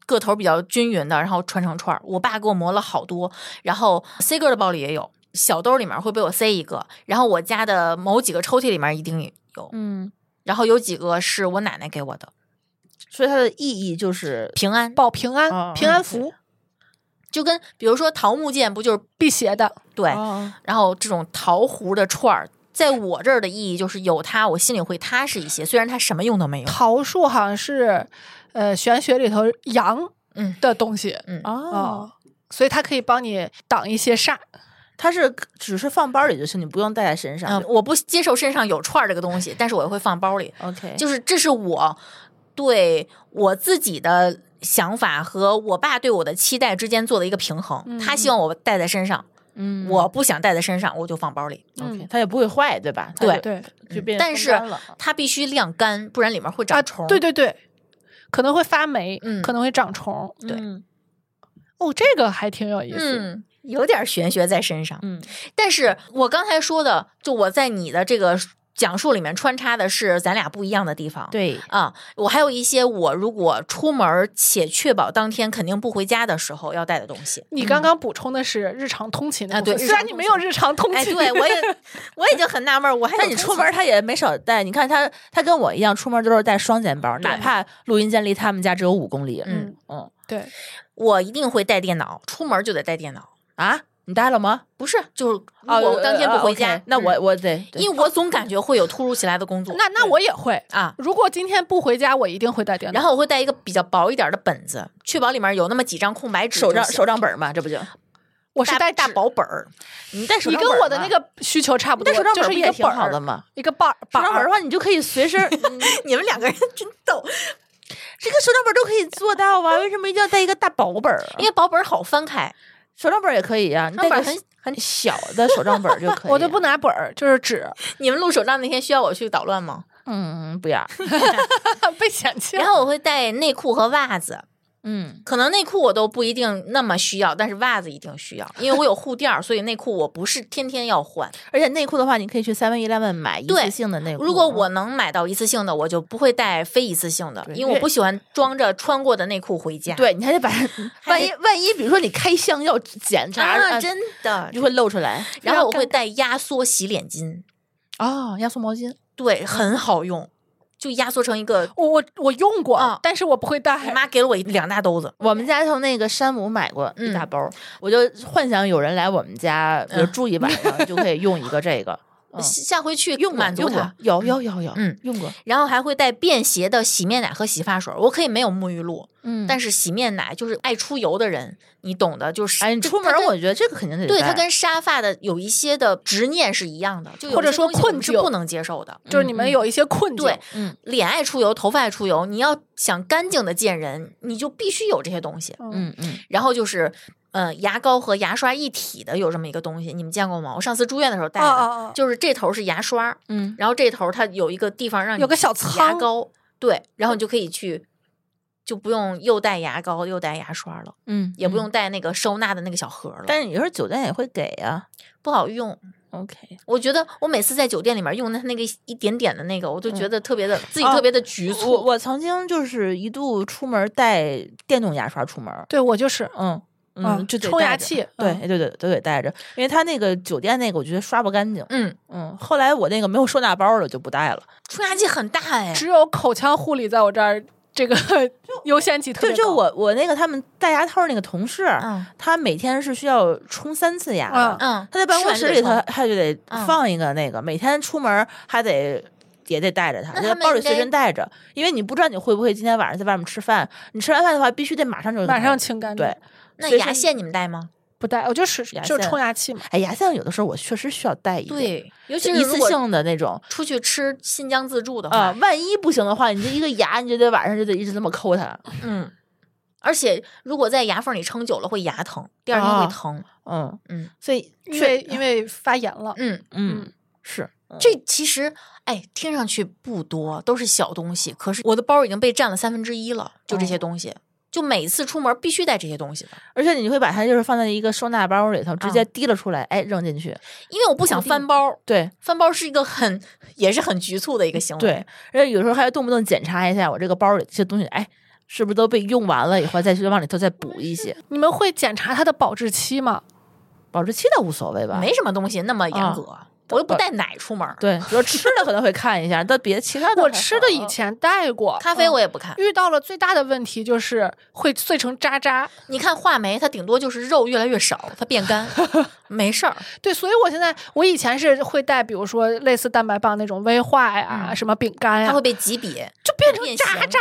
Speaker 3: 个头比较均匀的，然后穿成串儿。我爸给我磨了好多，然后 C 哥的包里也有，小兜里面会被我塞一个，然后我家的某几个抽屉里面一定有，
Speaker 1: 嗯，
Speaker 3: 然后有几个是我奶奶给我的
Speaker 1: 所以它的意义就是
Speaker 3: 平安，
Speaker 4: 保平安，
Speaker 1: 啊
Speaker 4: 平安符，
Speaker 3: 就跟比如说桃木剑不就是
Speaker 4: 辟邪的。
Speaker 3: 对，
Speaker 1: 啊
Speaker 3: 然后这种桃核的串儿。在我这儿的意义就是有它，我心里会踏实一些。虽然它什么用都没有，
Speaker 4: 桃树好像是，呃，玄学里头阳
Speaker 3: 嗯
Speaker 4: 的东西
Speaker 1: 哦，
Speaker 4: 啊，所以它可以帮你挡一些煞。
Speaker 1: 它是只是放包里就行，你不用带在身上。
Speaker 3: 嗯，我不接受身上有串儿这个东西，但是我也会放包里。
Speaker 1: OK，
Speaker 3: 就是这是我对我自己的想法和我爸对我的期待之间做的一个平衡。
Speaker 4: 嗯
Speaker 3: 他希望我带在身上，
Speaker 1: 嗯
Speaker 3: 我不想带在身上，我就放包里。
Speaker 1: OK，它也不会坏，对吧？它
Speaker 3: 对
Speaker 1: 就
Speaker 4: 对啊
Speaker 1: 就变
Speaker 3: 但
Speaker 1: 风
Speaker 3: 是嗯
Speaker 1: 干了
Speaker 3: 它必须晾干，不然里面会
Speaker 4: 啊，
Speaker 3: 长虫。
Speaker 4: 对对对，可能会发霉，
Speaker 3: 嗯
Speaker 4: 可能会长虫。
Speaker 3: 对
Speaker 1: 嗯
Speaker 4: 哦，这个还挺有意思。
Speaker 3: 嗯，有点玄学在身上。
Speaker 1: 嗯
Speaker 3: 但是我刚才说的，就我在你的这个讲述里面穿插的是咱俩不一样的地方。。
Speaker 1: 对，
Speaker 3: 啊、我还有一些我如果出门儿且确保当天肯定不回家的时候要带的东西。
Speaker 4: 你刚刚补充的是日常通勤
Speaker 3: 嗯
Speaker 4: 的
Speaker 3: 啊
Speaker 4: 部
Speaker 3: 对
Speaker 4: 分
Speaker 3: 日
Speaker 4: 虽
Speaker 3: 常
Speaker 4: 然你
Speaker 3: 通
Speaker 4: 没有
Speaker 3: 勤
Speaker 4: 日常通勤，
Speaker 3: 哎，对我也我已经很纳闷哎儿，我还
Speaker 1: 但
Speaker 3: 有
Speaker 1: 你
Speaker 3: 通
Speaker 1: 出门儿
Speaker 3: 勤
Speaker 1: 他也没少带，你看他他跟我一样，出门儿都是带双肩包儿，哪
Speaker 3: 对
Speaker 1: 怕录音间离他们家只有五公里。
Speaker 3: 嗯
Speaker 1: 嗯
Speaker 4: 对，
Speaker 3: 我一定会带电脑，出门就得带电脑。
Speaker 1: 啊，你带了吗？
Speaker 3: 不是，就是如
Speaker 1: 哦，
Speaker 3: 果我当天不
Speaker 1: 呃
Speaker 3: 回
Speaker 1: ，OK，
Speaker 3: 家，
Speaker 1: 那我
Speaker 3: 嗯
Speaker 1: 我得，对
Speaker 3: 因为我总感觉会有突如其来的工作
Speaker 4: 那那我也会。
Speaker 3: 啊，
Speaker 4: 如果今天不回家，我一定会带电脑。
Speaker 3: 然后我会带一个比较薄一点的本子，确保里面有那么几张空白纸就
Speaker 1: 手
Speaker 3: 行，
Speaker 1: 账手账本儿嘛，这不就
Speaker 4: 我是
Speaker 3: 大
Speaker 4: 带
Speaker 3: 大
Speaker 4: 纸，
Speaker 3: 薄本儿，你带手
Speaker 4: 你
Speaker 3: 账
Speaker 4: 跟
Speaker 3: 本儿
Speaker 4: 我的
Speaker 3: 嘛
Speaker 4: 那，个需求差不
Speaker 1: 你
Speaker 4: 多
Speaker 1: 带手账，
Speaker 4: 就
Speaker 1: 本儿
Speaker 4: 是
Speaker 1: 不
Speaker 4: 一
Speaker 1: 也
Speaker 4: 个
Speaker 1: 挺
Speaker 4: 本
Speaker 1: 好
Speaker 4: 儿
Speaker 1: 的，嘛？
Speaker 4: 一个板儿
Speaker 1: 手
Speaker 4: 板
Speaker 1: 账本儿
Speaker 4: 儿
Speaker 1: 的话，你就可以随 身，嗯
Speaker 3: 你们两个人真逗，
Speaker 1: 这个手账本儿都可以做到啊，为什么一定要带一个大薄本儿啊？
Speaker 3: 因为薄本儿好翻开，
Speaker 1: 手账本儿也可以呀，你带
Speaker 3: 手账
Speaker 1: 个
Speaker 3: 本儿
Speaker 1: 很小的手账本儿就可以。
Speaker 4: 我都不，拿本儿，就是纸，
Speaker 3: 你们录手账那天需要我去捣乱吗？
Speaker 1: 嗯，不要，
Speaker 4: 被嫌弃
Speaker 1: 啊
Speaker 4: 了。
Speaker 3: 然后我会带内裤和袜子，
Speaker 1: 嗯，
Speaker 3: 可能内裤我都不一定那么需要，但是袜子一定需要，因为我有护垫儿，所以内裤我不是天天要换。
Speaker 1: 而且内裤的话，你可以去 Seven Eleven 买一
Speaker 3: 对
Speaker 1: 次性的内裤。
Speaker 3: 如果我能买到一次性的，我就不会带非一次性的，
Speaker 1: 对
Speaker 3: 因为我不喜欢装着穿过的内裤回家。
Speaker 1: 对，你还 得把万一万一，比如说你开箱要检查，
Speaker 3: 啊，
Speaker 1: 啊
Speaker 3: 真的
Speaker 1: 你。就会露出来。
Speaker 3: 然后我
Speaker 4: 尴
Speaker 3: 会带压缩洗脸巾，
Speaker 1: 哦，压缩毛巾，
Speaker 3: 对，很好用，就压缩成一个。
Speaker 4: 我我我用
Speaker 3: 啊
Speaker 4: 过，但是我不会
Speaker 3: 我
Speaker 4: 带。
Speaker 3: 妈给了我一两大兜子，
Speaker 1: 我们家从那个山姆买过一大
Speaker 3: 嗯
Speaker 1: 包儿，我就幻想有人来我们家，比如
Speaker 3: 嗯
Speaker 1: 住一晚上，就可以用一个这 个。嗯
Speaker 3: 下回去
Speaker 1: 用过
Speaker 3: 满足
Speaker 1: 用过
Speaker 3: 她。
Speaker 1: 有有有有，
Speaker 3: 嗯，
Speaker 1: 用过，
Speaker 3: 然后还会带便携的洗面奶和洗发水，我可以没有沐浴露，
Speaker 1: 嗯
Speaker 3: 但
Speaker 1: 是
Speaker 3: 是洗面奶就是爱出油的人，你懂的，就是
Speaker 1: 哎，你
Speaker 3: 这
Speaker 1: 出
Speaker 3: 它
Speaker 1: 门儿
Speaker 3: 跟
Speaker 1: 我觉得这个肯定得
Speaker 3: 对它
Speaker 1: 带
Speaker 3: 跟沙发的有一些的执念是一样的，就有
Speaker 4: 或者
Speaker 3: 些
Speaker 4: 说
Speaker 3: 东西我们
Speaker 4: 困
Speaker 3: 是
Speaker 4: 境
Speaker 3: 不能接受的。
Speaker 4: 就是你们有一些困境
Speaker 3: 嗯对，
Speaker 1: 嗯
Speaker 3: 脸爱出油，头发爱出油，你要想干净的见人，你就必须有这些东西。
Speaker 4: 嗯，
Speaker 1: 嗯嗯
Speaker 3: 然后就是，呃，牙膏和牙刷一体的有这么一个东西，你们见过吗？我上次住院的时候带的，
Speaker 4: 啊啊啊
Speaker 3: 就是这头是牙刷，
Speaker 1: 嗯，
Speaker 3: 然后这头它有一个地方让你
Speaker 4: 有个小
Speaker 3: 挤牙
Speaker 4: 仓嗯
Speaker 3: 膏，对，然后你就可以去，就不用又带牙膏又带牙刷了，
Speaker 1: 嗯，
Speaker 3: 也不
Speaker 1: 嗯
Speaker 3: 用带那个收纳的那个小盒了，
Speaker 1: 但是有时候酒店也会给啊，
Speaker 3: 不好用。
Speaker 1: OK，
Speaker 3: 我觉得我每次在酒店里面用的那个一点点的那个，我就
Speaker 4: 嗯
Speaker 3: 觉得特别的、自己
Speaker 1: 哦
Speaker 3: 特别的局促。
Speaker 1: 我我曾经就是一度出门带电动牙刷出门儿，
Speaker 4: 对我就是，
Speaker 1: 嗯
Speaker 4: 啊
Speaker 3: 哦
Speaker 1: 嗯，就得
Speaker 4: 冲牙
Speaker 1: 带着
Speaker 4: 器
Speaker 1: 对
Speaker 4: 嗯
Speaker 1: 对对，都得带着，因为他那个酒店那个我觉得刷不干净，
Speaker 3: 嗯，
Speaker 1: 嗯，后来我那个没有收纳包了就不带了，
Speaker 3: 冲牙器很大哎，
Speaker 4: 只有口腔护理在我这儿这个 优先级特
Speaker 1: 就
Speaker 4: 别
Speaker 1: 就
Speaker 4: 高
Speaker 1: 我我那个他们戴牙套那个同事，
Speaker 3: 嗯
Speaker 1: 他每天是需要冲三次牙的，
Speaker 4: 嗯
Speaker 3: 嗯，
Speaker 1: 他在办公
Speaker 3: 吃
Speaker 1: 室
Speaker 3: 完
Speaker 1: 里
Speaker 3: 就
Speaker 1: 头
Speaker 3: 冲
Speaker 1: 他就得
Speaker 3: 嗯
Speaker 1: 放一个那个，每天出门还得。也得带着它，
Speaker 3: 那
Speaker 1: 就在
Speaker 3: 他们
Speaker 1: 包里
Speaker 3: 应
Speaker 1: 随身
Speaker 3: 该
Speaker 1: 带着，因为你不知道你会不会今天晚上在外面吃饭。你吃完饭的话，必须得马上就
Speaker 4: 马上清干净
Speaker 1: 嗯对。
Speaker 3: 那
Speaker 1: 随
Speaker 3: 牙
Speaker 1: 身
Speaker 3: 线你们带吗？
Speaker 4: 不带，我就是
Speaker 1: 牙
Speaker 4: 就是
Speaker 1: 线
Speaker 4: 冲牙器嘛。
Speaker 1: 哎，牙线有的时候我确实需要带一点，，
Speaker 3: 对，尤其
Speaker 1: 就是一
Speaker 3: 如
Speaker 1: 次
Speaker 3: 果
Speaker 1: 性的那种
Speaker 3: 出去吃新疆自助的话，
Speaker 1: 啊、万一不行的话，你这一个牙，你就得晚上就得一直这么抠它。
Speaker 3: 嗯，而且如果在牙缝里撑久了会牙疼，第二天
Speaker 1: 啊
Speaker 3: 会疼。
Speaker 1: 嗯
Speaker 3: 嗯，
Speaker 1: 所以
Speaker 4: 因为因为发炎了，
Speaker 3: 嗯，
Speaker 1: 嗯是
Speaker 3: 这其实哎，听上去不多，都是小东西，可是我的包已经被占了三分之一了，就这些东西。就每次出门必须带这些东西的，
Speaker 1: 而且你会把它就是放在一个收纳包里头，直
Speaker 4: 啊
Speaker 1: 接提了出来，哎，扔进去。
Speaker 3: 因为我不想翻包，
Speaker 1: 对
Speaker 3: 翻包是一个很也是很局促的一个
Speaker 4: 嗯
Speaker 3: 行为。
Speaker 1: 对，而且有时候还动不动检查一下我这个包里这些东西，哎，是不是都被用完了以后再去往里头再补一些？
Speaker 4: 你们会检查它的保质期吗？
Speaker 1: 保质期倒无所谓吧。
Speaker 3: 没什么东西那么严格，我又不带奶出门，
Speaker 1: 对，比如吃的可能会看一下，但别的其他的嗯
Speaker 4: 我
Speaker 1: 还
Speaker 4: 吃
Speaker 1: 好啊
Speaker 4: 的以前带过，嗯
Speaker 3: 咖啡我也不看。
Speaker 4: 遇到了最大的问题就是会碎成渣渣。
Speaker 3: 你看话梅，它顶多就是肉越来越少，它变 干，没事儿。
Speaker 4: 对，所以我现在我以前是会带，比如说类似蛋白棒那种威化呀、
Speaker 3: 嗯
Speaker 4: 什么饼干
Speaker 3: 它
Speaker 4: 哎呀
Speaker 3: 会，被挤瘪，
Speaker 4: 就变成
Speaker 3: 变
Speaker 4: 渣
Speaker 3: 形
Speaker 4: 渣，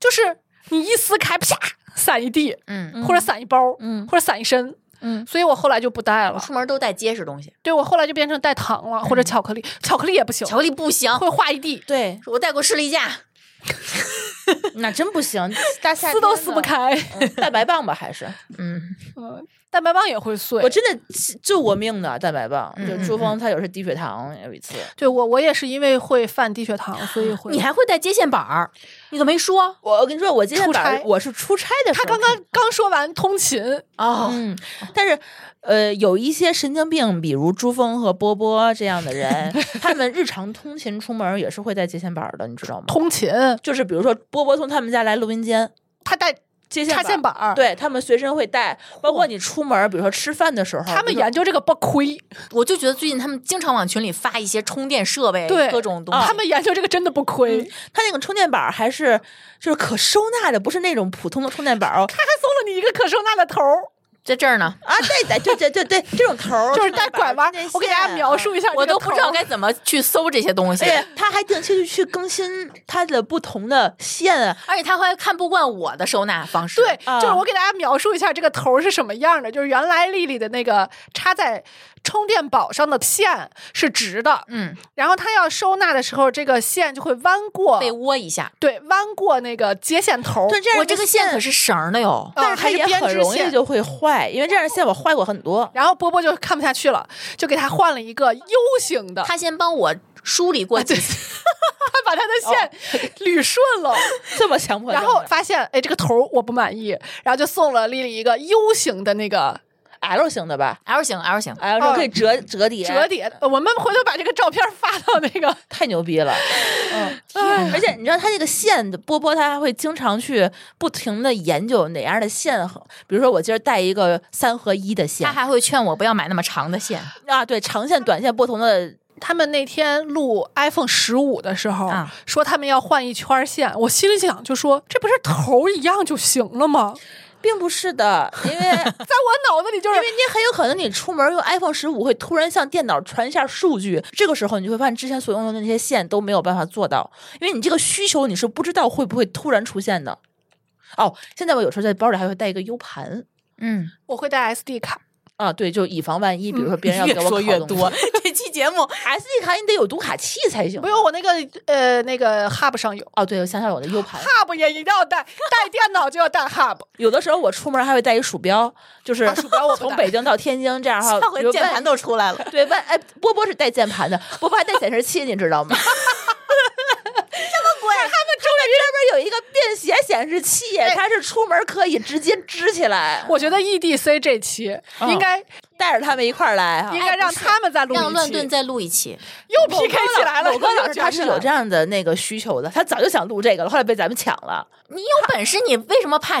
Speaker 4: 就是你一撕开，啪散一地，
Speaker 3: 嗯，
Speaker 4: 或者散一包，
Speaker 1: 嗯
Speaker 4: 或者散一身。
Speaker 1: 嗯，
Speaker 4: 所以我后来就不带了
Speaker 3: 我，出门都带结实东西，
Speaker 4: 对我后来就变成带糖了，或者巧克力，巧克力也不行，
Speaker 3: 嗯巧克力不行。
Speaker 4: 会化一地，
Speaker 1: 对，
Speaker 3: 我带过士力架，
Speaker 1: 那真不 行，大夏
Speaker 4: 撕都
Speaker 1: 天
Speaker 4: 撕
Speaker 1: 的
Speaker 4: 不，开。
Speaker 1: 嗯蛋 白棒吧还是。
Speaker 3: 嗯，
Speaker 4: 嗯，蛋白棒也会碎。
Speaker 1: 我真的救我命的啊蛋白棒，
Speaker 3: 嗯
Speaker 1: 就
Speaker 3: 嗯
Speaker 1: 朱峰他有时低血糖有一次，
Speaker 4: 对我我也是因为会犯低血糖，所以会。
Speaker 3: 你还会带接线板儿，你怎么没说？
Speaker 1: 我跟你说，我今天
Speaker 4: 出
Speaker 1: 晚上
Speaker 4: 差
Speaker 1: 我是出差的时
Speaker 4: 他
Speaker 1: 候，
Speaker 4: 刚刚刚说完通勤，
Speaker 3: 哦，
Speaker 1: 嗯，但是呃，有一些神经病，比如朱峰和波波这样的 人，他们日常通勤出门也是会带接线板儿的，你知道吗？
Speaker 4: 通勤
Speaker 1: 就是比如说波波从他们家来录音间，
Speaker 4: 他带
Speaker 1: 接线
Speaker 4: 插
Speaker 1: 板
Speaker 4: 线
Speaker 1: 儿。
Speaker 4: 板儿，
Speaker 1: 对他们随身会带，包括你出门，比如说吃饭的时候，
Speaker 4: 他们
Speaker 1: 也
Speaker 4: 研究这个不亏，
Speaker 3: 我就觉得最近他们经常往群里发一些充电设备，
Speaker 4: 对啊
Speaker 3: 各种东西。嗯
Speaker 4: 他们研究这个真的不亏。
Speaker 1: 他那个充电板儿还是就是可收纳的，不是那种普通的充电板儿哦，
Speaker 4: 他还送了你一个可收纳的头儿，
Speaker 3: 在这儿呢，
Speaker 1: 啊，对对对对对对，这种头儿
Speaker 4: 就是带拐弯儿。我给大家描。述一下
Speaker 3: 嗯我
Speaker 4: 这个头哎儿，
Speaker 3: 都不知道该怎么去搜这些东西
Speaker 1: 而，且啊他还定期地去更新他的不同的线啊，
Speaker 3: 而且他还看不惯我的收纳方式。
Speaker 4: 对，
Speaker 1: 啊
Speaker 4: 就是我给大家描述一下这个头儿是什么样的，就是原来丽丽的那个插在充电宝上的线是直的，
Speaker 3: 嗯，
Speaker 4: 然后她要收纳的时候，这个线就会弯过，
Speaker 3: 被窝一下，
Speaker 4: 对，弯过那个接线头儿，
Speaker 1: 但这样
Speaker 3: 我
Speaker 1: 的
Speaker 3: 这个
Speaker 1: 线
Speaker 3: 线可，是绳儿的哟。
Speaker 4: 啊
Speaker 1: 但是它
Speaker 4: 还是
Speaker 1: 也
Speaker 4: 编
Speaker 1: 很
Speaker 4: 织
Speaker 1: 容易
Speaker 4: 线。
Speaker 1: 就会坏，因为这样的线我坏过很多。
Speaker 4: 然后波波就看不下去了，就给他换了一个 U 型的，他
Speaker 3: 他先帮我梳理
Speaker 4: 啊
Speaker 3: 过几次，
Speaker 4: 把他的
Speaker 3: 哦
Speaker 4: 线捋顺了，
Speaker 1: 这么强迫症
Speaker 4: 然
Speaker 1: 啊，
Speaker 4: 后发现哎这个头儿我不满意，然后就送了丽丽一个 U 型的那个
Speaker 1: L 型的吧
Speaker 3: L 型 L 型，
Speaker 1: ，L 型可以折折叠，
Speaker 4: 哦折叠。呃我们回头把这个照片发到那个
Speaker 1: 太牛逼了。嗯，而且你知道他这个线的波波，他还会经常去不停的研究哪样的线好，比如说我今儿带一个三合一的线
Speaker 3: 他还会劝我不要买那么长的线
Speaker 1: 啊，对，长线、短线不同的
Speaker 4: 他们那天录 iPhone 十五的时候，
Speaker 3: 啊
Speaker 4: 说他们要换一圈线，我心里想就说这不是头儿一样就行 了吗？
Speaker 1: 并不是的，因为因
Speaker 4: 在我脑子里就是
Speaker 1: 为你很有可能你出门用 iPhone 十五会突然向电脑传一下数据，这个时候你就会发现之前所用的那些线都没有办法做到，因为你这个需求你是不知道会不会突然出现的。哦，现在我有时候在包里还会带一个 U 盘
Speaker 3: 嗯，
Speaker 4: 我会带 SD 卡，
Speaker 1: 啊，对，就以防万一，比如说别人要
Speaker 3: 越
Speaker 1: 给我
Speaker 3: 说越
Speaker 1: 拷
Speaker 3: 多
Speaker 1: 东西。，
Speaker 3: 这期节目
Speaker 1: SD 卡你得有读卡器才行。
Speaker 4: 不用我那个呃那个 Hub 上有
Speaker 1: 哦，对，我想想我的 U 盘，
Speaker 4: ，Hub 也一定要 带，带电脑就要带 Hub。
Speaker 1: 有的时候我出门还会带一鼠标，就是
Speaker 4: 啊鼠标我不
Speaker 1: 从
Speaker 4: 带
Speaker 1: 北京到天津这样 哈，
Speaker 3: 上
Speaker 1: 比
Speaker 3: 回
Speaker 1: 如
Speaker 3: 键
Speaker 1: 万
Speaker 3: 盘都出来了。
Speaker 1: 对，万哎，波波是带键盘的，波波还带显示器，你知道吗？ 什么鬼？他们中间专门有一个便携显示
Speaker 4: 哎
Speaker 1: 器，它是出门可以直接支起来。
Speaker 4: 我觉得 EDC E 这期
Speaker 1: 嗯
Speaker 4: 应该
Speaker 1: 带着他们一块儿来哈
Speaker 4: 应。该让他们再录
Speaker 1: 哎
Speaker 3: 让
Speaker 4: 一
Speaker 3: 乱
Speaker 4: 期，
Speaker 3: 顿再录一期，
Speaker 4: 又 PK 起来了。
Speaker 1: 我哥老师
Speaker 4: 又
Speaker 1: 他是有
Speaker 4: 这
Speaker 1: 这样的那个需求的，他早就想录这个了，后来被咱们抢了。
Speaker 3: 你有本事你为什么怕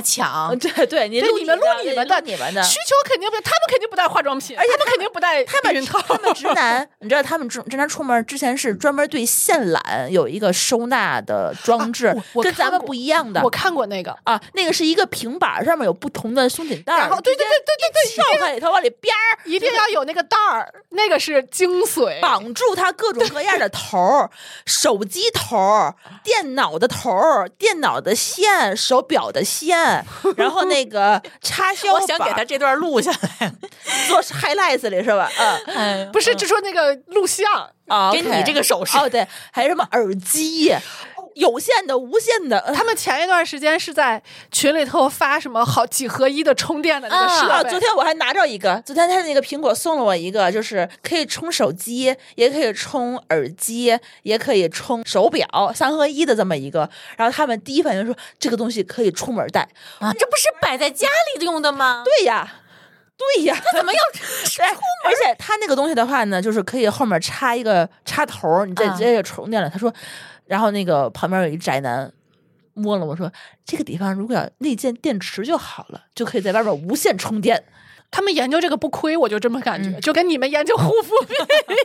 Speaker 3: 抢？
Speaker 1: 对对，你
Speaker 4: 哦对
Speaker 1: 录
Speaker 4: 你们录
Speaker 1: 你
Speaker 4: 你们的
Speaker 1: 录你们的。
Speaker 4: 需求肯定不，他们肯定不带化妆品，而且他们肯定不带
Speaker 1: 他
Speaker 4: 避
Speaker 1: 们
Speaker 4: 孕套。
Speaker 1: 他们直男，你知道他们直直男出门之前是专门对线缆有一个收纳的装置，
Speaker 4: 我啊我
Speaker 1: 跟咱
Speaker 4: 看
Speaker 1: 们
Speaker 4: 过
Speaker 1: 不一样的
Speaker 4: 我看过那个，
Speaker 1: 啊。那个是一个平板儿，上面有不同的松紧带儿，
Speaker 4: 然后对对对对对对，哎
Speaker 1: 套在里头，往里边儿
Speaker 4: 一定要有那个带儿，那个是精髓。
Speaker 1: 绑住它各种各样的头儿，手机头儿、电脑的头儿、电脑的线、手表的 线，然后那个插销
Speaker 3: 我想给他
Speaker 1: 板
Speaker 3: 这段录下来，
Speaker 1: 做 highlights 里是吧？ 嗯
Speaker 3: 哎
Speaker 4: 不是，就说那个录像，
Speaker 1: 啊，
Speaker 3: 给你这个手势
Speaker 1: 哦，对，还有什么耳 机，有线的、无线的，呃
Speaker 4: 他们前一段时间是在群里头发什么好几合一的充电的那个
Speaker 1: 啊，
Speaker 4: 设备，
Speaker 1: 昨天我还拿着一个，昨天他那个苹果送了我一个，就是可以充手机，也可以充耳机，也可以充手表，三合一的这么一个。然后他们第一反应说这个东西可以出门带，
Speaker 3: 嗯这不是摆在家里用的吗？
Speaker 1: 对呀，对呀，
Speaker 3: 怎 么要
Speaker 1: 哎而且他那个东西的话呢，就是可以后面插一个插头儿，你再
Speaker 3: 啊
Speaker 1: 直接就充电了。他说，然后那个旁边有一宅男摸了我说，这个地方如果要内建电池就好了，就可以在外面无线充电。
Speaker 4: 他们研究这个不亏，我就这么感
Speaker 1: 嗯
Speaker 4: 觉，就跟你们研究护肤 品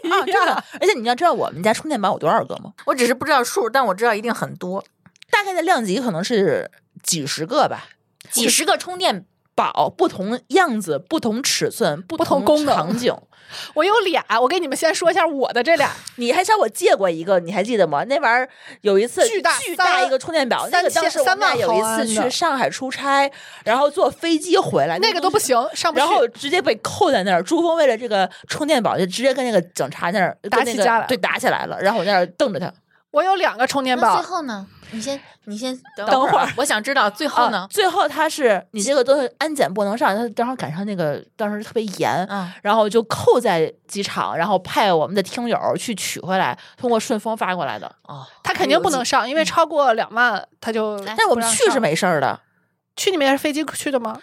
Speaker 4: 一
Speaker 1: 啊，真 的
Speaker 4: 样。！
Speaker 1: 而且你要知道我们家充电宝有多少个吗？
Speaker 3: 我只是不知道数，但我知道一定很多，
Speaker 1: 大概的量级可能是几十个吧。
Speaker 3: 几十个充电
Speaker 1: 宝不同样子、不同尺寸、不
Speaker 4: 不同
Speaker 1: 同
Speaker 4: 功能
Speaker 1: 场景，
Speaker 4: 我有俩，我给你们先说一下我的这俩，
Speaker 1: 你还找我借过一个，你还记得吗？那玩意儿有一次
Speaker 4: 巨大
Speaker 1: 巨大
Speaker 4: 三
Speaker 1: 一个充电宝，那
Speaker 4: 三
Speaker 1: 个当
Speaker 4: 千
Speaker 1: 时我
Speaker 4: 三
Speaker 1: 们俩有
Speaker 4: 万
Speaker 1: 一
Speaker 4: 毫
Speaker 1: 次
Speaker 4: 安
Speaker 1: 去
Speaker 4: 的
Speaker 1: 上海出差，然后坐飞机回来，
Speaker 4: 那个都不
Speaker 1: 行。
Speaker 4: 行，上不去。
Speaker 1: 嗯然后直接被扣在那儿，朱峰为了这个充电宝，就直接跟那个警察那儿
Speaker 4: 打
Speaker 1: 跟那
Speaker 4: 起
Speaker 1: 个
Speaker 4: 架来
Speaker 1: 对，打起来了。然后我在那儿瞪着他，
Speaker 4: 我有两个充电
Speaker 3: 那
Speaker 4: 宝
Speaker 3: 最，后呢？你先，你先等
Speaker 1: 等会
Speaker 3: 会
Speaker 1: 儿，
Speaker 3: 我想知道最后
Speaker 1: 啊
Speaker 3: 呢？
Speaker 1: 最后他是你这个东西安检不能上，他正好赶上那个当时特别严，
Speaker 3: 嗯，
Speaker 1: 然后就扣在机场，然后派我们的听友去取回来，通过顺丰发过来的。
Speaker 3: 哦，
Speaker 4: 他肯定不能上，因为超过两万他就不让上。
Speaker 3: 哎
Speaker 1: 嗯但我们去是没事儿的，
Speaker 4: 去你们也是飞机去的吗？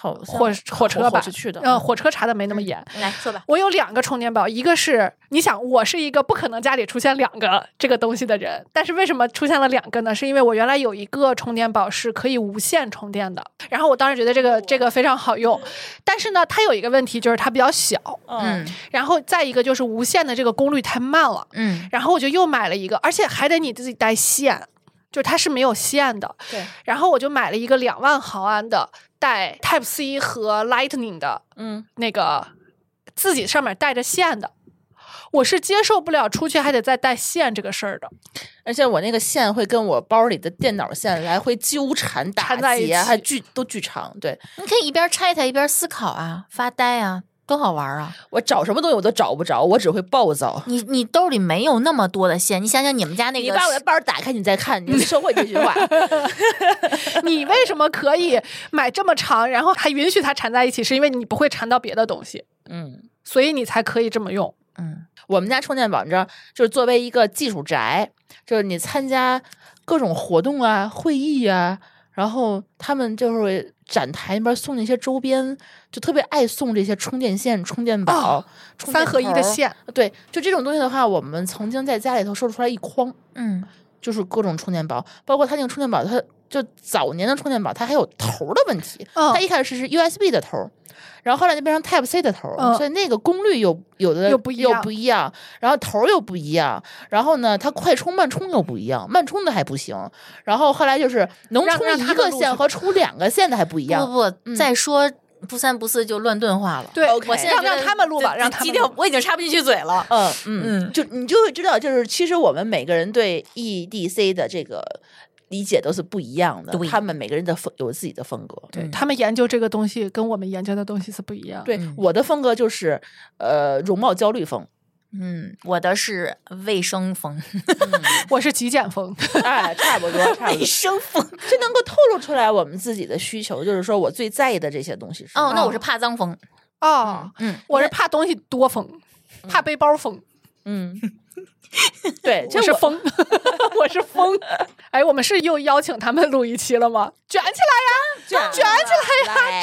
Speaker 1: 好像
Speaker 4: 火火车吧
Speaker 1: 火车去的。
Speaker 4: 呃，火车查的没那么严。
Speaker 3: 来说吧。
Speaker 4: 我有两个充电宝，一个是你想，我是一个不可能家里出现两个这个东西的人，但是为什么出现了两个呢？是因为我原来有一个充电宝是可以无线充电的，然后我当时觉得这个这个非常好用，但是呢，它有一个问题就是它比较小，
Speaker 1: 嗯，
Speaker 4: 然后再一个就是无线的这个功率太慢了，
Speaker 3: 嗯，
Speaker 4: 然后我就又买了一个，而且还得你自己带线，就是它是没有线的。
Speaker 1: 对。
Speaker 4: 然后我就买了一个两万毫安的带 Type C 和 Lightning 的
Speaker 1: 嗯，
Speaker 4: 那个自己上面带着线的，我是接受不了出去还得再带线这个事儿的。
Speaker 1: 而且我那个线会跟我包里的电脑线来回纠缠打
Speaker 4: 缠在一
Speaker 1: 结，还
Speaker 4: 起
Speaker 1: 巨都巨长。对
Speaker 3: 你可以一边拆它一边思考啊，发呆啊，多好玩啊！
Speaker 1: 我找什么东西我都找不着，我只会暴躁。
Speaker 3: 你你兜里没有那么多的线，你想想你们家那
Speaker 1: 你
Speaker 3: 个
Speaker 1: 把我的包打开，你再看，你就收回这句话。
Speaker 4: 你为什么可以买这么长，然后还允许它缠在一起？是因为你不会缠到别的东西，
Speaker 1: 嗯。
Speaker 4: 所以你才可以这么用。
Speaker 3: 嗯，
Speaker 1: 我们家充电宝，你知道，就是作为一个技术宅，就是你参加各种活动啊、会议啊，然后他们就是会展台那边送那些周边，就特别爱送这些充电线、充电宝、
Speaker 4: 哦
Speaker 1: 充电
Speaker 4: 三合一
Speaker 1: 头
Speaker 4: 的
Speaker 1: 儿。
Speaker 4: 线，
Speaker 1: 对，就这种东西的话，我们曾经在家里头收出来一筐，
Speaker 3: 嗯，
Speaker 1: 就是各种充电宝，包括它那个充电宝，它就早年的充电宝，它还有头儿的问题。
Speaker 4: 嗯
Speaker 1: 它一开始是 USB 的头儿，然后后来就变成 Type C 的头儿，
Speaker 4: 嗯
Speaker 1: 所以那个功率又有的
Speaker 4: 又不一样
Speaker 1: 又不一样，然后头儿又不一样，然后呢，它快充慢充又不一样，慢充的还不行，然后后来就是能
Speaker 4: 让
Speaker 1: 充
Speaker 4: 让
Speaker 1: 一
Speaker 4: 他
Speaker 1: 个
Speaker 4: 们录哦
Speaker 1: 线
Speaker 4: 去
Speaker 1: 和充两个线的还不一样。
Speaker 3: 不不，
Speaker 1: 嗯
Speaker 3: 再说不三不四就乱钝化了。
Speaker 4: 对
Speaker 1: ，OK
Speaker 3: 我现在
Speaker 4: 让
Speaker 3: 觉得
Speaker 4: 让他们录吧
Speaker 3: 这
Speaker 4: 让他们
Speaker 3: 基调
Speaker 4: 录
Speaker 3: 我已经插不进去嘴了。
Speaker 1: 嗯嗯
Speaker 3: 嗯
Speaker 1: 就你就会知道，就是其实我们每个人对 EDC 的这个理解都是不一样的
Speaker 3: 对，
Speaker 1: 他们每个人的风有自己的风格。对
Speaker 4: 他们研究这个东西跟我们研究的东西是不一样。，
Speaker 1: 对，
Speaker 3: 嗯
Speaker 1: 我的风格就是呃容貌焦虑风，
Speaker 3: 嗯，我的是卫生 风，
Speaker 4: 我是极简风，
Speaker 1: 哎，差不多，差不多，
Speaker 3: 生风。
Speaker 1: 这能够透露出来我们自己的需求，就是说我最在意的这些东西是
Speaker 3: 哦，那我
Speaker 1: 什么
Speaker 3: 是怕脏风。
Speaker 4: 哦，
Speaker 3: 嗯，
Speaker 4: 我是怕东西多疯，怕背包疯。
Speaker 1: 嗯，对，
Speaker 4: 我
Speaker 1: 这
Speaker 4: 是
Speaker 1: 我
Speaker 4: 风，我是风。 哎，我们是又邀请他们录一期了吗？卷起
Speaker 1: 卷
Speaker 4: 卷
Speaker 1: 起来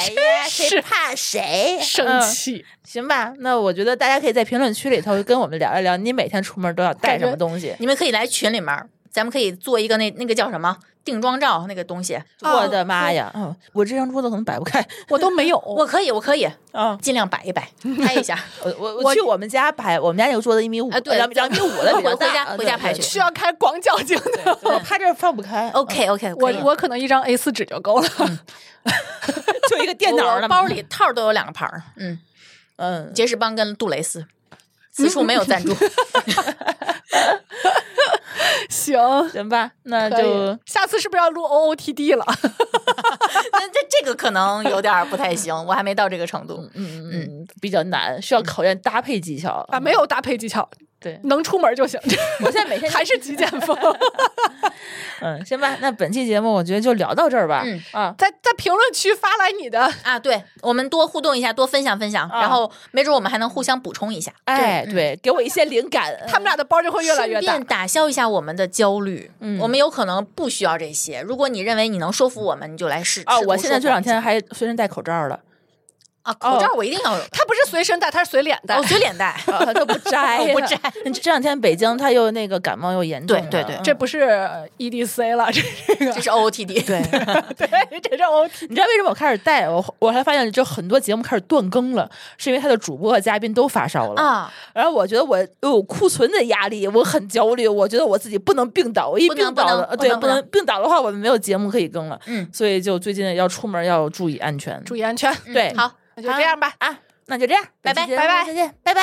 Speaker 1: 呀，
Speaker 4: 真
Speaker 1: 谁
Speaker 4: 是
Speaker 1: 怕谁？
Speaker 4: 来，生
Speaker 1: 嗯
Speaker 4: 气。
Speaker 1: 行吧，那我觉得大家可以在评论区里头跟我们聊一聊，你每天出门都要带
Speaker 4: 感
Speaker 1: 什么
Speaker 4: 觉
Speaker 1: 东西？
Speaker 3: 你们可以来群里面儿，咱们可以做一个那那个叫什么定妆照那个东西。
Speaker 1: 我
Speaker 4: 哦
Speaker 1: 的妈呀！嗯我这张桌子可能摆不开
Speaker 4: 我都没有，嗯
Speaker 3: 我可以，我可以，
Speaker 1: 啊！
Speaker 3: 尽量摆一摆，拍一 下。
Speaker 1: 我我我
Speaker 4: 我
Speaker 1: 去我们家摆，我们家那个桌子一米五，
Speaker 3: 啊对
Speaker 1: 两两米五的比较
Speaker 3: 回
Speaker 1: 大，
Speaker 3: 家
Speaker 1: 啊
Speaker 3: 回家拍去
Speaker 4: 需要开广角镜的。
Speaker 1: 我怕这儿放不开。
Speaker 3: OK OK，
Speaker 4: 我我可能一张 A 四纸就够了。
Speaker 1: 嗯就一个电脑
Speaker 3: 我
Speaker 1: 的
Speaker 3: 包里套儿都有两个牌儿，嗯，
Speaker 1: 嗯，
Speaker 3: 杰士邦跟杜蕾
Speaker 4: 嗯
Speaker 3: 斯，此处没有赞助。
Speaker 4: 行，
Speaker 1: 行吧，那
Speaker 4: 可以
Speaker 1: 就
Speaker 4: 下次是不是要录 OOTD 了？
Speaker 3: 那这这个可能有点儿不太行，我还没到这个程度
Speaker 1: 嗯。嗯嗯比较难，需要考验搭配技巧
Speaker 4: 啊，没。有搭配技巧，
Speaker 1: 对，
Speaker 4: 能出门就行。
Speaker 1: 我现在每天
Speaker 4: 还是极简风。
Speaker 1: 嗯，行吧，那本期节目我觉得就聊到这儿吧。
Speaker 3: 嗯
Speaker 1: 啊，
Speaker 4: 在在评论区发来你的，
Speaker 3: 啊，对，我们多互动一下，多分享分享，
Speaker 1: 啊
Speaker 3: 然后没准我们还能互相补充一下，
Speaker 1: 哎，
Speaker 3: 嗯
Speaker 1: 对，给我一些灵感。
Speaker 4: 他们俩的包就会越来越
Speaker 3: 顺
Speaker 4: 大
Speaker 3: 便。打消一下我们的焦虑。
Speaker 1: 嗯
Speaker 3: 我们有可能不需要这些。如果你认为你能说服我们，你就来试。
Speaker 1: 啊，
Speaker 3: 试图
Speaker 1: 我现在
Speaker 3: 说服
Speaker 1: 这两
Speaker 3: 一
Speaker 1: 天
Speaker 3: 下
Speaker 1: 还随身戴口罩了，
Speaker 3: 啊，口
Speaker 1: 哦
Speaker 3: 罩我一定要有，
Speaker 4: 他不是随身带，他是随脸带
Speaker 3: 我。嘴 脸戴。哦
Speaker 1: 啊都 不摘，
Speaker 3: 我不 摘。
Speaker 1: 这两天北京他又那个感冒又严重
Speaker 3: 对
Speaker 1: 了，
Speaker 3: 对对
Speaker 1: 嗯
Speaker 4: 这不是呃 EDC 了，这是 这
Speaker 3: 这
Speaker 4: 个
Speaker 3: 是 OOTD，
Speaker 1: 对，
Speaker 4: 对，这是 OT。
Speaker 1: 你知道为什么我开始戴？我我还发现，就很多节目开始断更了，是因为他的主播和嘉宾都发烧了。
Speaker 3: 啊，
Speaker 1: 然后我觉得我又有库存的压力，我很焦虑，我觉得我自己不能病倒，我一
Speaker 3: 不能
Speaker 1: 病倒了，
Speaker 3: 不能
Speaker 1: 对，
Speaker 3: 不能不能
Speaker 1: 病倒的话，我们没有节目可以更了。
Speaker 3: 嗯
Speaker 1: 所以就最近要出门要注意安全。
Speaker 4: 注意安全，
Speaker 3: 嗯
Speaker 1: 对
Speaker 3: 好。
Speaker 4: 那就这样吧。
Speaker 1: 啊，那就这样，
Speaker 3: 拜
Speaker 1: 本
Speaker 3: 拜
Speaker 1: 期节目
Speaker 4: 拜拜
Speaker 1: 再见，拜拜。